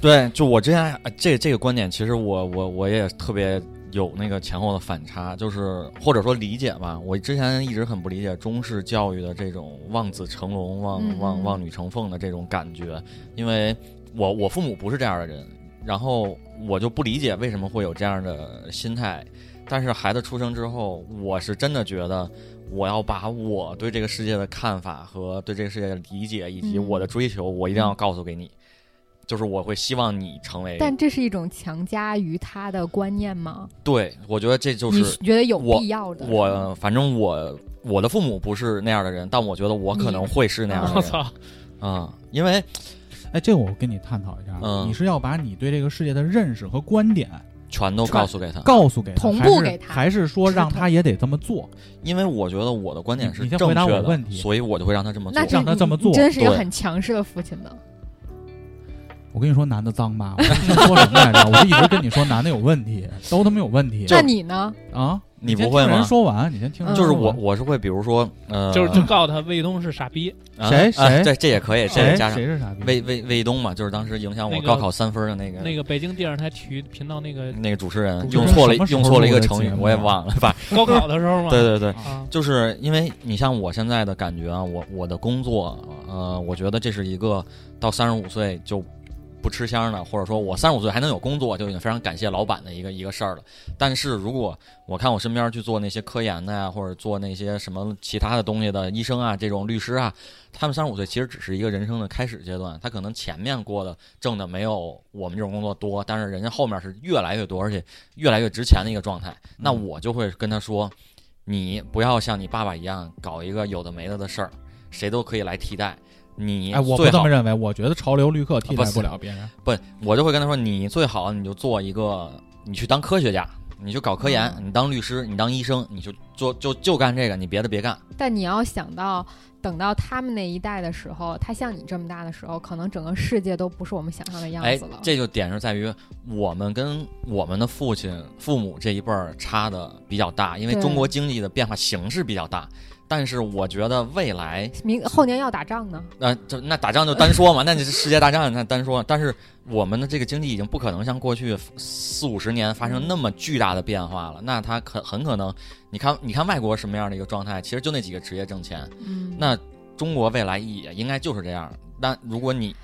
[SPEAKER 5] 对，就我之前还呃这这个观点，其实我我我也特别有那个前后的反差，就是或者说理解吧。我之前一直很不理解中式教育的这种望子成龙、望
[SPEAKER 6] 嗯嗯
[SPEAKER 5] 望
[SPEAKER 6] 嗯
[SPEAKER 5] 望女成凤的这种感觉，因为我我父母不是这样的人，然后我就不理解为什么会有这样的心态。但是孩子出生之后，我是真的觉得我要把我对这个世界的看法和对这个世界的理解以及
[SPEAKER 6] 嗯
[SPEAKER 5] 我的追求，我一定要告诉给你。就是我会希望你成为，
[SPEAKER 6] 但这是一种强加于他的观念吗？
[SPEAKER 5] 对我觉得这就
[SPEAKER 6] 你
[SPEAKER 5] 是
[SPEAKER 6] 觉得有
[SPEAKER 5] 我
[SPEAKER 6] 必要的？
[SPEAKER 5] 我，反正我我的父母不是那样的人，但我觉得我可能会是那样
[SPEAKER 4] 我
[SPEAKER 5] 的人
[SPEAKER 4] 操，
[SPEAKER 5] 啊、嗯，因为
[SPEAKER 3] 哎，这我跟你探讨一下，啊
[SPEAKER 5] 嗯
[SPEAKER 3] 你是要把你对这个世界的认识和观点
[SPEAKER 5] 全都告诉给他，
[SPEAKER 3] 告诉给他，
[SPEAKER 6] 同
[SPEAKER 3] 还
[SPEAKER 6] 步
[SPEAKER 3] 是
[SPEAKER 6] 给他
[SPEAKER 3] 还是说让他也得这么做？
[SPEAKER 5] 因为我觉得我的观点
[SPEAKER 3] 你
[SPEAKER 5] 是
[SPEAKER 3] 你先
[SPEAKER 5] 正
[SPEAKER 3] 回
[SPEAKER 5] 确
[SPEAKER 3] 答我
[SPEAKER 5] 的，
[SPEAKER 3] 问题
[SPEAKER 5] 所以我就会让他这么做
[SPEAKER 6] 那。
[SPEAKER 3] 让他
[SPEAKER 6] 你
[SPEAKER 3] 这么做
[SPEAKER 6] 你真是一个
[SPEAKER 5] 对
[SPEAKER 6] 很强势的父亲呢。
[SPEAKER 3] 我跟你说，男的脏吧，我跟你说什么来着？我 就一直跟你说，男的有问 题，都他妈有问题
[SPEAKER 6] 那你呢？
[SPEAKER 3] 啊！
[SPEAKER 5] 你
[SPEAKER 3] 先
[SPEAKER 5] 不会
[SPEAKER 3] 听人
[SPEAKER 5] 吗？
[SPEAKER 3] 说完，你先听人
[SPEAKER 5] 就是
[SPEAKER 3] 说
[SPEAKER 5] 我，
[SPEAKER 3] 完
[SPEAKER 6] 嗯
[SPEAKER 5] 我是会，比如说，
[SPEAKER 3] 嗯
[SPEAKER 5] 呃，
[SPEAKER 4] 就是就告诉他卫东是傻逼，
[SPEAKER 5] 啊
[SPEAKER 3] 谁
[SPEAKER 5] 啊
[SPEAKER 3] 谁
[SPEAKER 5] 对，这也可以，这也
[SPEAKER 3] 谁
[SPEAKER 5] 加上
[SPEAKER 3] 谁是傻逼？
[SPEAKER 5] 卫卫卫东嘛，就是当时影响我
[SPEAKER 4] 那个
[SPEAKER 5] 高考三分的那
[SPEAKER 3] 嗯
[SPEAKER 5] 个
[SPEAKER 4] 那个北京电视台体育频道那个
[SPEAKER 5] 那个主持人
[SPEAKER 3] 主持
[SPEAKER 5] 用
[SPEAKER 3] 人
[SPEAKER 5] 错了
[SPEAKER 3] 什么时候
[SPEAKER 5] 用错了一个
[SPEAKER 3] 录的
[SPEAKER 5] 成语
[SPEAKER 3] 节，目
[SPEAKER 5] 我也
[SPEAKER 3] 啊
[SPEAKER 5] 忘了，反
[SPEAKER 4] 高考的时 候嘛，
[SPEAKER 5] 对对对，
[SPEAKER 4] 啊，
[SPEAKER 5] 就是因为你像我现在的感觉啊，我我的工作，呃，我觉得这是一个到三十五岁就不吃香的，或者说我三十五岁还能有工作，就已经非常感谢老板的一个一个事儿了。但是如果我看我身边去做那些科研的呀、或者做那些什么其他的东西的医生啊，这种律师啊，他们三十五岁其实只是一个人生的开始阶段，他可能前面过的挣的没有我们这种工作多，但是人家后面是越来越多，而且越来越值钱的一个状态。那
[SPEAKER 3] 嗯
[SPEAKER 5] 我就会跟他说，你不要像你爸爸一样搞一个有的没的的事儿，谁都可以来替代。你
[SPEAKER 3] 哎，我不
[SPEAKER 5] 最
[SPEAKER 3] 这
[SPEAKER 5] 好
[SPEAKER 3] 么认为，我觉得潮流绿客替
[SPEAKER 5] 啊不
[SPEAKER 3] 代
[SPEAKER 5] 是
[SPEAKER 3] 不了别人。
[SPEAKER 5] 不，我就会跟他说，你最好你就做一个，你去当科学家，你去搞科研，
[SPEAKER 6] 嗯
[SPEAKER 5] 你当律师，你当医生，你就做就就干这个，你别的别干。
[SPEAKER 6] 但你要想到，等到他们那一代的时候，他像你这么大的时候，可能整个世界都不是我们想象的样
[SPEAKER 5] 哎
[SPEAKER 6] 子了。，
[SPEAKER 5] 这就点是在于我们跟我们的父亲、父母这一辈儿差的比较大，因为
[SPEAKER 6] 对
[SPEAKER 5] 中国经济的变化形势比较大。但是我觉得未来，
[SPEAKER 6] 明后年要打仗呢，
[SPEAKER 5] 那、这那打仗就单说嘛，那你是世界大战那单说。但是我们的这个经济已经不可能像过去四五十年发生那么巨大的变化了。那它可很可能，你看你看外国什么样的一个状态，其实就那几个职业挣钱。
[SPEAKER 6] 嗯，
[SPEAKER 5] 那中国未来也应该就是这样。那如果你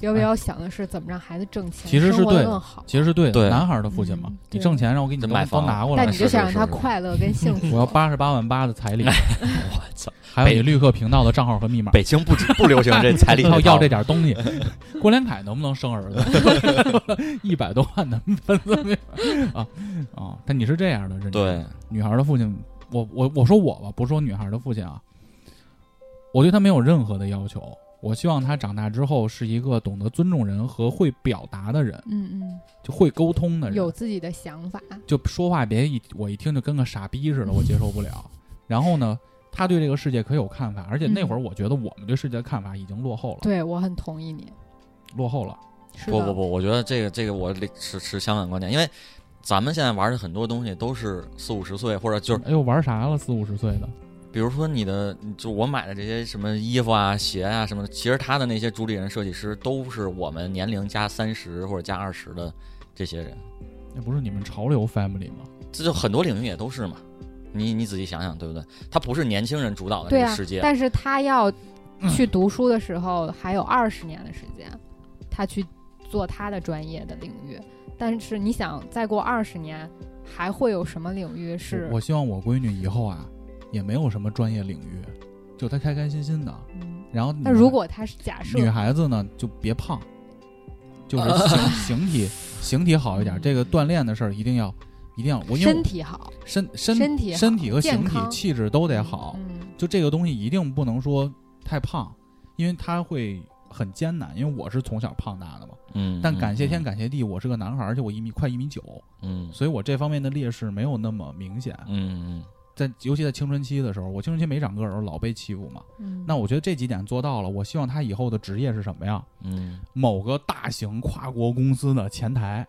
[SPEAKER 6] 要不要想的是怎么让孩子挣钱，
[SPEAKER 3] 其实是
[SPEAKER 6] 生活
[SPEAKER 3] 对
[SPEAKER 6] 得
[SPEAKER 3] 的
[SPEAKER 6] 更好？
[SPEAKER 3] 其实是对的，
[SPEAKER 5] 对
[SPEAKER 3] 男孩儿的父亲嘛
[SPEAKER 6] 嗯，
[SPEAKER 3] 你
[SPEAKER 6] 对
[SPEAKER 3] 挣钱让我给你
[SPEAKER 5] 这
[SPEAKER 3] 都
[SPEAKER 5] 买
[SPEAKER 3] 都
[SPEAKER 5] 房
[SPEAKER 3] 拿过
[SPEAKER 6] 但
[SPEAKER 3] 来
[SPEAKER 6] 你，
[SPEAKER 5] 是
[SPEAKER 6] 就是想让
[SPEAKER 5] 是
[SPEAKER 6] 他
[SPEAKER 5] 是
[SPEAKER 6] 快乐跟幸福。
[SPEAKER 3] 我要八十八万八的彩礼，
[SPEAKER 5] 我操，
[SPEAKER 3] 还有你绿客频道的账号和密码，
[SPEAKER 5] 哎北京不止不流行这 彩礼
[SPEAKER 3] 要
[SPEAKER 5] 套
[SPEAKER 3] 要这点东西。郭连凯能不能生儿子？ 一百多万的分子命啊啊！但你是这样的，认真
[SPEAKER 5] 对，
[SPEAKER 3] 女孩的父亲，我我我说我吧，不是说女孩的父亲啊，我对他没有任何的要求。我希望他长大之后是一个懂得尊重人和会表达的人，
[SPEAKER 6] 嗯
[SPEAKER 3] 就会沟通的
[SPEAKER 6] 嗯，
[SPEAKER 3] 人。
[SPEAKER 6] 有自己的想法，
[SPEAKER 3] 就说话别一我一听就跟个傻逼似的，我接受不 了。然后呢，他对这个世界可有看法，而且
[SPEAKER 6] 嗯
[SPEAKER 3] 那会儿我觉得我们对世界的看法已经落后了，
[SPEAKER 6] 对我很同意你。
[SPEAKER 3] 落后了。
[SPEAKER 6] 是
[SPEAKER 5] 不
[SPEAKER 6] 的
[SPEAKER 5] 不不，我觉得这个这个我得持持相反观点，因为咱们现在玩的很多东西都是四五十岁，或者就是
[SPEAKER 3] 哎呦，玩啥了？四五十岁的，
[SPEAKER 5] 比如说你的，就我买的这些什么衣服啊、鞋啊什么的，其实他的那些主理人、设计师都是我们年龄加三十或者加二十的这些人，
[SPEAKER 3] 那不是你们潮流 family 吗？
[SPEAKER 5] 这就很多领域也都是嘛。你你仔细想想，对不对？他不是年轻人主导的
[SPEAKER 6] 对
[SPEAKER 5] 这个
[SPEAKER 6] 啊
[SPEAKER 5] 世界，，
[SPEAKER 6] 但是他要去读书的时候，还有二十年的时间，他去做他的专业的领域。但是你想，再过二十年，还会有什么领域是
[SPEAKER 3] 我我希望我闺女以后啊，也没有什么专业领域，就她开开心心的。
[SPEAKER 6] 嗯
[SPEAKER 3] 然后女孩，
[SPEAKER 6] 那如果他是假设
[SPEAKER 3] 女孩子呢，就别胖， 就是形形体形体好一点。
[SPEAKER 6] 嗯
[SPEAKER 3] 这个锻炼的事儿一定要一定要，我因为我
[SPEAKER 6] 身体好，
[SPEAKER 3] 身身
[SPEAKER 6] 身体好
[SPEAKER 3] 身体和
[SPEAKER 6] 健
[SPEAKER 3] 形体
[SPEAKER 6] 康
[SPEAKER 3] 气质都得好。
[SPEAKER 6] 嗯，
[SPEAKER 3] 就这个东西一定不能说太胖，因为它会很艰难。因为我是从小胖大的嘛，
[SPEAKER 5] 嗯，
[SPEAKER 3] 但感谢天
[SPEAKER 5] 嗯，
[SPEAKER 3] 感谢地，我是个男孩儿，而且我一米快一米九，
[SPEAKER 5] 嗯
[SPEAKER 3] 所以我这方面的劣势没有那么明显。
[SPEAKER 5] 嗯
[SPEAKER 3] 在尤其在青春期的时候，我青春期没长个儿的时候老被欺负嘛。
[SPEAKER 6] 嗯
[SPEAKER 3] 那我觉得这几点做到了，我希望他以后的职业是什么呀？
[SPEAKER 5] 嗯嗯，
[SPEAKER 3] 某个大型跨国公司的前台，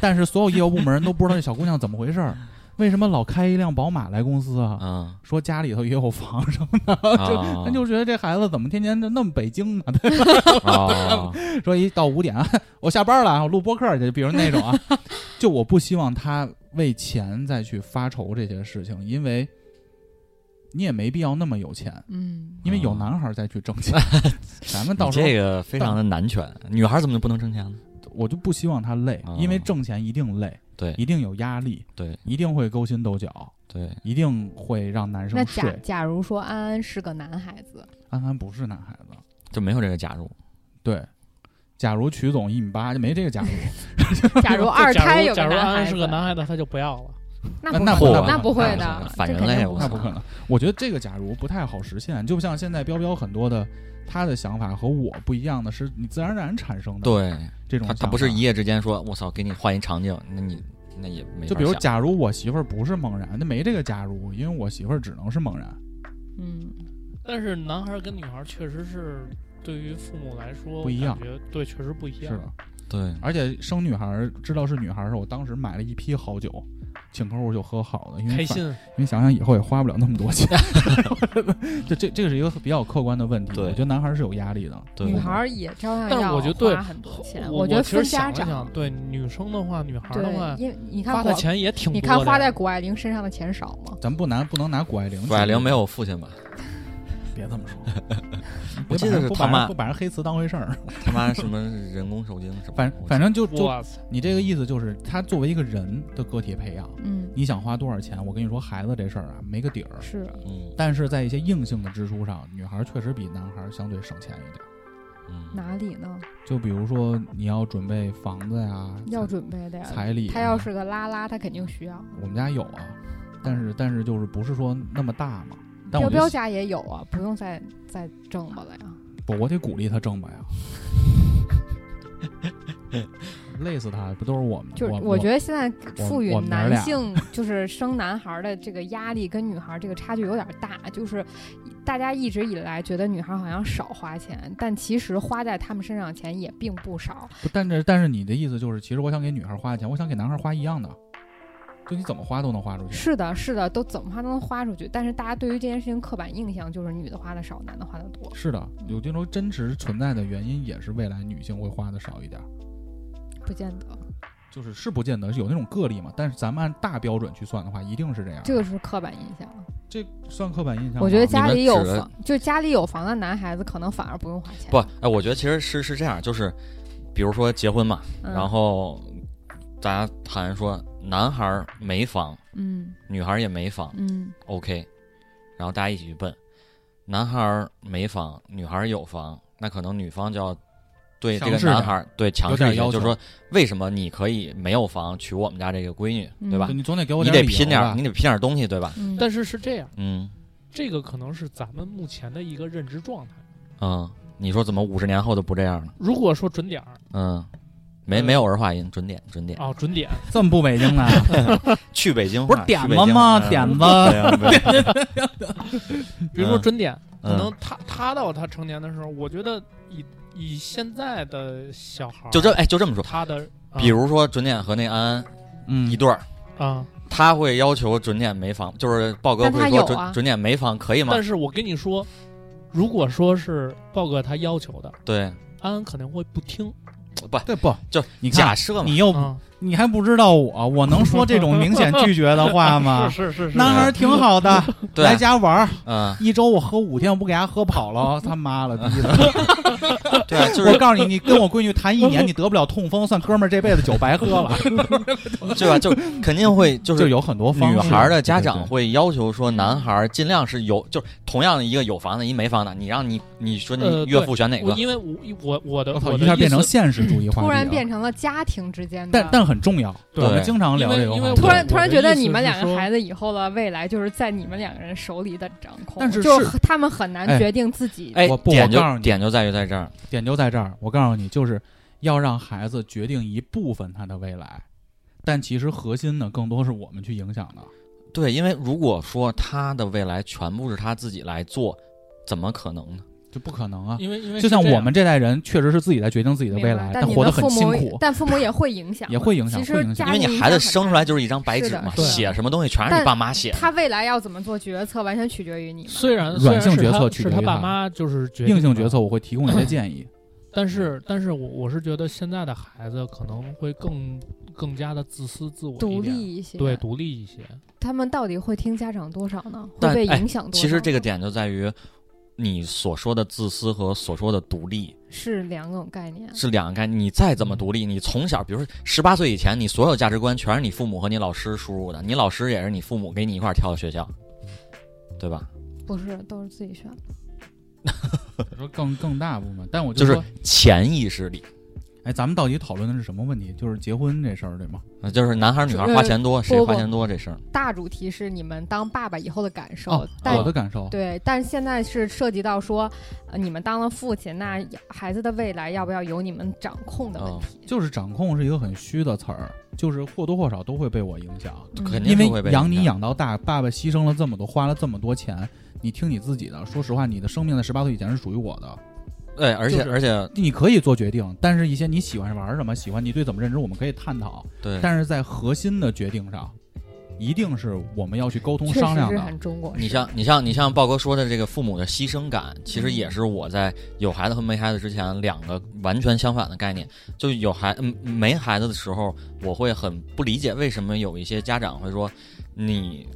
[SPEAKER 3] 但是所有业务部门都不知道这小姑娘怎么回事儿，为什么老开一辆宝马来公司啊？
[SPEAKER 5] 啊，
[SPEAKER 3] 说家里头也有房什么的，
[SPEAKER 5] 啊
[SPEAKER 3] 就他 就觉得这孩子怎么天天就那么北京呢？
[SPEAKER 5] 啊，
[SPEAKER 3] 说一到五点啊，我下班了啊，我录播客去，比如那种啊， 就我不希望他为钱再去发愁这些事情，因为你也没必要那么有钱，
[SPEAKER 6] 嗯，
[SPEAKER 3] 因为有男孩再去挣 钱，咱 们到
[SPEAKER 5] 啊你
[SPEAKER 3] 时候
[SPEAKER 5] 这个非常的男权，女孩怎么就不能挣钱呢？
[SPEAKER 3] 我就不希望他累，
[SPEAKER 5] 哦
[SPEAKER 3] 因为挣钱一定累，
[SPEAKER 5] 对
[SPEAKER 3] 一定有压力，
[SPEAKER 5] 对，
[SPEAKER 3] 一定会勾心斗角，
[SPEAKER 5] 对，
[SPEAKER 3] 一定会让男生
[SPEAKER 6] 那假
[SPEAKER 3] 睡。
[SPEAKER 6] 假如说安安是个男孩子，
[SPEAKER 3] 安安不是男孩子，
[SPEAKER 5] 就没有这个假如。
[SPEAKER 3] 对。假如曲总一米八，就没这个假如。
[SPEAKER 6] 假如
[SPEAKER 4] 就
[SPEAKER 6] 二
[SPEAKER 4] 假
[SPEAKER 6] 胎
[SPEAKER 4] 如
[SPEAKER 6] 有
[SPEAKER 4] 假
[SPEAKER 6] 个
[SPEAKER 4] 如
[SPEAKER 6] 男
[SPEAKER 4] 安
[SPEAKER 6] 孩
[SPEAKER 4] 安
[SPEAKER 6] 子，
[SPEAKER 4] 是个男孩子，他就不要了。
[SPEAKER 6] 那
[SPEAKER 3] 那
[SPEAKER 6] 不
[SPEAKER 3] 那
[SPEAKER 6] 可
[SPEAKER 5] 不
[SPEAKER 6] 能
[SPEAKER 5] 可能
[SPEAKER 6] 那不会
[SPEAKER 5] 那不可
[SPEAKER 6] 的
[SPEAKER 5] 能，反
[SPEAKER 6] 这
[SPEAKER 5] 人
[SPEAKER 6] 肯定
[SPEAKER 5] 类
[SPEAKER 6] 不
[SPEAKER 5] 我
[SPEAKER 3] 那不
[SPEAKER 6] 可能
[SPEAKER 3] 可能。我觉得这个假如不太好实现，就像现在彪彪很多的他的想法和我不一样的是，你自然而然产生的
[SPEAKER 5] 对
[SPEAKER 3] 这种
[SPEAKER 5] 他，
[SPEAKER 3] 想
[SPEAKER 5] 他
[SPEAKER 3] 法。
[SPEAKER 5] 不是一夜之间说“我操，给你换一场景”，那你那也没法想。
[SPEAKER 3] 就比如，假如我媳妇儿不是猛然，那没这个假如，因为我媳妇儿只能是猛然。
[SPEAKER 6] 嗯，
[SPEAKER 4] 但是男孩跟女孩确实是对于父母来说
[SPEAKER 3] 不一样，
[SPEAKER 4] 感觉对，确实不一
[SPEAKER 3] 是
[SPEAKER 4] 样。
[SPEAKER 3] 的，
[SPEAKER 5] 对，
[SPEAKER 3] 而且生女孩儿知道是女孩儿的时候，我当时买了一批好酒，请客户就喝好的，因为
[SPEAKER 4] 开
[SPEAKER 3] 反
[SPEAKER 4] 心，
[SPEAKER 3] 因为想想以后也花不了那么多 钱。就这这个是一个比较客观的问题，
[SPEAKER 5] 对
[SPEAKER 3] 我觉得男孩儿是有压力的。
[SPEAKER 5] 对
[SPEAKER 6] 女孩儿也照样
[SPEAKER 4] 但是
[SPEAKER 6] 要
[SPEAKER 4] 我觉得对
[SPEAKER 6] 花很多钱。
[SPEAKER 4] 我
[SPEAKER 6] 觉得
[SPEAKER 4] 其
[SPEAKER 6] 分
[SPEAKER 4] 实
[SPEAKER 6] 家
[SPEAKER 4] 想了
[SPEAKER 6] 长
[SPEAKER 4] 想，，对女生的话，女孩儿的话
[SPEAKER 6] 对，，因为你看
[SPEAKER 4] 花的
[SPEAKER 6] 我
[SPEAKER 4] 钱也挺多
[SPEAKER 6] 你
[SPEAKER 4] 的。
[SPEAKER 6] 看花在谷爱凌身上的钱少吗？
[SPEAKER 5] 嗯
[SPEAKER 3] 咱不拿不能拿谷爱凌，
[SPEAKER 5] 谷爱凌没有父亲吧？
[SPEAKER 3] 别这么说，
[SPEAKER 5] 我记得是
[SPEAKER 3] 不
[SPEAKER 5] 他
[SPEAKER 3] 把人
[SPEAKER 5] 妈
[SPEAKER 3] 不把人黑词当回事 儿，
[SPEAKER 5] 他妈什么人工受精什么，
[SPEAKER 3] 反
[SPEAKER 5] 我
[SPEAKER 3] 反正就就嗯
[SPEAKER 4] 我操，
[SPEAKER 3] 你这个意思就是，他作为一个人的个体培养，
[SPEAKER 6] 嗯，
[SPEAKER 3] 你想花多少钱？我跟你说，孩子这事儿啊，没个底儿。
[SPEAKER 6] 是，
[SPEAKER 5] 嗯
[SPEAKER 3] 但是在一些硬性的支出上，女孩确实比男孩相对省钱一点儿。
[SPEAKER 5] 嗯
[SPEAKER 6] 哪里呢？
[SPEAKER 3] 就比如说，你要准备房子呀，
[SPEAKER 6] 要准备的呀。
[SPEAKER 3] 彩礼啊，
[SPEAKER 6] 他要是个拉拉，他肯定需要。
[SPEAKER 3] 我们家有啊，但是但是就是不是说那么大嘛？但
[SPEAKER 6] 彪
[SPEAKER 3] 我觉
[SPEAKER 6] 彪
[SPEAKER 3] 得
[SPEAKER 6] 家也有啊，不用再再挣吧了呀。
[SPEAKER 3] 不，我得鼓励他挣吧 呀。 累死他，不都是我们？
[SPEAKER 6] 就是
[SPEAKER 3] 我
[SPEAKER 6] 我觉得现在
[SPEAKER 3] 我
[SPEAKER 6] 赋予
[SPEAKER 3] 我们娘儿
[SPEAKER 6] 男
[SPEAKER 3] 俩
[SPEAKER 6] 性就是生男孩儿的这个压力跟女孩儿这个差距有点大，就是大家一直以来觉得女孩儿好像少花钱，但其实花在他们身上的钱也并不少。
[SPEAKER 3] 不但是但是你的意思就是，其实我想给女孩花的钱，我想给男孩花一样的，就你怎么花都能花出去。
[SPEAKER 6] 是的，是的，都怎么花都能花出去，但是大家对于这件事情刻板印象就是女的花的少，男的花的多。
[SPEAKER 3] 是的，有这种真实存在的原因，也是未来女性会花的少一点儿，
[SPEAKER 6] 不见得，
[SPEAKER 3] 就是是不见得有那种个例嘛。但是咱们按大标准去算的话，一定是这样。
[SPEAKER 6] 这个是刻板印象。
[SPEAKER 3] 这算刻板印象吗？
[SPEAKER 6] 我觉得家
[SPEAKER 5] 们
[SPEAKER 6] 里有
[SPEAKER 5] 指的
[SPEAKER 6] 房，就家里有房的男孩子可能反而不用花钱。
[SPEAKER 5] 不，哎，我觉得其实是是这样，就是比如说结婚嘛，
[SPEAKER 6] 嗯，
[SPEAKER 5] 然后大家谈说男孩儿没房，
[SPEAKER 6] 嗯
[SPEAKER 5] 女孩儿也没房
[SPEAKER 6] 嗯
[SPEAKER 5] ，OK，然后大家一起去奔，男孩儿没房，女孩儿有房，那可能女方就要。对这
[SPEAKER 3] 强
[SPEAKER 5] 个
[SPEAKER 3] 势点
[SPEAKER 5] 男孩儿，对强
[SPEAKER 3] 有
[SPEAKER 5] 势
[SPEAKER 3] 点
[SPEAKER 5] 一些，
[SPEAKER 3] 要
[SPEAKER 5] 就是
[SPEAKER 3] 求
[SPEAKER 5] 说，为什么你可以没有房娶我们家这个闺女，对吧
[SPEAKER 3] 就？你总得给我
[SPEAKER 5] 你得拼
[SPEAKER 3] 嗯点
[SPEAKER 5] 点儿，
[SPEAKER 3] 儿理由吧，
[SPEAKER 5] 你得拼点儿东西，对吧？
[SPEAKER 6] 嗯，
[SPEAKER 4] 但是是这样，
[SPEAKER 5] 嗯
[SPEAKER 4] 这个可能是咱们目前的一个认知状态。
[SPEAKER 5] 嗯，你说怎么五十年后就不这样了？
[SPEAKER 4] 如果说准点儿
[SPEAKER 5] 嗯，没没有儿化音，准点准点。
[SPEAKER 4] 啊、准点，
[SPEAKER 3] 这么不北京啊 呢？
[SPEAKER 5] 哦去北京
[SPEAKER 3] 不是
[SPEAKER 5] 话
[SPEAKER 3] 点
[SPEAKER 5] 去北
[SPEAKER 3] 子
[SPEAKER 5] 京
[SPEAKER 3] 吗？啊
[SPEAKER 5] 嗯
[SPEAKER 3] 点子，
[SPEAKER 5] 对呀对 呀
[SPEAKER 4] 比如说
[SPEAKER 5] 嗯
[SPEAKER 4] 准点，可能
[SPEAKER 5] 嗯
[SPEAKER 4] 他他到他成年的时候，我觉得以以现在的小孩儿，
[SPEAKER 5] 就这哎，就这么说。
[SPEAKER 4] 他的，啊
[SPEAKER 5] 比如说准点和那安安
[SPEAKER 3] 嗯，
[SPEAKER 5] 一对儿，
[SPEAKER 4] 啊，
[SPEAKER 5] 他会要求准点没房，就是豹哥
[SPEAKER 6] 但他
[SPEAKER 5] 会说
[SPEAKER 6] 有
[SPEAKER 5] 准、
[SPEAKER 6] 啊
[SPEAKER 5] 准点没房可以吗
[SPEAKER 4] 但？是我跟你说，如果说是豹哥他要求的，
[SPEAKER 5] 对，
[SPEAKER 4] 安安肯定会不听
[SPEAKER 5] 不
[SPEAKER 3] 对不
[SPEAKER 5] 就
[SPEAKER 3] 你看
[SPEAKER 5] 假设嘛
[SPEAKER 3] 你，又
[SPEAKER 6] 嗯
[SPEAKER 4] 啊，
[SPEAKER 3] 你还不知道我，我能说这种明显拒绝的话 吗？
[SPEAKER 4] 啊是是是是，
[SPEAKER 3] 男孩儿挺好的，
[SPEAKER 5] 对啊
[SPEAKER 3] 来，家玩儿，
[SPEAKER 5] 嗯，
[SPEAKER 3] 一周我喝五天，我不给他喝跑了，他妈了逼 的！
[SPEAKER 5] 对啊，就
[SPEAKER 3] 我
[SPEAKER 5] 是
[SPEAKER 3] 告诉你，你跟我闺女谈一年，你得不了痛风，算哥们儿这辈子酒白喝了。
[SPEAKER 5] 对啊吧？就肯定会就。
[SPEAKER 3] 就是有很多方式
[SPEAKER 5] 女孩儿的家
[SPEAKER 3] 对
[SPEAKER 5] 长
[SPEAKER 3] 对对
[SPEAKER 5] 会要求说，男孩儿尽量是有，就是同样的一个有房的，一没房的，你让你你说你
[SPEAKER 4] 呃
[SPEAKER 5] 岳父选哪
[SPEAKER 4] 我
[SPEAKER 5] 个？
[SPEAKER 4] 因为我我我的
[SPEAKER 3] 我操，
[SPEAKER 4] 我
[SPEAKER 3] 一
[SPEAKER 4] 的
[SPEAKER 3] 下
[SPEAKER 4] 意
[SPEAKER 3] 变成
[SPEAKER 4] 思
[SPEAKER 3] 现实主义话题，
[SPEAKER 6] 突然变，成了家庭之间的，
[SPEAKER 3] 但但很重要。
[SPEAKER 4] 对
[SPEAKER 3] 我们经常聊这个
[SPEAKER 4] 因为
[SPEAKER 3] 话
[SPEAKER 4] 因为
[SPEAKER 3] 题
[SPEAKER 6] 突然
[SPEAKER 4] 我
[SPEAKER 6] 突然
[SPEAKER 4] 的
[SPEAKER 6] 觉得
[SPEAKER 4] 意思
[SPEAKER 6] 你们
[SPEAKER 4] 是
[SPEAKER 6] 两个
[SPEAKER 4] 说
[SPEAKER 6] 孩子以后的未来就是在你们两个人手里的掌控，
[SPEAKER 3] 但是
[SPEAKER 6] 就是很他们很难
[SPEAKER 3] 哎
[SPEAKER 6] 决定自己。
[SPEAKER 5] 哎
[SPEAKER 3] 我，不
[SPEAKER 5] 点
[SPEAKER 3] 我
[SPEAKER 5] 就
[SPEAKER 3] 告诉你
[SPEAKER 5] 点就在于在这儿，
[SPEAKER 3] 点就在这儿。我告诉你，就是要让孩子决定一部分他的未来，但其实核心呢，更多是我们去影响的。
[SPEAKER 5] 对，因为如果说他的未来全部是他自己来做，怎么可能呢？
[SPEAKER 3] 就不可能啊！
[SPEAKER 4] 因为因为
[SPEAKER 3] 就是像
[SPEAKER 4] 这样
[SPEAKER 3] 我们这代人，确实是自己在决定自己的未
[SPEAKER 6] 明
[SPEAKER 3] 来
[SPEAKER 6] 白，
[SPEAKER 3] 但
[SPEAKER 6] 你
[SPEAKER 3] 活得
[SPEAKER 6] 们
[SPEAKER 3] 很
[SPEAKER 6] 父
[SPEAKER 3] 辛
[SPEAKER 6] 母
[SPEAKER 3] 苦。
[SPEAKER 6] 但父母也会影响的，
[SPEAKER 3] 也会影响
[SPEAKER 6] 其
[SPEAKER 3] 会
[SPEAKER 6] 实
[SPEAKER 3] 影响
[SPEAKER 6] 家
[SPEAKER 5] 因为
[SPEAKER 6] 庭
[SPEAKER 5] 你
[SPEAKER 6] 影
[SPEAKER 5] 孩子
[SPEAKER 6] 响很
[SPEAKER 5] 生
[SPEAKER 6] 大
[SPEAKER 5] 出来就是一张白
[SPEAKER 6] 是
[SPEAKER 5] 纸
[SPEAKER 6] 的
[SPEAKER 5] 嘛，
[SPEAKER 4] 对
[SPEAKER 5] 写什么东西全是
[SPEAKER 6] 但
[SPEAKER 5] 你爸妈写的。
[SPEAKER 6] 他未来要怎么做决策，完全取决于你。
[SPEAKER 4] 虽然
[SPEAKER 3] 软
[SPEAKER 4] 虽然
[SPEAKER 3] 性
[SPEAKER 4] 是
[SPEAKER 3] 决
[SPEAKER 4] 他
[SPEAKER 3] 策取
[SPEAKER 4] 是
[SPEAKER 3] 决
[SPEAKER 4] 他
[SPEAKER 3] 于
[SPEAKER 4] 爸
[SPEAKER 3] 他
[SPEAKER 4] 妈就是决
[SPEAKER 3] 硬
[SPEAKER 4] 定
[SPEAKER 3] 性
[SPEAKER 4] 的
[SPEAKER 3] 决策我会提供一些建议，
[SPEAKER 4] 但是，但是我我是觉得现在的孩子可能会更更加的自私自我一
[SPEAKER 6] 独
[SPEAKER 4] 点，
[SPEAKER 6] 立一些，
[SPEAKER 4] 对，独立一些。
[SPEAKER 6] 他们到底会听家长多少呢？会
[SPEAKER 5] 但
[SPEAKER 6] 被
[SPEAKER 5] 哎
[SPEAKER 6] 影响多少呢？
[SPEAKER 5] 其实这个点就在于，你所说的自私和所说的独立
[SPEAKER 6] 是两种概念。
[SPEAKER 5] 是两个概念。你再怎么独立，你从小，比如说十八岁以前，你所有价值观全是你父母和你老师输入的，你老师也是你父母给你一块儿挑的学校，对吧？
[SPEAKER 6] 不是，都是自己选的。
[SPEAKER 3] 说更更大部分。但我
[SPEAKER 5] 就是
[SPEAKER 3] 说，
[SPEAKER 5] 潜意识里，
[SPEAKER 3] 哎，咱们到底讨论的是什么问题？就是结婚这事儿，对吗？
[SPEAKER 5] 呃就是男孩儿女孩儿花钱多，谁花钱多这事儿。
[SPEAKER 6] 大主题是你们当爸爸以后的感受，
[SPEAKER 3] 哦，
[SPEAKER 6] 但
[SPEAKER 3] 我的感受，
[SPEAKER 6] 对，但是现在是涉及到说，呃，你们当了父亲，那孩子的未来要不要由你们掌控的
[SPEAKER 5] 嗯
[SPEAKER 6] 问题？
[SPEAKER 3] 就是掌控是一个很虚的词儿，就是或多或少都会被我影响。
[SPEAKER 6] 嗯
[SPEAKER 5] 肯定
[SPEAKER 3] 因为
[SPEAKER 5] 是会被
[SPEAKER 3] 养你
[SPEAKER 5] 影响
[SPEAKER 3] 养到大，爸爸牺牲了这么多，花了这么多钱，你听你自己的。说实话，你的生命在十八岁以前是属于我的，
[SPEAKER 5] 对，而且
[SPEAKER 3] 就是
[SPEAKER 5] 而且
[SPEAKER 3] 你可以做决定，但是一些你喜欢玩什么，喜欢你对怎么认知，我们可以探讨。
[SPEAKER 5] 对，
[SPEAKER 3] 但是在核心的决定上，一定是我们要去沟通
[SPEAKER 6] 确
[SPEAKER 3] 商
[SPEAKER 6] 实
[SPEAKER 3] 量
[SPEAKER 6] 是
[SPEAKER 3] 的。
[SPEAKER 6] 很中国式。
[SPEAKER 5] 你像你像你像豹哥说的这个父母的牺牲感，其
[SPEAKER 3] 嗯
[SPEAKER 5] 实也是我在有孩子和没孩子之前两个完全相反的概念。就有孩嗯没孩子的时候，我会很不理解为什么有一些家长会说你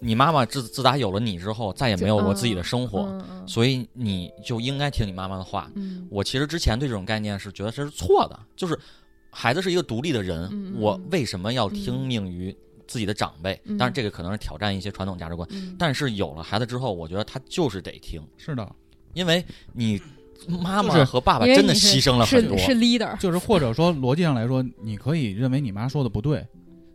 [SPEAKER 5] 你妈妈自自打有了你之后，再也没有过自己的生活，
[SPEAKER 6] 嗯嗯
[SPEAKER 5] 所以你就应该听你妈妈的话。
[SPEAKER 6] 嗯
[SPEAKER 5] 我其实之前对这种概念是觉得这是错的，就是孩子是一个独立的人，
[SPEAKER 6] 嗯嗯
[SPEAKER 5] 我为什么要听命于自己的长辈？
[SPEAKER 6] 嗯
[SPEAKER 5] 当然，这个可能是挑战一些传统价值观，
[SPEAKER 6] 嗯
[SPEAKER 5] 但是有了孩子之后，我觉得他就是得听，
[SPEAKER 3] 是的，
[SPEAKER 5] 因为你妈
[SPEAKER 3] 就是
[SPEAKER 5] 妈和爸爸
[SPEAKER 6] 因为
[SPEAKER 5] 真的
[SPEAKER 6] 你是
[SPEAKER 5] 牺牲了很多
[SPEAKER 6] 是。是 leader，
[SPEAKER 3] 就是或者说逻辑上来说，你可以认为你妈说的不对，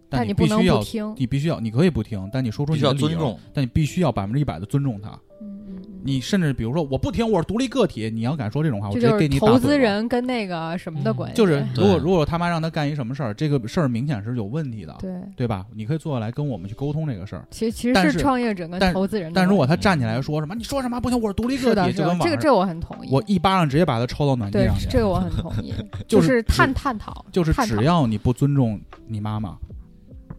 [SPEAKER 3] 但
[SPEAKER 6] 你
[SPEAKER 3] 必
[SPEAKER 6] 不能
[SPEAKER 3] 须要
[SPEAKER 6] 不，听。
[SPEAKER 3] 你必须要，你可以不听，但你说出
[SPEAKER 5] 必
[SPEAKER 3] 你
[SPEAKER 5] 须要
[SPEAKER 3] 的理
[SPEAKER 5] 尊
[SPEAKER 3] 由，
[SPEAKER 5] 重，
[SPEAKER 3] 但你必须要百分之一百的尊重他。
[SPEAKER 6] 嗯嗯嗯
[SPEAKER 3] 你甚至比如说我不听，我是独立个体，你要敢说这种话，我
[SPEAKER 6] 这
[SPEAKER 3] 直接
[SPEAKER 6] 就
[SPEAKER 3] 给
[SPEAKER 6] 是
[SPEAKER 3] 你打嘴
[SPEAKER 6] 投
[SPEAKER 3] 巴嗯
[SPEAKER 6] 资。人跟那个什么的关系，
[SPEAKER 3] 就是如果
[SPEAKER 5] 对
[SPEAKER 3] 如果他妈让他干一什么事儿，这个事儿明显是有问题的，
[SPEAKER 6] 对，
[SPEAKER 3] 对吧？你可以坐下来跟我们去沟通这个事儿。
[SPEAKER 6] 其实其
[SPEAKER 3] 但
[SPEAKER 6] 实
[SPEAKER 3] 是
[SPEAKER 6] 创业者跟
[SPEAKER 3] 但
[SPEAKER 6] 投资人的关
[SPEAKER 3] 但
[SPEAKER 6] 系，
[SPEAKER 3] 如果
[SPEAKER 5] 嗯
[SPEAKER 3] 他站起来说什么“你说什么不行，我是独立个
[SPEAKER 6] 嗯是的，
[SPEAKER 3] 体”，
[SPEAKER 6] 是
[SPEAKER 3] 就
[SPEAKER 6] 的
[SPEAKER 3] 跟，网
[SPEAKER 6] 这个
[SPEAKER 3] 上
[SPEAKER 6] 这我很同意，
[SPEAKER 3] 我一巴掌直接把他抽到暖地
[SPEAKER 6] 对
[SPEAKER 3] 上去。
[SPEAKER 6] 这个我很同 意，
[SPEAKER 3] 就是是
[SPEAKER 6] 探探讨，
[SPEAKER 3] 就是
[SPEAKER 6] 探讨
[SPEAKER 3] 只要你不尊重你妈妈，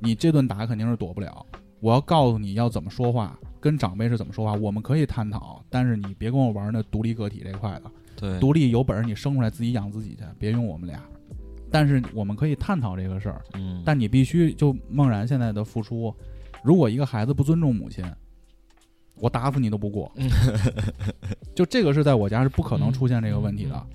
[SPEAKER 3] 你这顿打肯定是躲不了。我要告诉你要怎么说话，跟长辈是怎么说话，我们可以探讨，但是你别跟我玩那独立个体这块的。
[SPEAKER 5] 对，
[SPEAKER 3] 独立有本事你生出来自己养自己去，别用我们俩。但是我们可以探讨这个事儿，
[SPEAKER 5] 嗯，
[SPEAKER 3] 但你必须就梦然现在的付出，如果一个孩子不尊重母亲，我打死你都不过。就这个是在我家是不可能出现这个问题的。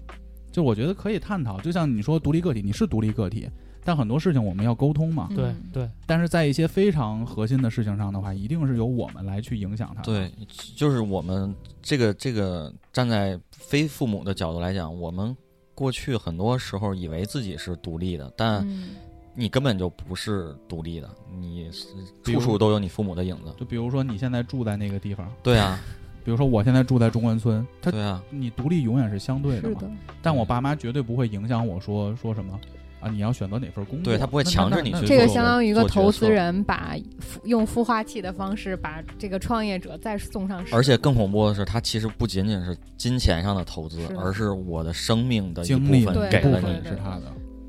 [SPEAKER 3] 就我觉得可以探讨，就像你说独立个体，你是独立个体，但很多事情我们要沟通嘛。
[SPEAKER 4] 对
[SPEAKER 6] 嗯
[SPEAKER 4] 对，
[SPEAKER 3] 但是在一些非常核心的事情上的话，一定是由我们来去影响他。
[SPEAKER 5] 对，就是我们这个这个站在非父母的角度来讲，我们过去很多时候以为自己是独立的，但
[SPEAKER 6] 嗯
[SPEAKER 5] 你根本就不是独立的，你是
[SPEAKER 3] 比如
[SPEAKER 5] 处处都有你父母的影子。
[SPEAKER 3] 就比如说你现在住在那个地方，
[SPEAKER 5] 对啊，
[SPEAKER 3] 比如说我现在住在中关村，他
[SPEAKER 5] 对啊，
[SPEAKER 3] 你独立永远是相对的
[SPEAKER 6] 是
[SPEAKER 3] 嘛。
[SPEAKER 6] 的，
[SPEAKER 3] 但我爸妈绝对不会影响我说说什么啊，你要选择哪份工作，
[SPEAKER 5] 对他不会
[SPEAKER 3] 那
[SPEAKER 5] 强制
[SPEAKER 3] 那
[SPEAKER 5] 你
[SPEAKER 3] 那
[SPEAKER 5] 去
[SPEAKER 3] 那
[SPEAKER 5] 对
[SPEAKER 6] 这个
[SPEAKER 5] 做
[SPEAKER 6] 相当于一个
[SPEAKER 5] 做决
[SPEAKER 6] 投资
[SPEAKER 5] 策
[SPEAKER 6] 人把孵用孵化器的方式把这个创业者再送上市，嗯
[SPEAKER 5] 而且更恐怖的是，它其实不仅仅是金钱上的投资
[SPEAKER 6] 是，的
[SPEAKER 5] 而是我的生命的一
[SPEAKER 3] 经历
[SPEAKER 5] 部
[SPEAKER 6] 对
[SPEAKER 3] 这
[SPEAKER 5] 分给
[SPEAKER 3] 部
[SPEAKER 5] 了
[SPEAKER 6] 对
[SPEAKER 5] 你
[SPEAKER 3] 分。是他的。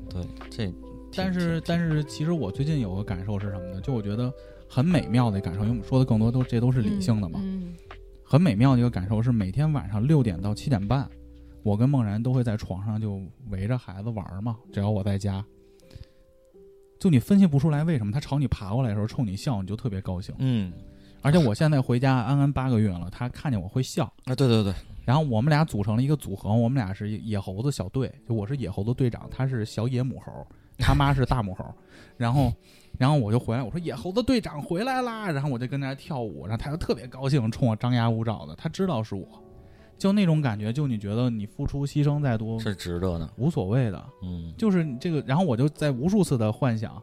[SPEAKER 5] 对，这挺。
[SPEAKER 3] 但是
[SPEAKER 5] 挺
[SPEAKER 3] 但是，其实我最近有个感受是什么呢？就我觉得很美妙的感受，因为我们说的更多都这都是理性的嘛。
[SPEAKER 6] 嗯，
[SPEAKER 3] 很美妙的一个感受是，每天晚上六点到七点半，我跟梦然都会在床上就围着孩子玩儿嘛，只要我在家。就你分析不出来为什么他朝你爬过来的时候冲你笑，你就特别高兴。
[SPEAKER 5] 嗯，
[SPEAKER 3] 而且我现在回家，安安八个月了，他看见我会笑，
[SPEAKER 5] 啊，对对对，
[SPEAKER 3] 然后我们俩组成了一个组合，我们俩是野猴子小队，就我是野猴子队长，他是小野母猴，他妈是大母猴。然后，然后我就回来，我说野猴子队长回来啦，然后我就跟那儿跳舞，然后他就特别高兴，冲我张牙舞爪的，他知道是我，就那种感觉，就你觉得你付出牺牲再多
[SPEAKER 5] 是值得的。
[SPEAKER 3] 无所谓的，
[SPEAKER 5] 嗯，
[SPEAKER 3] 就是你这个，然后我就在无数次的幻想，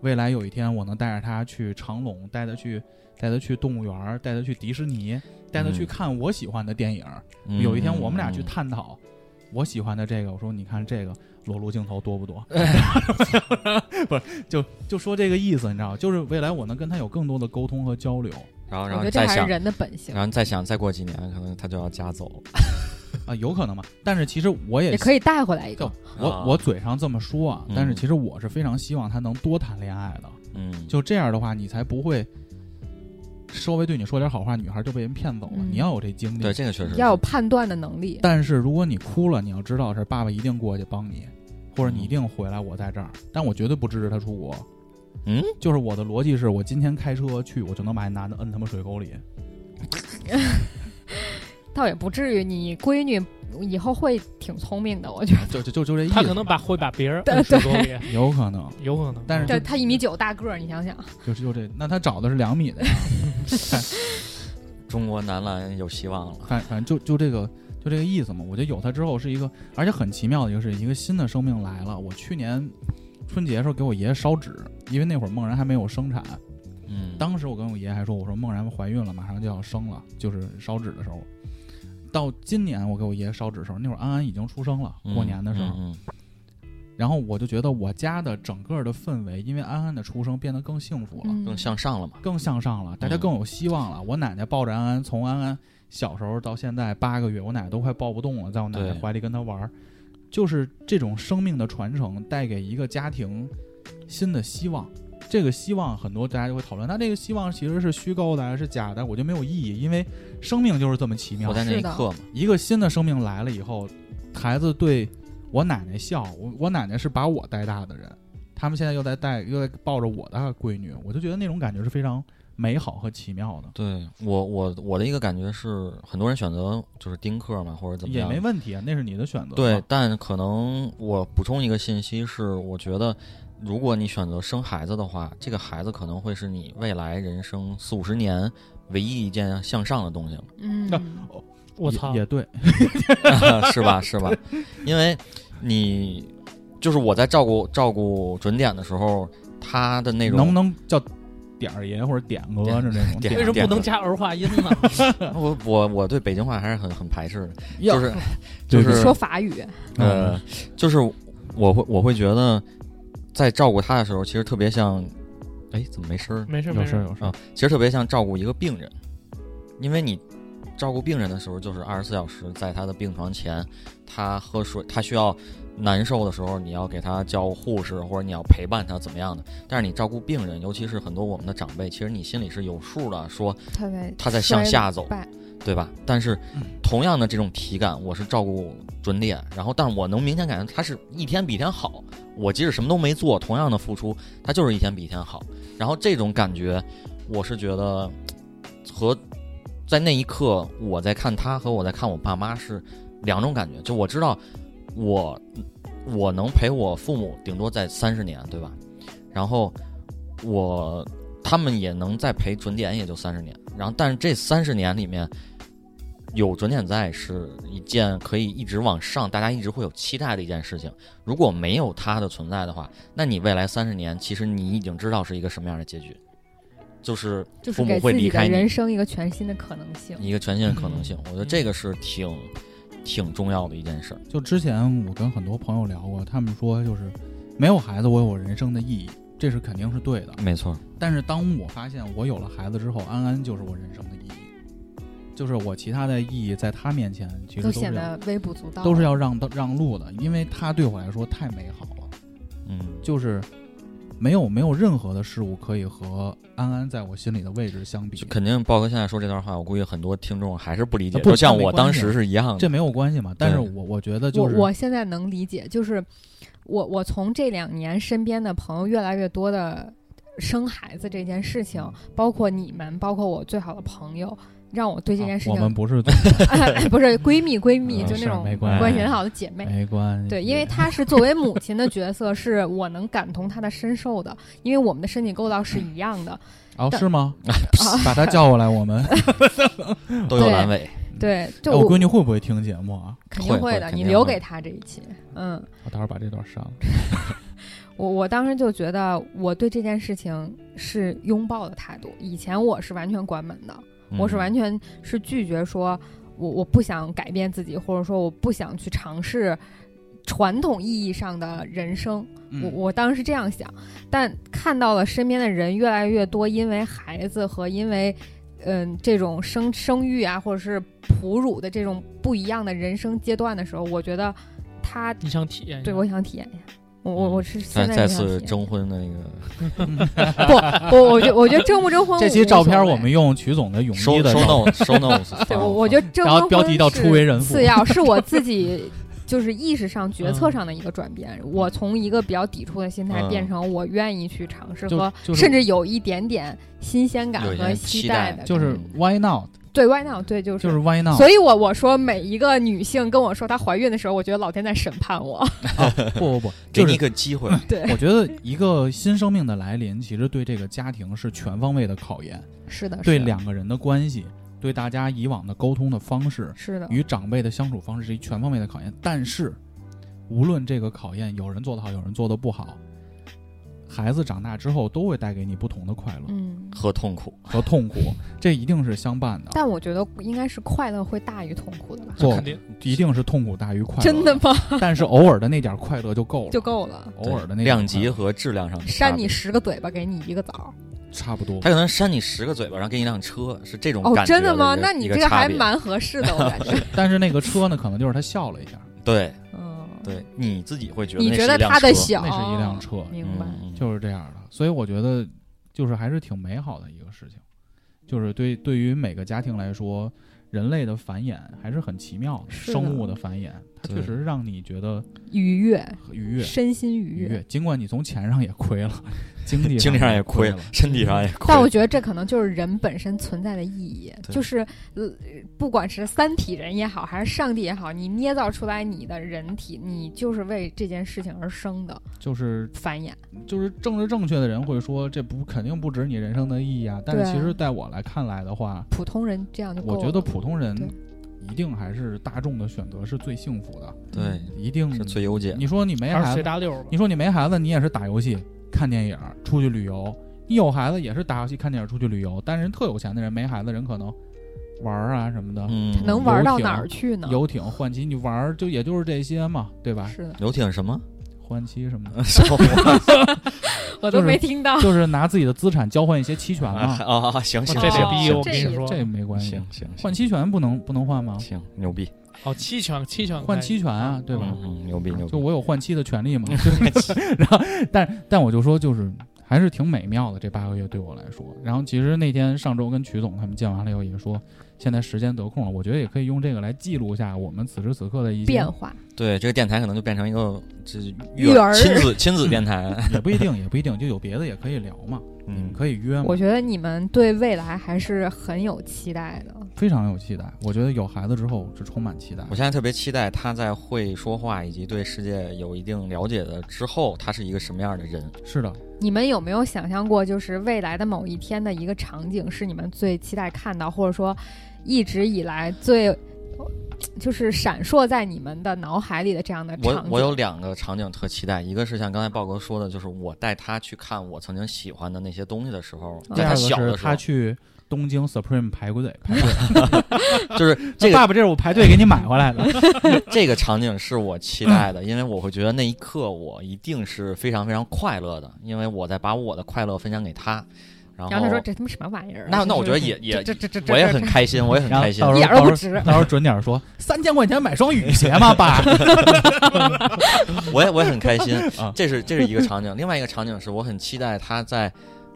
[SPEAKER 3] 未来有一天我能带着他去长隆，带他去，带他去动物园儿，带他去迪士尼，带他去
[SPEAKER 5] 嗯
[SPEAKER 3] 看我喜欢的电影儿。
[SPEAKER 5] 嗯
[SPEAKER 3] 有一天我们俩去
[SPEAKER 5] 嗯
[SPEAKER 3] 探讨我喜欢的这个，我说你看这个裸露镜头多不 多？不是，就就说这个意思，你知道，就是未来我能跟他有更多的沟通和交流
[SPEAKER 5] 然后
[SPEAKER 6] 我
[SPEAKER 5] 然
[SPEAKER 6] 觉
[SPEAKER 5] 后
[SPEAKER 6] 得
[SPEAKER 5] 你
[SPEAKER 6] 这
[SPEAKER 5] 再
[SPEAKER 6] 还是
[SPEAKER 5] 想，
[SPEAKER 6] 人的本性
[SPEAKER 5] 然，后你再想，再过几年可能他就要嫁走了。
[SPEAKER 3] 啊、 有可能嘛？但是其实我也
[SPEAKER 6] 也可以带回来一
[SPEAKER 3] 就
[SPEAKER 6] 个，
[SPEAKER 3] 我、
[SPEAKER 5] 啊
[SPEAKER 3] 我嘴上这么说啊，但是
[SPEAKER 5] 嗯
[SPEAKER 3] 其实我是非常希望他能多谈恋爱的，
[SPEAKER 5] 嗯，
[SPEAKER 3] 就这样的话，你才不会稍微对你说点好话，女孩就被人骗走了。
[SPEAKER 6] 嗯
[SPEAKER 3] 你要有这经历
[SPEAKER 5] 对，，这个确实
[SPEAKER 6] 要有
[SPEAKER 5] 是
[SPEAKER 6] 判断的能力，
[SPEAKER 3] 但是如果你哭了，你要知道是爸爸一定过去帮你，或者
[SPEAKER 4] 嗯
[SPEAKER 3] 你一定回来，我在这儿。但我绝对不支持他出国。
[SPEAKER 5] 嗯，
[SPEAKER 3] 就是我的逻辑是我今天开车去，我就能把那男的摁他妈水沟 里。
[SPEAKER 6] 倒也不至于。你闺女以后会挺聪明的， 我觉得，
[SPEAKER 3] 就就就就这意思。
[SPEAKER 4] 他可能把会把别人
[SPEAKER 6] 对
[SPEAKER 4] 摁水沟里，
[SPEAKER 3] 有可能，
[SPEAKER 4] 有可能。
[SPEAKER 3] 但是
[SPEAKER 4] 嗯
[SPEAKER 6] 这她一米九大个儿，你想想，
[SPEAKER 3] 就是就这。那他找的是两米的呀，
[SPEAKER 5] 中国男篮有希望了。
[SPEAKER 3] 反反正就就这个就这个意思嘛。我觉得有他之后是一个，而且很奇妙的一个是一个新的生命来了。我去年春节的时候给我爷爷烧纸，因为那会儿梦然还没有生产，
[SPEAKER 5] 嗯，
[SPEAKER 3] 当时我跟我爷爷还说，我说梦然怀孕了，马上就要生了，就是烧纸的时候。到今年我给我爷爷烧纸的时候，那会儿安安已经出生了，
[SPEAKER 5] 嗯
[SPEAKER 3] 过年的时候，
[SPEAKER 5] 嗯
[SPEAKER 3] 然后我就觉得我家的整个的氛围，因为安安的出生变得更幸福了，
[SPEAKER 5] 嗯
[SPEAKER 6] 嗯
[SPEAKER 5] 更向上了嘛。
[SPEAKER 3] 更向上了，大
[SPEAKER 5] 嗯
[SPEAKER 3] 家更有希望了。我奶奶抱着安安，从安安小时候到现在八个月，我奶奶都快抱不动了，在我奶奶
[SPEAKER 5] 对
[SPEAKER 3] 怀里跟他玩儿，就是这种生命的传承带给一个家庭新的希望。这个希望很多大家就会讨论，那这个希望其实是虚构的，是假的，我就没有意义，因为生命就是这么奇妙
[SPEAKER 5] 活。在那
[SPEAKER 6] 是
[SPEAKER 5] 一
[SPEAKER 6] 的
[SPEAKER 5] 刻嘛，
[SPEAKER 3] 一个新的生命来了以后，孩子对我奶奶笑，我我奶奶是把啊我带大的人，他们现在又在带又在抱着我的闺女，我就觉得那种感觉是非常美好和奇妙的，
[SPEAKER 5] 对我我我的一个感觉是，很多人选择就是丁克嘛，或者怎么
[SPEAKER 3] 也
[SPEAKER 5] 样，
[SPEAKER 3] 没问题啊，那是你的选择。
[SPEAKER 5] 对，，但可能我补充一个信息是，我觉得如果你选择生孩子的话，这个孩子可能会是你未来人生四五十年唯一一件向上的东西
[SPEAKER 6] 嗯，
[SPEAKER 4] 我操
[SPEAKER 3] 也，也对，
[SPEAKER 5] 了， 是吧？是吧？因为你就是我在照顾照顾准点的时候，他的那种
[SPEAKER 3] 能不能叫点儿爷或者点鹅之类的那种？
[SPEAKER 5] 点
[SPEAKER 4] 为什么不能加儿化音 呢？
[SPEAKER 5] 我我我对北京话还是很很排斥的，
[SPEAKER 3] 要 嗯
[SPEAKER 5] 就是
[SPEAKER 3] 对
[SPEAKER 5] 就是
[SPEAKER 6] 说法语，
[SPEAKER 5] 呃，就是我会我会觉得，在照顾他的时候，其实特别像，哎，怎么没声儿
[SPEAKER 4] 没事
[SPEAKER 3] 有
[SPEAKER 4] 没
[SPEAKER 3] 事儿
[SPEAKER 4] 事，
[SPEAKER 3] 有事儿
[SPEAKER 5] 啊？其实特别像照顾一个病人，因为你照顾病人的时候，就是二十四小时在他的病床前，他喝水，他需要难受的时候，你要给他叫护士，或者你要陪伴他怎么样的。但是你照顾病人，尤其是很多我们的长辈，其实你心里是有数的，说
[SPEAKER 6] 他在
[SPEAKER 5] 他在向下走
[SPEAKER 6] 衰败，
[SPEAKER 5] 对吧？但是
[SPEAKER 3] 嗯
[SPEAKER 5] 同样的这种体感，我是照顾准点，然后但我能明显感觉他是一天比一天好。我即使什么都没做，同样的付出，他就是一天比一天好。然后这种感觉，我是觉得嘖和在那一刻我在看他和我在看我爸妈是两种感觉。就我知道我我能陪我父母顶多在三十年，对吧？然后我他们也能再陪准点也就三十年，然后但是这三十年里面有准点在是一件可以一直往上，大家一直会有期待的一件事情。如果没有它的存在的话，那你未来三十年其实你已经知道是一个什么样的结局，就是
[SPEAKER 6] 就是
[SPEAKER 5] 父母
[SPEAKER 6] 给
[SPEAKER 5] 会
[SPEAKER 6] 自
[SPEAKER 5] 离
[SPEAKER 6] 己
[SPEAKER 5] 开
[SPEAKER 6] 的
[SPEAKER 5] 你
[SPEAKER 6] 人生一个全新的可能性。
[SPEAKER 5] 一个全新的可能性。我觉得这个是挺挺重要的一件事儿。
[SPEAKER 3] 就之前我跟很多朋友聊过，他们说就是没有孩子，我有我人生的意义，这是肯定是对的。
[SPEAKER 5] 没错，
[SPEAKER 3] 但是当我发现我有了孩子之后，安安就是我人生的意义，就是我其他的意义在他面前其实
[SPEAKER 6] 都
[SPEAKER 3] 都是
[SPEAKER 6] 显
[SPEAKER 3] 要
[SPEAKER 6] 得微不足道，
[SPEAKER 3] 都是要让让路的，因为他对我来说太美好了，
[SPEAKER 5] 嗯，
[SPEAKER 3] 就是没有没有任何的事物可以和安安在我心里的位置相比
[SPEAKER 5] 就。肯定豹哥现在说这段话，我估计很多听众还是不理
[SPEAKER 6] 啊
[SPEAKER 5] 解，
[SPEAKER 3] 不
[SPEAKER 5] 就像
[SPEAKER 3] 那没
[SPEAKER 5] 我
[SPEAKER 3] 关
[SPEAKER 5] 当
[SPEAKER 3] 系
[SPEAKER 5] 时是一样的
[SPEAKER 3] 这。没有关系嘛，但是我我觉得就是啊
[SPEAKER 6] 我我现在能理解，就是我我从这两年身边的朋友越来越多的生孩子这件事
[SPEAKER 3] 嗯
[SPEAKER 6] 情，包括你们，包括我最好的朋友，让我对这件事
[SPEAKER 3] 啊我们
[SPEAKER 6] 情、哎
[SPEAKER 3] 不是
[SPEAKER 6] 不是闺蜜闺蜜，
[SPEAKER 3] 嗯
[SPEAKER 6] 就那
[SPEAKER 3] 是
[SPEAKER 6] 种
[SPEAKER 3] 没关系
[SPEAKER 6] 关系很好的姐妹。
[SPEAKER 3] 没关系，
[SPEAKER 6] 对，因为她是作为母亲的角色，是我能感同她的身受的，因为我们的身体构造是一样的。
[SPEAKER 3] 哦
[SPEAKER 6] 但
[SPEAKER 3] 是 吗？把他叫过来，我们
[SPEAKER 5] 都有
[SPEAKER 6] 对
[SPEAKER 5] 阑尾，
[SPEAKER 6] 对，就
[SPEAKER 3] 哎我闺女会不会听节目啊？
[SPEAKER 6] 肯定
[SPEAKER 5] 会会
[SPEAKER 6] 的，
[SPEAKER 5] 肯
[SPEAKER 6] 你
[SPEAKER 5] 定
[SPEAKER 6] 留
[SPEAKER 5] 会
[SPEAKER 6] 给她这一期，嗯。
[SPEAKER 3] 我待会儿把这段删了。
[SPEAKER 6] 我我当时就觉得我对这件事情是拥抱的态度。以前我是完全关门的，我是
[SPEAKER 5] 嗯
[SPEAKER 6] 完全是拒绝说，我我不想改变自己，或者说我不想去尝试传统意义上的人生。我
[SPEAKER 3] 嗯
[SPEAKER 6] 我当时是这样想，但看到了身边的人越来越多，因为孩子和因为嗯这种生生育啊，或者是哺乳的这种不一样的人生阶段的时候，我觉得他
[SPEAKER 4] 你想体验一下？
[SPEAKER 6] 对我想体验一下。我我我是
[SPEAKER 5] 再
[SPEAKER 6] 现在
[SPEAKER 5] 哎嗯再
[SPEAKER 6] 就想体
[SPEAKER 5] 次
[SPEAKER 6] 验
[SPEAKER 5] 征婚的那个
[SPEAKER 6] 不，我我觉我觉得征不征婚，
[SPEAKER 3] 这期
[SPEAKER 6] 无
[SPEAKER 3] 照
[SPEAKER 6] 所
[SPEAKER 3] 片
[SPEAKER 6] 谓
[SPEAKER 3] 我们用曲总的泳
[SPEAKER 5] 收
[SPEAKER 3] 衣的
[SPEAKER 5] 收
[SPEAKER 3] 照
[SPEAKER 5] notes 收 notes，
[SPEAKER 6] 对，我我觉得征
[SPEAKER 3] 然后
[SPEAKER 6] 婚
[SPEAKER 3] 标题叫
[SPEAKER 6] 是
[SPEAKER 3] 初为人父嗯
[SPEAKER 6] 次要是我自己就是意识上决策上的一个转变，我从一个比较抵触的心态
[SPEAKER 5] 嗯
[SPEAKER 6] 变成我愿意去尝试
[SPEAKER 3] 就
[SPEAKER 6] 和
[SPEAKER 3] 就是
[SPEAKER 6] 甚至有一点点新鲜感
[SPEAKER 5] 有一
[SPEAKER 6] 和
[SPEAKER 5] 点
[SPEAKER 6] 期
[SPEAKER 5] 期
[SPEAKER 6] 待
[SPEAKER 5] 待
[SPEAKER 6] 的，
[SPEAKER 3] 就是 why not，
[SPEAKER 6] 对 why not 对嗯就是。
[SPEAKER 3] 就是 why not。
[SPEAKER 6] 所以我我说每一个女性跟我说她怀孕的时候，我觉得老天在审判我。
[SPEAKER 3] 不不不，
[SPEAKER 5] 给
[SPEAKER 3] 就
[SPEAKER 5] 你一
[SPEAKER 3] 是
[SPEAKER 5] 个机会，
[SPEAKER 6] 对，
[SPEAKER 3] 我觉得一个新生命的来临，其实对这个家庭是全方位的考验，
[SPEAKER 6] 是的，
[SPEAKER 3] 对
[SPEAKER 6] 是的
[SPEAKER 3] 两个人的关系，对大家以往的沟通的方式
[SPEAKER 6] 是的，
[SPEAKER 3] 与长辈的相处方式是一全方位的考验。但是，无论这个考验有人做得好，有人做得不好，孩子长大之后都会带给你不同的快乐
[SPEAKER 6] 嗯。
[SPEAKER 5] 和痛 苦。
[SPEAKER 3] 和痛苦，这一定是相伴的。
[SPEAKER 6] 但我觉得应该是快乐会大于痛苦的吧？
[SPEAKER 3] 不
[SPEAKER 4] 肯定
[SPEAKER 3] 一定是痛苦大于快乐，
[SPEAKER 6] 真的吗？
[SPEAKER 3] 但是偶尔的那点儿快乐就够了，
[SPEAKER 6] 就够了，
[SPEAKER 3] 偶尔的那点儿
[SPEAKER 5] 量级
[SPEAKER 3] 快乐
[SPEAKER 5] 和质量上的差
[SPEAKER 6] 扇
[SPEAKER 5] 别
[SPEAKER 6] 啊你十个嘴巴，给你一个枣儿。
[SPEAKER 3] 差不多
[SPEAKER 5] 他。可能扇你十个嘴巴，然后给你辆车，是这种
[SPEAKER 6] 哦，
[SPEAKER 5] 感觉
[SPEAKER 6] 真的吗？
[SPEAKER 5] 一个
[SPEAKER 6] 那你
[SPEAKER 5] 一
[SPEAKER 6] 这
[SPEAKER 5] 个差
[SPEAKER 6] 还
[SPEAKER 5] 别
[SPEAKER 6] 蛮合适的，我感 觉。
[SPEAKER 3] 但是那个车呢，可能就是他笑了一下，
[SPEAKER 5] 对
[SPEAKER 6] 嗯，，
[SPEAKER 5] 对，你自己会觉得
[SPEAKER 6] 你
[SPEAKER 5] 那
[SPEAKER 6] 觉
[SPEAKER 5] 是
[SPEAKER 6] 得
[SPEAKER 5] 一辆
[SPEAKER 6] 他的
[SPEAKER 5] 车
[SPEAKER 6] 小，
[SPEAKER 3] 那是一辆车，
[SPEAKER 6] 明白。
[SPEAKER 5] 嗯，
[SPEAKER 3] 就是这样的。所以我觉得，就是还是挺美好的一个事情，就是对对于每个家庭来说，人类的繁衍还是很奇妙的，
[SPEAKER 6] 是的
[SPEAKER 3] 生物的繁衍，它确
[SPEAKER 5] 对
[SPEAKER 3] 实让你觉得
[SPEAKER 6] 愉悦，
[SPEAKER 3] 愉悦。
[SPEAKER 6] 身心愉
[SPEAKER 3] 愉悦，尽管你从钱上也亏 了，经济
[SPEAKER 5] 精神上也亏
[SPEAKER 3] 了
[SPEAKER 5] 了，，身体上也亏
[SPEAKER 6] 但我
[SPEAKER 5] 了。
[SPEAKER 6] 觉得这可能就是人本身存在的意义，
[SPEAKER 5] 对
[SPEAKER 6] 就是呃，不管是三体人也好，还是上帝也好，你捏造出来你的人体，你就是为这件事情而生的
[SPEAKER 3] 就是
[SPEAKER 6] 繁衍。
[SPEAKER 3] 就是政治正确的人会说，这不肯定不止你人生的意义啊。但是
[SPEAKER 6] 对
[SPEAKER 3] 其实在我来看来的话，
[SPEAKER 6] 普通人这样就够
[SPEAKER 3] 我
[SPEAKER 6] 了。
[SPEAKER 3] 觉得普通人
[SPEAKER 6] 对
[SPEAKER 3] 一定还是大众的选择是最幸福的，
[SPEAKER 5] 对，
[SPEAKER 3] 一定
[SPEAKER 5] 是最优解。
[SPEAKER 3] 你说你没
[SPEAKER 4] 还是
[SPEAKER 3] 孩
[SPEAKER 4] 随
[SPEAKER 3] 子，
[SPEAKER 4] 大溜儿吧
[SPEAKER 3] 你。说你没孩子，你也是打游戏、看电影、出去旅游；你有孩子也是打游戏、看电影、出去旅游。但人特有钱的人，没孩子人可能玩儿啊什么的，
[SPEAKER 5] 嗯，
[SPEAKER 6] 能玩到哪儿去呢？
[SPEAKER 3] 游艇、换骑，你玩儿就也就是这些嘛，对吧？
[SPEAKER 6] 是的，
[SPEAKER 5] 游艇 什么？
[SPEAKER 3] 换骑什么的，
[SPEAKER 5] 什么
[SPEAKER 6] 我都
[SPEAKER 3] 就是
[SPEAKER 6] 没听到。
[SPEAKER 3] 就是拿自己的资产交换一些期权嘛，
[SPEAKER 5] 啊啊！行行
[SPEAKER 4] 这
[SPEAKER 6] 得
[SPEAKER 4] 得
[SPEAKER 5] 行
[SPEAKER 4] 逼
[SPEAKER 6] 哦
[SPEAKER 4] 我跟
[SPEAKER 6] 这
[SPEAKER 4] 你
[SPEAKER 6] 也
[SPEAKER 4] 说，
[SPEAKER 3] 这没 E 关系
[SPEAKER 5] 行。行
[SPEAKER 3] 换
[SPEAKER 5] 行
[SPEAKER 3] 期权不能不能换吗？
[SPEAKER 5] 行，牛逼，
[SPEAKER 4] 哦，期权期权
[SPEAKER 3] 换
[SPEAKER 4] 可以
[SPEAKER 3] 期权啊，对吧？
[SPEAKER 5] 嗯，嗯牛逼牛
[SPEAKER 3] 就
[SPEAKER 5] 逼。
[SPEAKER 3] 我有换妻的权 利嘛， 就是然后，但但我就说，就是还是挺美妙的这八个月对我来说。然后其实那天上周跟曲总他们见完了以后也说，现在时间得空了，我觉得也可以用这个来记录一下我们此时此刻的一些
[SPEAKER 6] 变，化，
[SPEAKER 5] 对，这个电台可能就变成一个这
[SPEAKER 6] 育儿
[SPEAKER 5] 亲子亲子电台。
[SPEAKER 3] 也不一定也不一定，就有别的也可以聊 嘛，你们
[SPEAKER 5] 嗯，
[SPEAKER 3] 可以约嘛
[SPEAKER 6] 我，觉得你们对未来还是很有期待的。
[SPEAKER 3] 非常有期待。我觉得有孩子之后是充满期待
[SPEAKER 5] 我。现在特别期待他在会说话以及对世界有一定了解的之后，他是一个什么样的人。
[SPEAKER 3] 是的，
[SPEAKER 6] 你们有没有想象过，就是未来的某一天的一个场景是你们最期待看到，或者说一直以来最就是闪烁在你们的脑海里的这样的场
[SPEAKER 5] 我
[SPEAKER 6] 景？
[SPEAKER 5] 我有两个场景特期待，一个是像刚才豹哥说的，就是我带他去看我曾经喜欢的那些东西的时候，
[SPEAKER 3] 第
[SPEAKER 5] 在
[SPEAKER 3] 二
[SPEAKER 5] 他
[SPEAKER 3] 个
[SPEAKER 5] 小
[SPEAKER 3] 是
[SPEAKER 5] 的时候
[SPEAKER 3] 他，去东京 Supreme 排过 队，排队，
[SPEAKER 5] 就是这个
[SPEAKER 3] 爸爸，这是我排队给你买回 来的。
[SPEAKER 5] 这个场景是我期待的，因为我会觉得那一刻我一定是非常非常快乐的，因为我在把我的快乐分享给他。然后
[SPEAKER 6] 然后他说：“这他妈什么玩意儿啊？”
[SPEAKER 5] 那那我
[SPEAKER 6] 就
[SPEAKER 5] 觉
[SPEAKER 6] 是
[SPEAKER 5] 得也也
[SPEAKER 6] 这这这这
[SPEAKER 5] 我也很开心，我也很
[SPEAKER 3] 然后
[SPEAKER 5] 开心
[SPEAKER 3] 到。
[SPEAKER 6] 一
[SPEAKER 3] 时
[SPEAKER 6] 点
[SPEAKER 3] 候
[SPEAKER 6] 儿都不
[SPEAKER 3] 到时
[SPEAKER 6] 值
[SPEAKER 3] 候。到时候准点儿说，三千块钱买双雨鞋吗， 爸？
[SPEAKER 5] 我也我也很开 心
[SPEAKER 3] 啊
[SPEAKER 5] 这是这是一个场景，另外一个场景是我很期待他在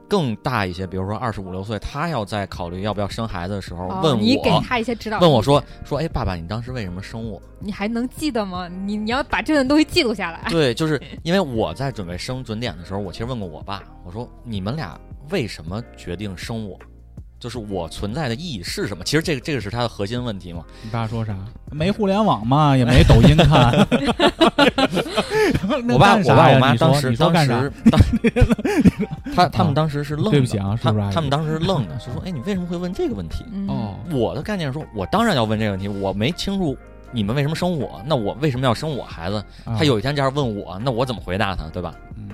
[SPEAKER 5] 更大一些，比如说二十五六岁，他要在考虑要不要生孩子的时候，
[SPEAKER 6] 哦
[SPEAKER 5] 问
[SPEAKER 6] 你给
[SPEAKER 5] 我
[SPEAKER 6] 他一些指导，
[SPEAKER 5] 问我说，说，哎，爸爸，你当时为什么生我？
[SPEAKER 6] 你还能记得吗？你你要把这段东西记录下来。
[SPEAKER 5] 对，就是因为我在准备生准点的时候，我其实问过我爸，我说你们俩为什么决定生我？就是我存在的意义是什么？其实这个这个是他的核心问题嘛。
[SPEAKER 3] 你爸说啥？没互联网嘛，也没抖音 看。那
[SPEAKER 5] 我爸
[SPEAKER 3] 干
[SPEAKER 5] 我
[SPEAKER 3] 啥呀
[SPEAKER 5] 爸我妈
[SPEAKER 3] 你说
[SPEAKER 5] 当时
[SPEAKER 3] 你说
[SPEAKER 5] 当
[SPEAKER 3] 干啥
[SPEAKER 5] 时当 他他们当时是愣的，
[SPEAKER 3] 对不起啊叔
[SPEAKER 5] 他
[SPEAKER 3] 叔阿姨
[SPEAKER 5] 他们当时是愣的，是说哎你为什么会问这个问题？
[SPEAKER 6] 嗯，
[SPEAKER 3] 哦，
[SPEAKER 5] 我的概念是说，我当然要问这个问题，我没清楚你们为什么生我，那我为什么要生我孩子？
[SPEAKER 3] 啊
[SPEAKER 5] 他有一天这样问我，那我怎么回答他，对吧？
[SPEAKER 3] 嗯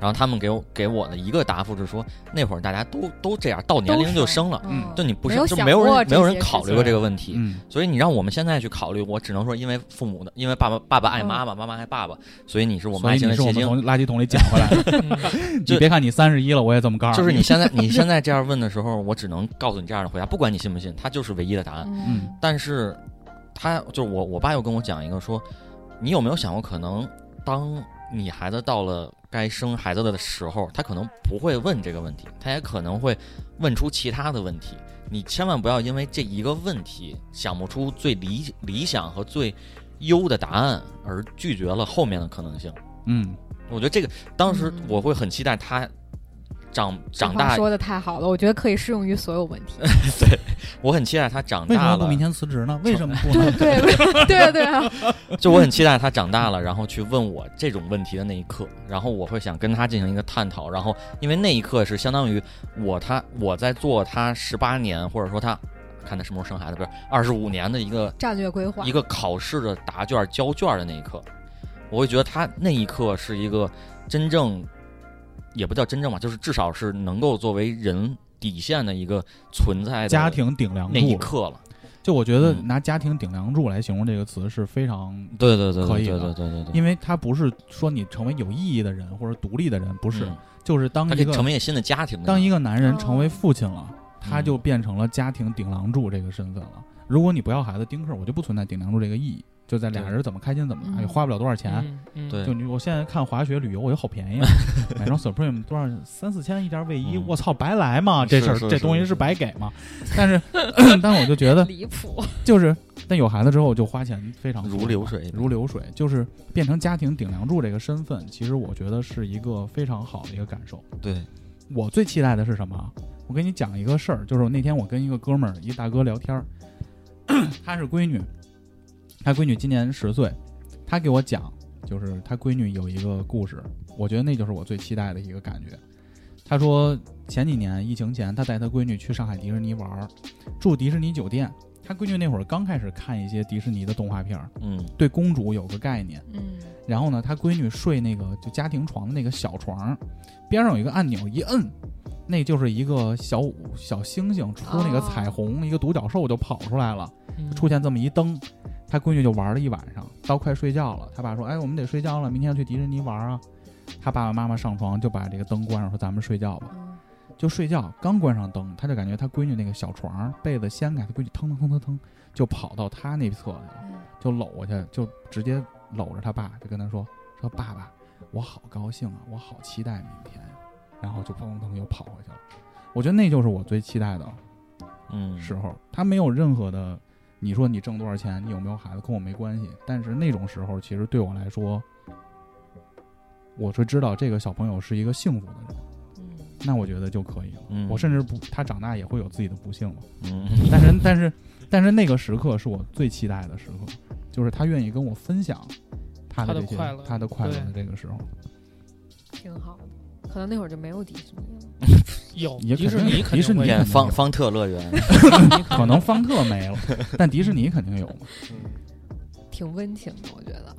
[SPEAKER 5] 然后他们给我给我的一个答复是说，那会儿大家都都这样，到年
[SPEAKER 6] 都
[SPEAKER 5] 龄就
[SPEAKER 6] 是
[SPEAKER 5] 生了，
[SPEAKER 3] 嗯
[SPEAKER 5] 就你不
[SPEAKER 6] 没有
[SPEAKER 5] 生就
[SPEAKER 6] 想
[SPEAKER 5] 没有
[SPEAKER 6] 过
[SPEAKER 5] 人
[SPEAKER 6] 这
[SPEAKER 5] 没有
[SPEAKER 6] 些
[SPEAKER 5] 人考
[SPEAKER 6] 事
[SPEAKER 5] 虑过
[SPEAKER 6] 情
[SPEAKER 5] 这个问题。
[SPEAKER 3] 嗯，
[SPEAKER 5] 所以你让我们现在去考虑，我只能说，因为父母的，因为爸爸爸爸爱
[SPEAKER 6] 嗯
[SPEAKER 5] 妈妈，妈妈爱爸爸，所以你是我们
[SPEAKER 3] 所
[SPEAKER 5] 爱
[SPEAKER 3] 以
[SPEAKER 5] 情
[SPEAKER 3] 你
[SPEAKER 5] 的
[SPEAKER 3] 是我
[SPEAKER 5] 结
[SPEAKER 3] 们
[SPEAKER 5] 晶。
[SPEAKER 3] 从垃圾桶里捡回来的。
[SPEAKER 4] 嗯
[SPEAKER 3] 你别看你三十一了，我也这么告诉
[SPEAKER 5] 就是
[SPEAKER 3] 你。
[SPEAKER 5] 你 现在你现在这样问的时候，我只能告诉你这样的回答，不管你信不信，它就是唯一的答案。
[SPEAKER 6] 嗯，
[SPEAKER 5] 但是他就是我，我爸又跟我讲一个说，你有没有想过，可能当你孩子到了该生孩子的时候，他可能不会问这个问题，他也可能会问出其他的问题。你千万不要因为这一个问题想不出最理理想和最优的答案，而拒绝了后面的可能性。
[SPEAKER 3] 嗯，
[SPEAKER 5] 我觉得这个当时
[SPEAKER 6] 嗯
[SPEAKER 5] 我会很期待他长
[SPEAKER 6] 这话
[SPEAKER 5] 长大，
[SPEAKER 6] 说的太好了，我觉得可以适用于所有问题。
[SPEAKER 5] 我很期待他长
[SPEAKER 3] 为什么
[SPEAKER 5] 大
[SPEAKER 3] 不
[SPEAKER 5] 了
[SPEAKER 3] 明。天辞职呢？为什 么不
[SPEAKER 6] 对
[SPEAKER 3] 呢？
[SPEAKER 6] 对对对对啊！
[SPEAKER 5] 就我很期待他长大了，然后去问我这种问题的那一刻，然后我会想跟他进行一个探讨，然后因为那一刻是相当于我他我在做他十八年，或者说他看他什么时候生孩子，不是二十五年的一个
[SPEAKER 6] 战略规划
[SPEAKER 5] 一，个考试的答卷交卷的那一刻，我会觉得他那一刻是一个真正，也不叫真正吧，就是至少是能够作为人底线的一个存在的
[SPEAKER 3] 家庭顶梁
[SPEAKER 5] 那一
[SPEAKER 3] 柱，
[SPEAKER 5] 刻了。
[SPEAKER 3] 就我觉得
[SPEAKER 5] 嗯
[SPEAKER 3] 拿“家庭顶梁柱”来形容这个词是非常
[SPEAKER 5] 对对对
[SPEAKER 3] 可以
[SPEAKER 5] 对对
[SPEAKER 3] 的
[SPEAKER 5] 对对对，
[SPEAKER 3] 因
[SPEAKER 5] 为
[SPEAKER 3] 为它不是说你成为有意义的人或者独立的人，不
[SPEAKER 5] 不
[SPEAKER 3] 是，就是当
[SPEAKER 5] 嗯他可
[SPEAKER 3] 一
[SPEAKER 5] 以
[SPEAKER 3] 个
[SPEAKER 5] 成为一个新的家庭的
[SPEAKER 3] 当
[SPEAKER 5] 一
[SPEAKER 3] 一个男人
[SPEAKER 6] 哦
[SPEAKER 3] 成为父亲了，他
[SPEAKER 5] 嗯
[SPEAKER 3] 就变成了家庭顶梁柱这个身份了。如果你不要孩子丁克，我就不存在顶梁柱这个意义。就在俩人怎么开心怎么来，
[SPEAKER 6] 嗯
[SPEAKER 3] 也花不了多少 钱。
[SPEAKER 4] 嗯嗯
[SPEAKER 5] 对
[SPEAKER 3] 就你，我现在看滑雪旅游，我觉得好便宜 啊，买双 Supreme 多少三四千一件卫衣，
[SPEAKER 5] 嗯
[SPEAKER 3] 我操，白来嘛！这事儿
[SPEAKER 5] 是是
[SPEAKER 3] 这
[SPEAKER 5] 是
[SPEAKER 3] 东西是白给嘛？但 是，但我就觉得
[SPEAKER 6] 离谱，
[SPEAKER 3] 就是，但有孩子之后就花钱非常
[SPEAKER 5] 如流水，
[SPEAKER 3] 如流水，就是变成家庭顶梁柱这个身份，其实我觉得是一个非常好的一个感受。
[SPEAKER 5] 对，
[SPEAKER 3] 我最期待的是什么啊？我跟你讲一个事儿，就是那天我跟一个哥们儿，一大哥聊天儿， 他是闺女，他闺女今年十岁，他给我讲，就是他闺女有一个故事，我觉得那就是我最期待的一个感觉。他说前几年疫情前，他带他闺女去上海迪士尼玩儿，住迪士尼酒店。他闺女那会儿刚开始看一些迪士尼的动画片儿，
[SPEAKER 5] 嗯
[SPEAKER 3] 对公主有个概念。
[SPEAKER 6] 嗯
[SPEAKER 3] 然后呢，他闺女睡那个就家庭床的那个小床，边上有一个按钮，一摁，那就是一个小五小星星出那个
[SPEAKER 6] 哦
[SPEAKER 3] 彩虹，一个独角兽就跑出来了，
[SPEAKER 4] 嗯
[SPEAKER 3] 出现这么一灯，他闺女就玩了一晚上，到快睡觉了，他爸说：“哎，我们得睡觉了，明天要去迪士尼玩啊。”他爸爸妈妈上床就把这个灯关上，说：“咱们睡觉吧。”
[SPEAKER 6] 嗯
[SPEAKER 3] 就睡觉，刚关上灯，他就感觉他闺女那个小床被子掀开，他闺女腾腾腾腾腾就跑到他那侧去了。
[SPEAKER 6] 嗯
[SPEAKER 3] 就搂过去，就直接搂着他爸，就跟他说：“说爸爸，我好高兴啊，我好期待明天。”啊然后就砰砰砰又跑回去了。我觉得那就是我最期待的
[SPEAKER 5] 嗯，
[SPEAKER 3] 时候，他没有任何的，你说你挣多少钱，你有没有孩子跟我没关系。但是那种时候，其实对我来说，我是知道这个小朋友是一个幸福的人，
[SPEAKER 6] 嗯
[SPEAKER 3] 那我觉得就可以了。
[SPEAKER 5] 嗯
[SPEAKER 3] 我甚至不，他长大也会有自己的不幸嘛。
[SPEAKER 5] 嗯
[SPEAKER 3] 但是但是但是那个时刻是我最期待的时刻，就是他愿意跟我分享他
[SPEAKER 4] 他的
[SPEAKER 3] 这些
[SPEAKER 4] 快乐
[SPEAKER 3] 他的快乐
[SPEAKER 4] 对
[SPEAKER 3] 的这个时候，
[SPEAKER 6] 挺好的，可能那会儿就没有迪士尼了，
[SPEAKER 4] 有
[SPEAKER 3] 也
[SPEAKER 4] 迪士
[SPEAKER 3] 肯定
[SPEAKER 4] 尼
[SPEAKER 3] 有
[SPEAKER 4] 肯
[SPEAKER 3] 迪士
[SPEAKER 4] 定
[SPEAKER 3] 尼
[SPEAKER 4] 会有
[SPEAKER 5] 演
[SPEAKER 3] 肯定
[SPEAKER 5] 方
[SPEAKER 3] 有
[SPEAKER 5] 方特乐园，
[SPEAKER 3] 可 能方特没了，但迪士尼肯定有嘛。，
[SPEAKER 6] 挺温情的，我觉得。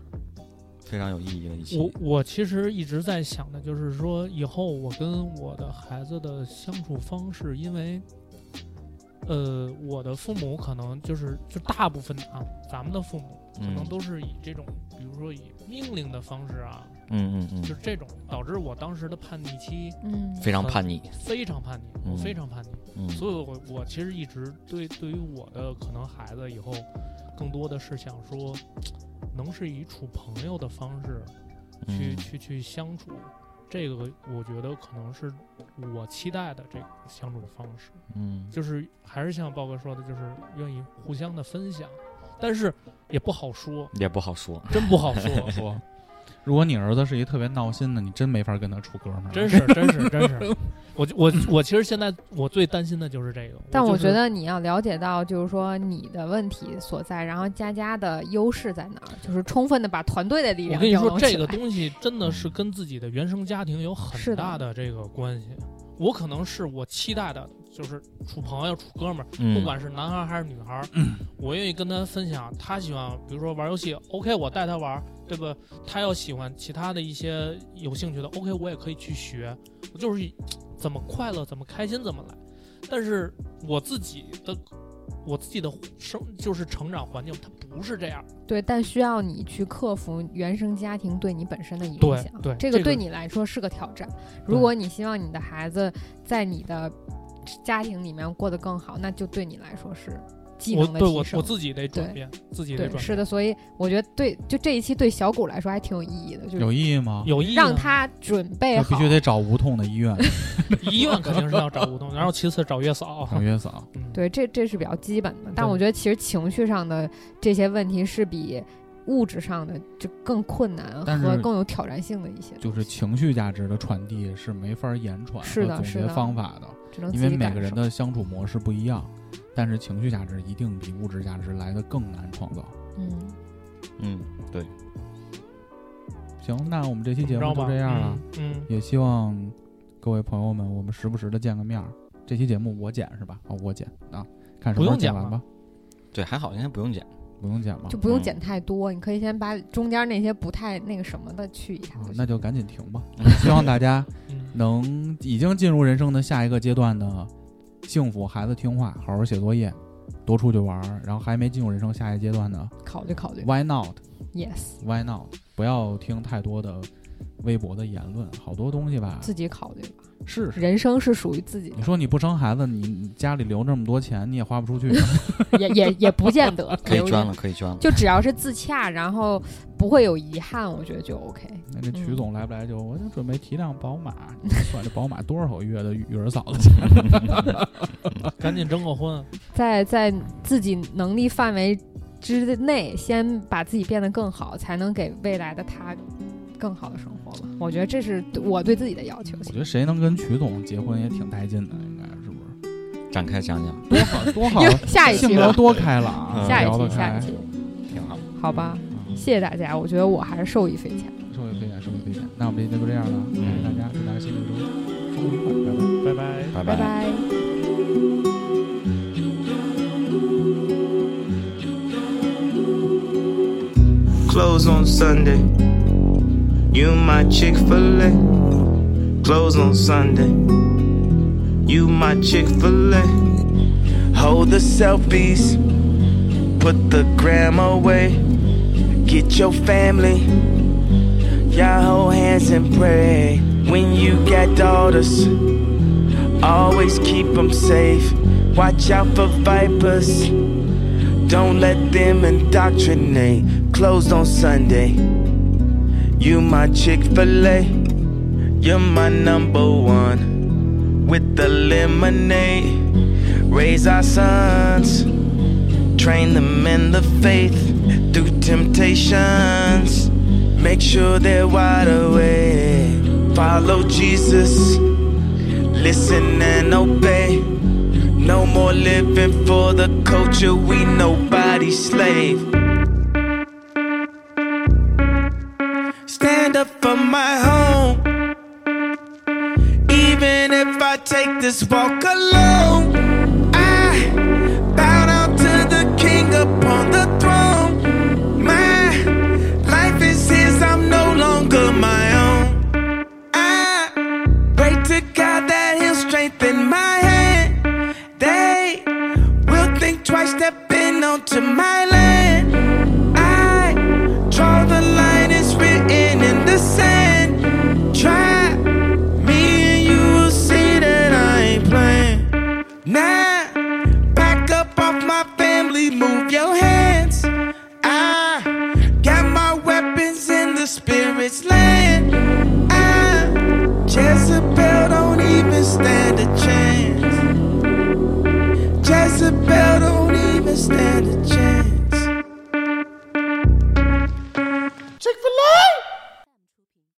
[SPEAKER 5] 非常有意义的一期。
[SPEAKER 4] 我我其实一直在想的就是说，以后我跟我的孩子的相处方式，因为，呃，我的父母可能就是就大部分的啊，咱们的父母可能
[SPEAKER 5] 嗯
[SPEAKER 4] 都是以这种，比如说以命令的方式啊，
[SPEAKER 5] 嗯嗯嗯
[SPEAKER 4] 就是这种，导致我当时的叛逆期
[SPEAKER 6] 嗯
[SPEAKER 5] 非常叛逆，
[SPEAKER 4] 非常叛逆，我
[SPEAKER 5] 嗯
[SPEAKER 4] 非常叛逆，
[SPEAKER 5] 嗯，
[SPEAKER 4] 所以我我其实一直对对于我的可能孩子以后，更多的是想说，能是以处朋友的方式。去
[SPEAKER 5] 嗯
[SPEAKER 4] 去去相处，这个我觉得可能是我期待的这个相处方式，
[SPEAKER 5] 嗯
[SPEAKER 4] 就是还是像豹哥说的，就是愿意互相的分享，但是也不好说，
[SPEAKER 5] 也不好说，
[SPEAKER 4] 真不 好说
[SPEAKER 3] 说，如果你儿子是一特别闹心的，你真没法跟他处哥们儿。
[SPEAKER 4] 真是真是真是，我就我我其实现在我最担心的就是这个，
[SPEAKER 6] 但我
[SPEAKER 4] 我就是
[SPEAKER 6] 觉得你要了解到，就是说你的问题所在，然后佳佳的优势在哪儿，就是充分的把团队的力
[SPEAKER 4] 我
[SPEAKER 6] 量
[SPEAKER 4] 跟你
[SPEAKER 6] 调
[SPEAKER 4] 说，
[SPEAKER 6] 动起来。
[SPEAKER 4] 这个东西真的
[SPEAKER 5] 嗯
[SPEAKER 4] 是跟自己的原生家庭有
[SPEAKER 6] 是
[SPEAKER 4] 很
[SPEAKER 6] 的
[SPEAKER 4] 大的这个关系。我可能是我期待的，就是处朋友、处哥们儿，
[SPEAKER 5] 嗯
[SPEAKER 4] 不管是男孩儿还是女孩儿，我愿意跟他分享。他喜欢，比如说玩游戏，OK，我带他玩儿，对吧？他要喜欢其他的一些有兴趣的，OK，我也可以去学。我就是以怎么快乐怎么开心怎么来。但是我自己的，我自己的生就是成长环境，它不是这样。
[SPEAKER 6] 对，但需要你去克服原生家庭对你本身的影
[SPEAKER 4] 对
[SPEAKER 6] 响。
[SPEAKER 4] 对
[SPEAKER 6] 这
[SPEAKER 4] 这
[SPEAKER 6] 个
[SPEAKER 4] 个
[SPEAKER 6] 对你来说是个挑战。如
[SPEAKER 4] 对
[SPEAKER 6] 果你希望你的孩子在你的家庭里面过得更好，那就对你来说是技
[SPEAKER 4] 我
[SPEAKER 6] 能的
[SPEAKER 4] 对我
[SPEAKER 6] 提升。
[SPEAKER 4] 我自己得转
[SPEAKER 6] 对
[SPEAKER 4] 变，自己得
[SPEAKER 6] 对
[SPEAKER 4] 转，变。
[SPEAKER 6] 是的，所以我觉得对，就这一期对小谷来说还挺有意义的，就是
[SPEAKER 3] 有意义吗？
[SPEAKER 4] 有意义
[SPEAKER 6] 让
[SPEAKER 4] 呢
[SPEAKER 6] 他准备
[SPEAKER 3] 就
[SPEAKER 6] 好，
[SPEAKER 3] 必须得找无痛的医 院
[SPEAKER 4] 医院肯定是要找吴东，然后其次找月嫂。
[SPEAKER 3] 找月嫂。
[SPEAKER 4] 嗯，
[SPEAKER 6] 对，这这是比较基本的。但
[SPEAKER 4] 对
[SPEAKER 6] 我觉得其实情绪上的这些问题是比物质上的就更困难
[SPEAKER 3] 但
[SPEAKER 6] 和
[SPEAKER 3] 是
[SPEAKER 6] 更有挑战性的一些东西，
[SPEAKER 3] 就是情绪价值的传递是没法言传
[SPEAKER 6] 是
[SPEAKER 3] 和
[SPEAKER 6] 的
[SPEAKER 3] 总
[SPEAKER 6] 是
[SPEAKER 3] 结
[SPEAKER 6] 的
[SPEAKER 3] 方法的，
[SPEAKER 6] 只能自
[SPEAKER 3] 因
[SPEAKER 6] 己
[SPEAKER 3] 为每
[SPEAKER 6] 感
[SPEAKER 3] 个人
[SPEAKER 6] 受
[SPEAKER 3] 的相处模式不一样，但是情绪价值一定比物质价值来的更难创造。
[SPEAKER 6] 嗯。
[SPEAKER 5] 嗯，对，
[SPEAKER 3] 行，那我们这期节
[SPEAKER 4] 怎么
[SPEAKER 3] 目就
[SPEAKER 4] 着吧，
[SPEAKER 3] 这样了，
[SPEAKER 4] 嗯。嗯，
[SPEAKER 3] 也希望各位朋友们，我们时不时的见个面儿。这期节目我剪是吧？哦，我剪啊，看什么时候
[SPEAKER 4] 不用剪
[SPEAKER 3] 剪完吧，
[SPEAKER 5] 对，还好，应该不用剪。
[SPEAKER 3] 不用剪吧
[SPEAKER 6] 就？不用
[SPEAKER 5] 嗯
[SPEAKER 6] 剪太多，你可以先把中间那些不太那个什么的去一下
[SPEAKER 3] 啊
[SPEAKER 6] 就行。
[SPEAKER 3] 那就赶紧停吧。希望大家
[SPEAKER 4] 嗯
[SPEAKER 3] 能已经进入人生的下一个阶段的幸福，孩子听话，好好写作业，多出去玩儿。然后还没进入人生下一阶段的
[SPEAKER 6] 考虑考虑。
[SPEAKER 3] ，Why not？Why
[SPEAKER 6] Yes，
[SPEAKER 3] not？不要听太多的微博的言论，好多东西吧，
[SPEAKER 6] 自己考虑吧。
[SPEAKER 3] 是是。
[SPEAKER 6] 人生是属于自己
[SPEAKER 3] 你说你不生孩子，你你家里留那么多钱，你也花不出去。
[SPEAKER 6] 的，也也也不见得
[SPEAKER 5] 可以
[SPEAKER 6] 留
[SPEAKER 5] 捐
[SPEAKER 6] 一
[SPEAKER 5] 了，可以捐了。
[SPEAKER 6] 就只要是自洽，然后不会有遗憾，我觉得就 OK。
[SPEAKER 3] 那这曲
[SPEAKER 6] 嗯
[SPEAKER 3] 总来不来就，我就准备提辆宝马，你算这宝马多少个月的育儿嫂子钱？
[SPEAKER 4] 嗯赶紧征个婚，
[SPEAKER 6] 在在自己能力范围之内，先把自己变得更好，才能给未来的他更好的生活吧。我觉得这是我对自己的要求。
[SPEAKER 3] 我觉得谁能跟曲总结婚也挺带劲的，应该是不是？
[SPEAKER 5] 展开讲讲，
[SPEAKER 3] 多好多好
[SPEAKER 6] 因，为 下一
[SPEAKER 3] 性
[SPEAKER 6] 期
[SPEAKER 3] 格
[SPEAKER 6] 吧，
[SPEAKER 3] 多开朗，
[SPEAKER 5] 嗯
[SPEAKER 6] 下一
[SPEAKER 3] 聊得
[SPEAKER 6] 期，下
[SPEAKER 3] 开
[SPEAKER 6] 一，期，
[SPEAKER 5] 挺好。
[SPEAKER 6] 好吧，谢谢大家，我觉得我还是受益匪浅。
[SPEAKER 3] 受益匪浅，受益匪浅。那我们这期就这样了，谢谢
[SPEAKER 5] 嗯
[SPEAKER 3] 大家，祝大家新的一周生活愉快，拜拜。
[SPEAKER 4] 拜拜。
[SPEAKER 5] 拜
[SPEAKER 6] 拜
[SPEAKER 5] 拜。
[SPEAKER 6] 拜。
[SPEAKER 7] Close on Sunday. You my Chick fil A. Close on Sunday. You my Chick fil A. Hold the selfies. Put the gram away. Get your family. Y'all hold hands and pray. When you got daughters, always keep 'em safe. Watch out for vipers. Don't let them indoctrinate. Closed on Sunday. You my Chick fil A. You're my number one. With the lemonade. Raise our sons. Train them in the faith. Through temptations. Make sure they're wide awake. Follow Jesus. Listen and obey. No more living for the culture, we nobody slave. Stand up for my home. Even if I take this walk alone, I bow down to the king upon the throne. My life is his, I'm no longer my own. I Pray to God that He'll strengthen my hand. They will think twice, stepping onto my